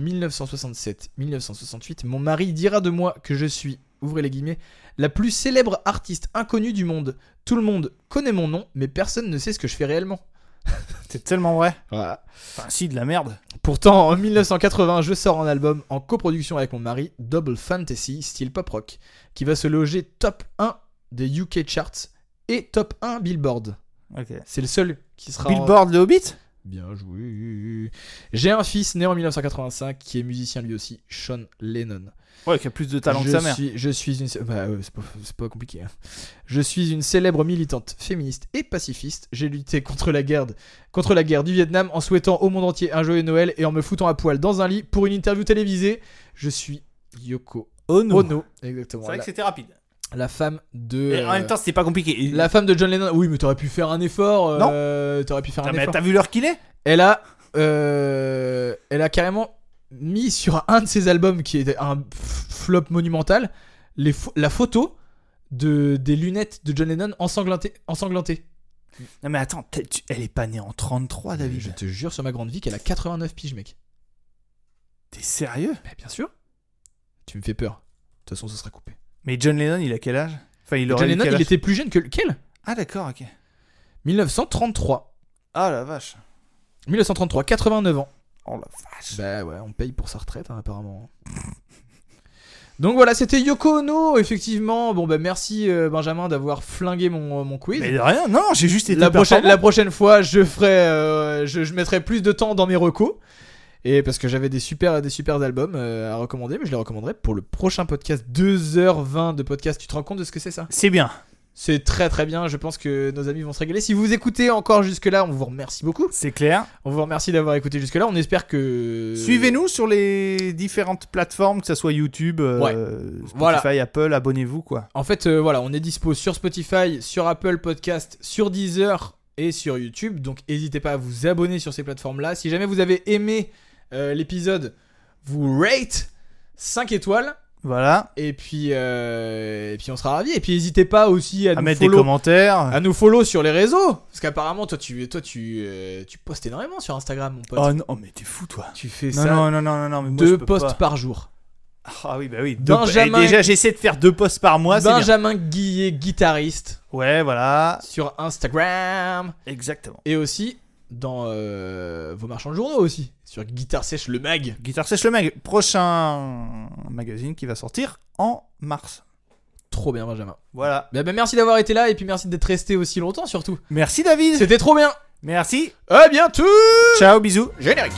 B: 1967-1968. Mon mari dira de moi que je suis, ouvrez les guillemets, la plus célèbre artiste inconnue du monde. Tout le monde connaît mon nom, mais personne ne sait ce que je fais réellement.
C: C'est tellement vrai.
B: Voilà.
C: Enfin, si, de la merde.
B: Pourtant, en 1980, je sors un album en coproduction avec mon mari, Double Fantasy, style pop rock, qui va se loger top 1 des UK charts et top 1 Billboard.
C: Ok.
B: C'est le seul qui sera en-
C: Billboard de Hobbit
B: Bien joué. J'ai un fils né en 1985 qui est musicien lui aussi, Sean Lennon.
C: Ouais, qui a plus de talent
B: je
C: que sa mère.
B: Suis, je suis une. bah, euh, c'est pas, c'est pas compliqué. hein. Je suis une célèbre militante féministe et pacifiste. J'ai lutté contre la guerre, de- contre la guerre du Vietnam en souhaitant au monde entier un joyeux Noël et en me foutant à poil dans un lit pour une interview télévisée. Je suis Yoko
C: Ono.
B: Ono, exactement.
C: C'est vrai
B: la,
C: que c'était rapide.
B: la femme de.
C: Et en même
B: euh,
C: temps, c'était pas compliqué. Ah,
B: la femme de John Lennon. Oui, mais t'aurais pu faire un effort.
C: Non.
B: euh, T'aurais pu faire
C: Ah,
B: un
C: mais
B: effort.
C: t'as vu l'heure qu'il est
B: Elle a, euh, elle a carrément mis sur un de ses albums qui était un f- flop monumental les pho- la photo de des lunettes de John Lennon ensanglantées. ensanglantées.
C: Non, mais attends, t'es- tu- elle est pas née en 33,
B: Je
C: David.
B: te jure sur ma grande vie qu'elle a 89 piges, mec.
C: T'es sérieux
B: Mais bien sûr. Tu me fais peur. De toute façon, ce sera coupé.
C: Mais John Lennon, il a quel âge Enfin, il aurait
B: John
C: eu
B: Lennon,
C: quel
B: il
C: âge
B: était plus jeune que lequel
C: Ah, d'accord, ok.
B: 1933.
C: Ah, la vache.
B: 1933, 89 ans.
C: Oh la vache.
B: Bah ouais, on paye pour sa retraite, hein, apparemment. Donc voilà, c'était Yoko Ono, effectivement. Bon, bah merci euh, Benjamin d'avoir flingué mon, euh, mon quiz.
C: Mais de rien, non, j'ai juste été
B: la, prochaine,
C: performant.
B: la prochaine fois, je ferai, euh, je, je mettrai plus de temps dans mes recos. Et parce que j'avais des super, des super albums euh, à recommander, mais je les recommanderai pour le prochain podcast. 2h20 de podcast. Tu te rends compte de ce que c'est ça
C: C'est bien,
B: C'est très très bien. Je pense que nos amis vont se régaler. Si vous écoutez encore jusque-là, on vous remercie beaucoup.
C: c'est clair.
B: On vous remercie d'avoir écouté jusque-là. On espère que.
C: Suivez-nous sur les différentes plateformes, que ce soit YouTube, euh, Spotify,
B: Voilà.
C: Apple, abonnez-vous quoi.
B: En fait, euh, voilà, on est dispo sur Spotify, sur Apple Podcast, sur Deezer et sur YouTube. Donc, n'hésitez pas à vous abonner sur ces plateformes-là. Si jamais vous avez aimé euh, l'épisode, vous rate 5 étoiles.
C: Voilà.
B: Et puis, euh, et puis on sera ravis. Et puis, n'hésitez pas aussi à,
C: À
B: nous
C: mettre Ah, des
B: follow, Ah,
C: commentaires.
B: à nous follow sur les réseaux. Parce qu'apparemment, toi, tu, toi tu, euh, tu postes énormément sur Instagram, mon pote.
C: Oh non, mais t'es fou toi.
B: tu fais
C: Non,
B: ça
C: non, non, non, non, non, mais moi je
B: deux
C: peux
B: posts
C: pas.
B: par jour.
C: Ah oui, bah oui. Deux...
B: Benjamin-
C: Eh, Déjà, j'essaie de faire deux posts par mois. c'est bien.
B: Benjamin Guillet, guitariste,
C: Ouais, voilà.
B: sur Instagram.
C: Exactement.
B: Et aussi dans euh, vos marchands de journaux aussi, sur Guitare Sèche le Mag.
C: Guitar Sèche le mag. Prochain magazine qui va sortir en mars.
B: Trop bien Benjamin.
C: Voilà.
B: Bah, bah, merci d'avoir été là et puis merci d'être resté aussi longtemps surtout.
C: Merci David.
B: C'était trop bien.
C: Merci.
B: À bientôt.
C: Ciao, bisous.
B: Générique.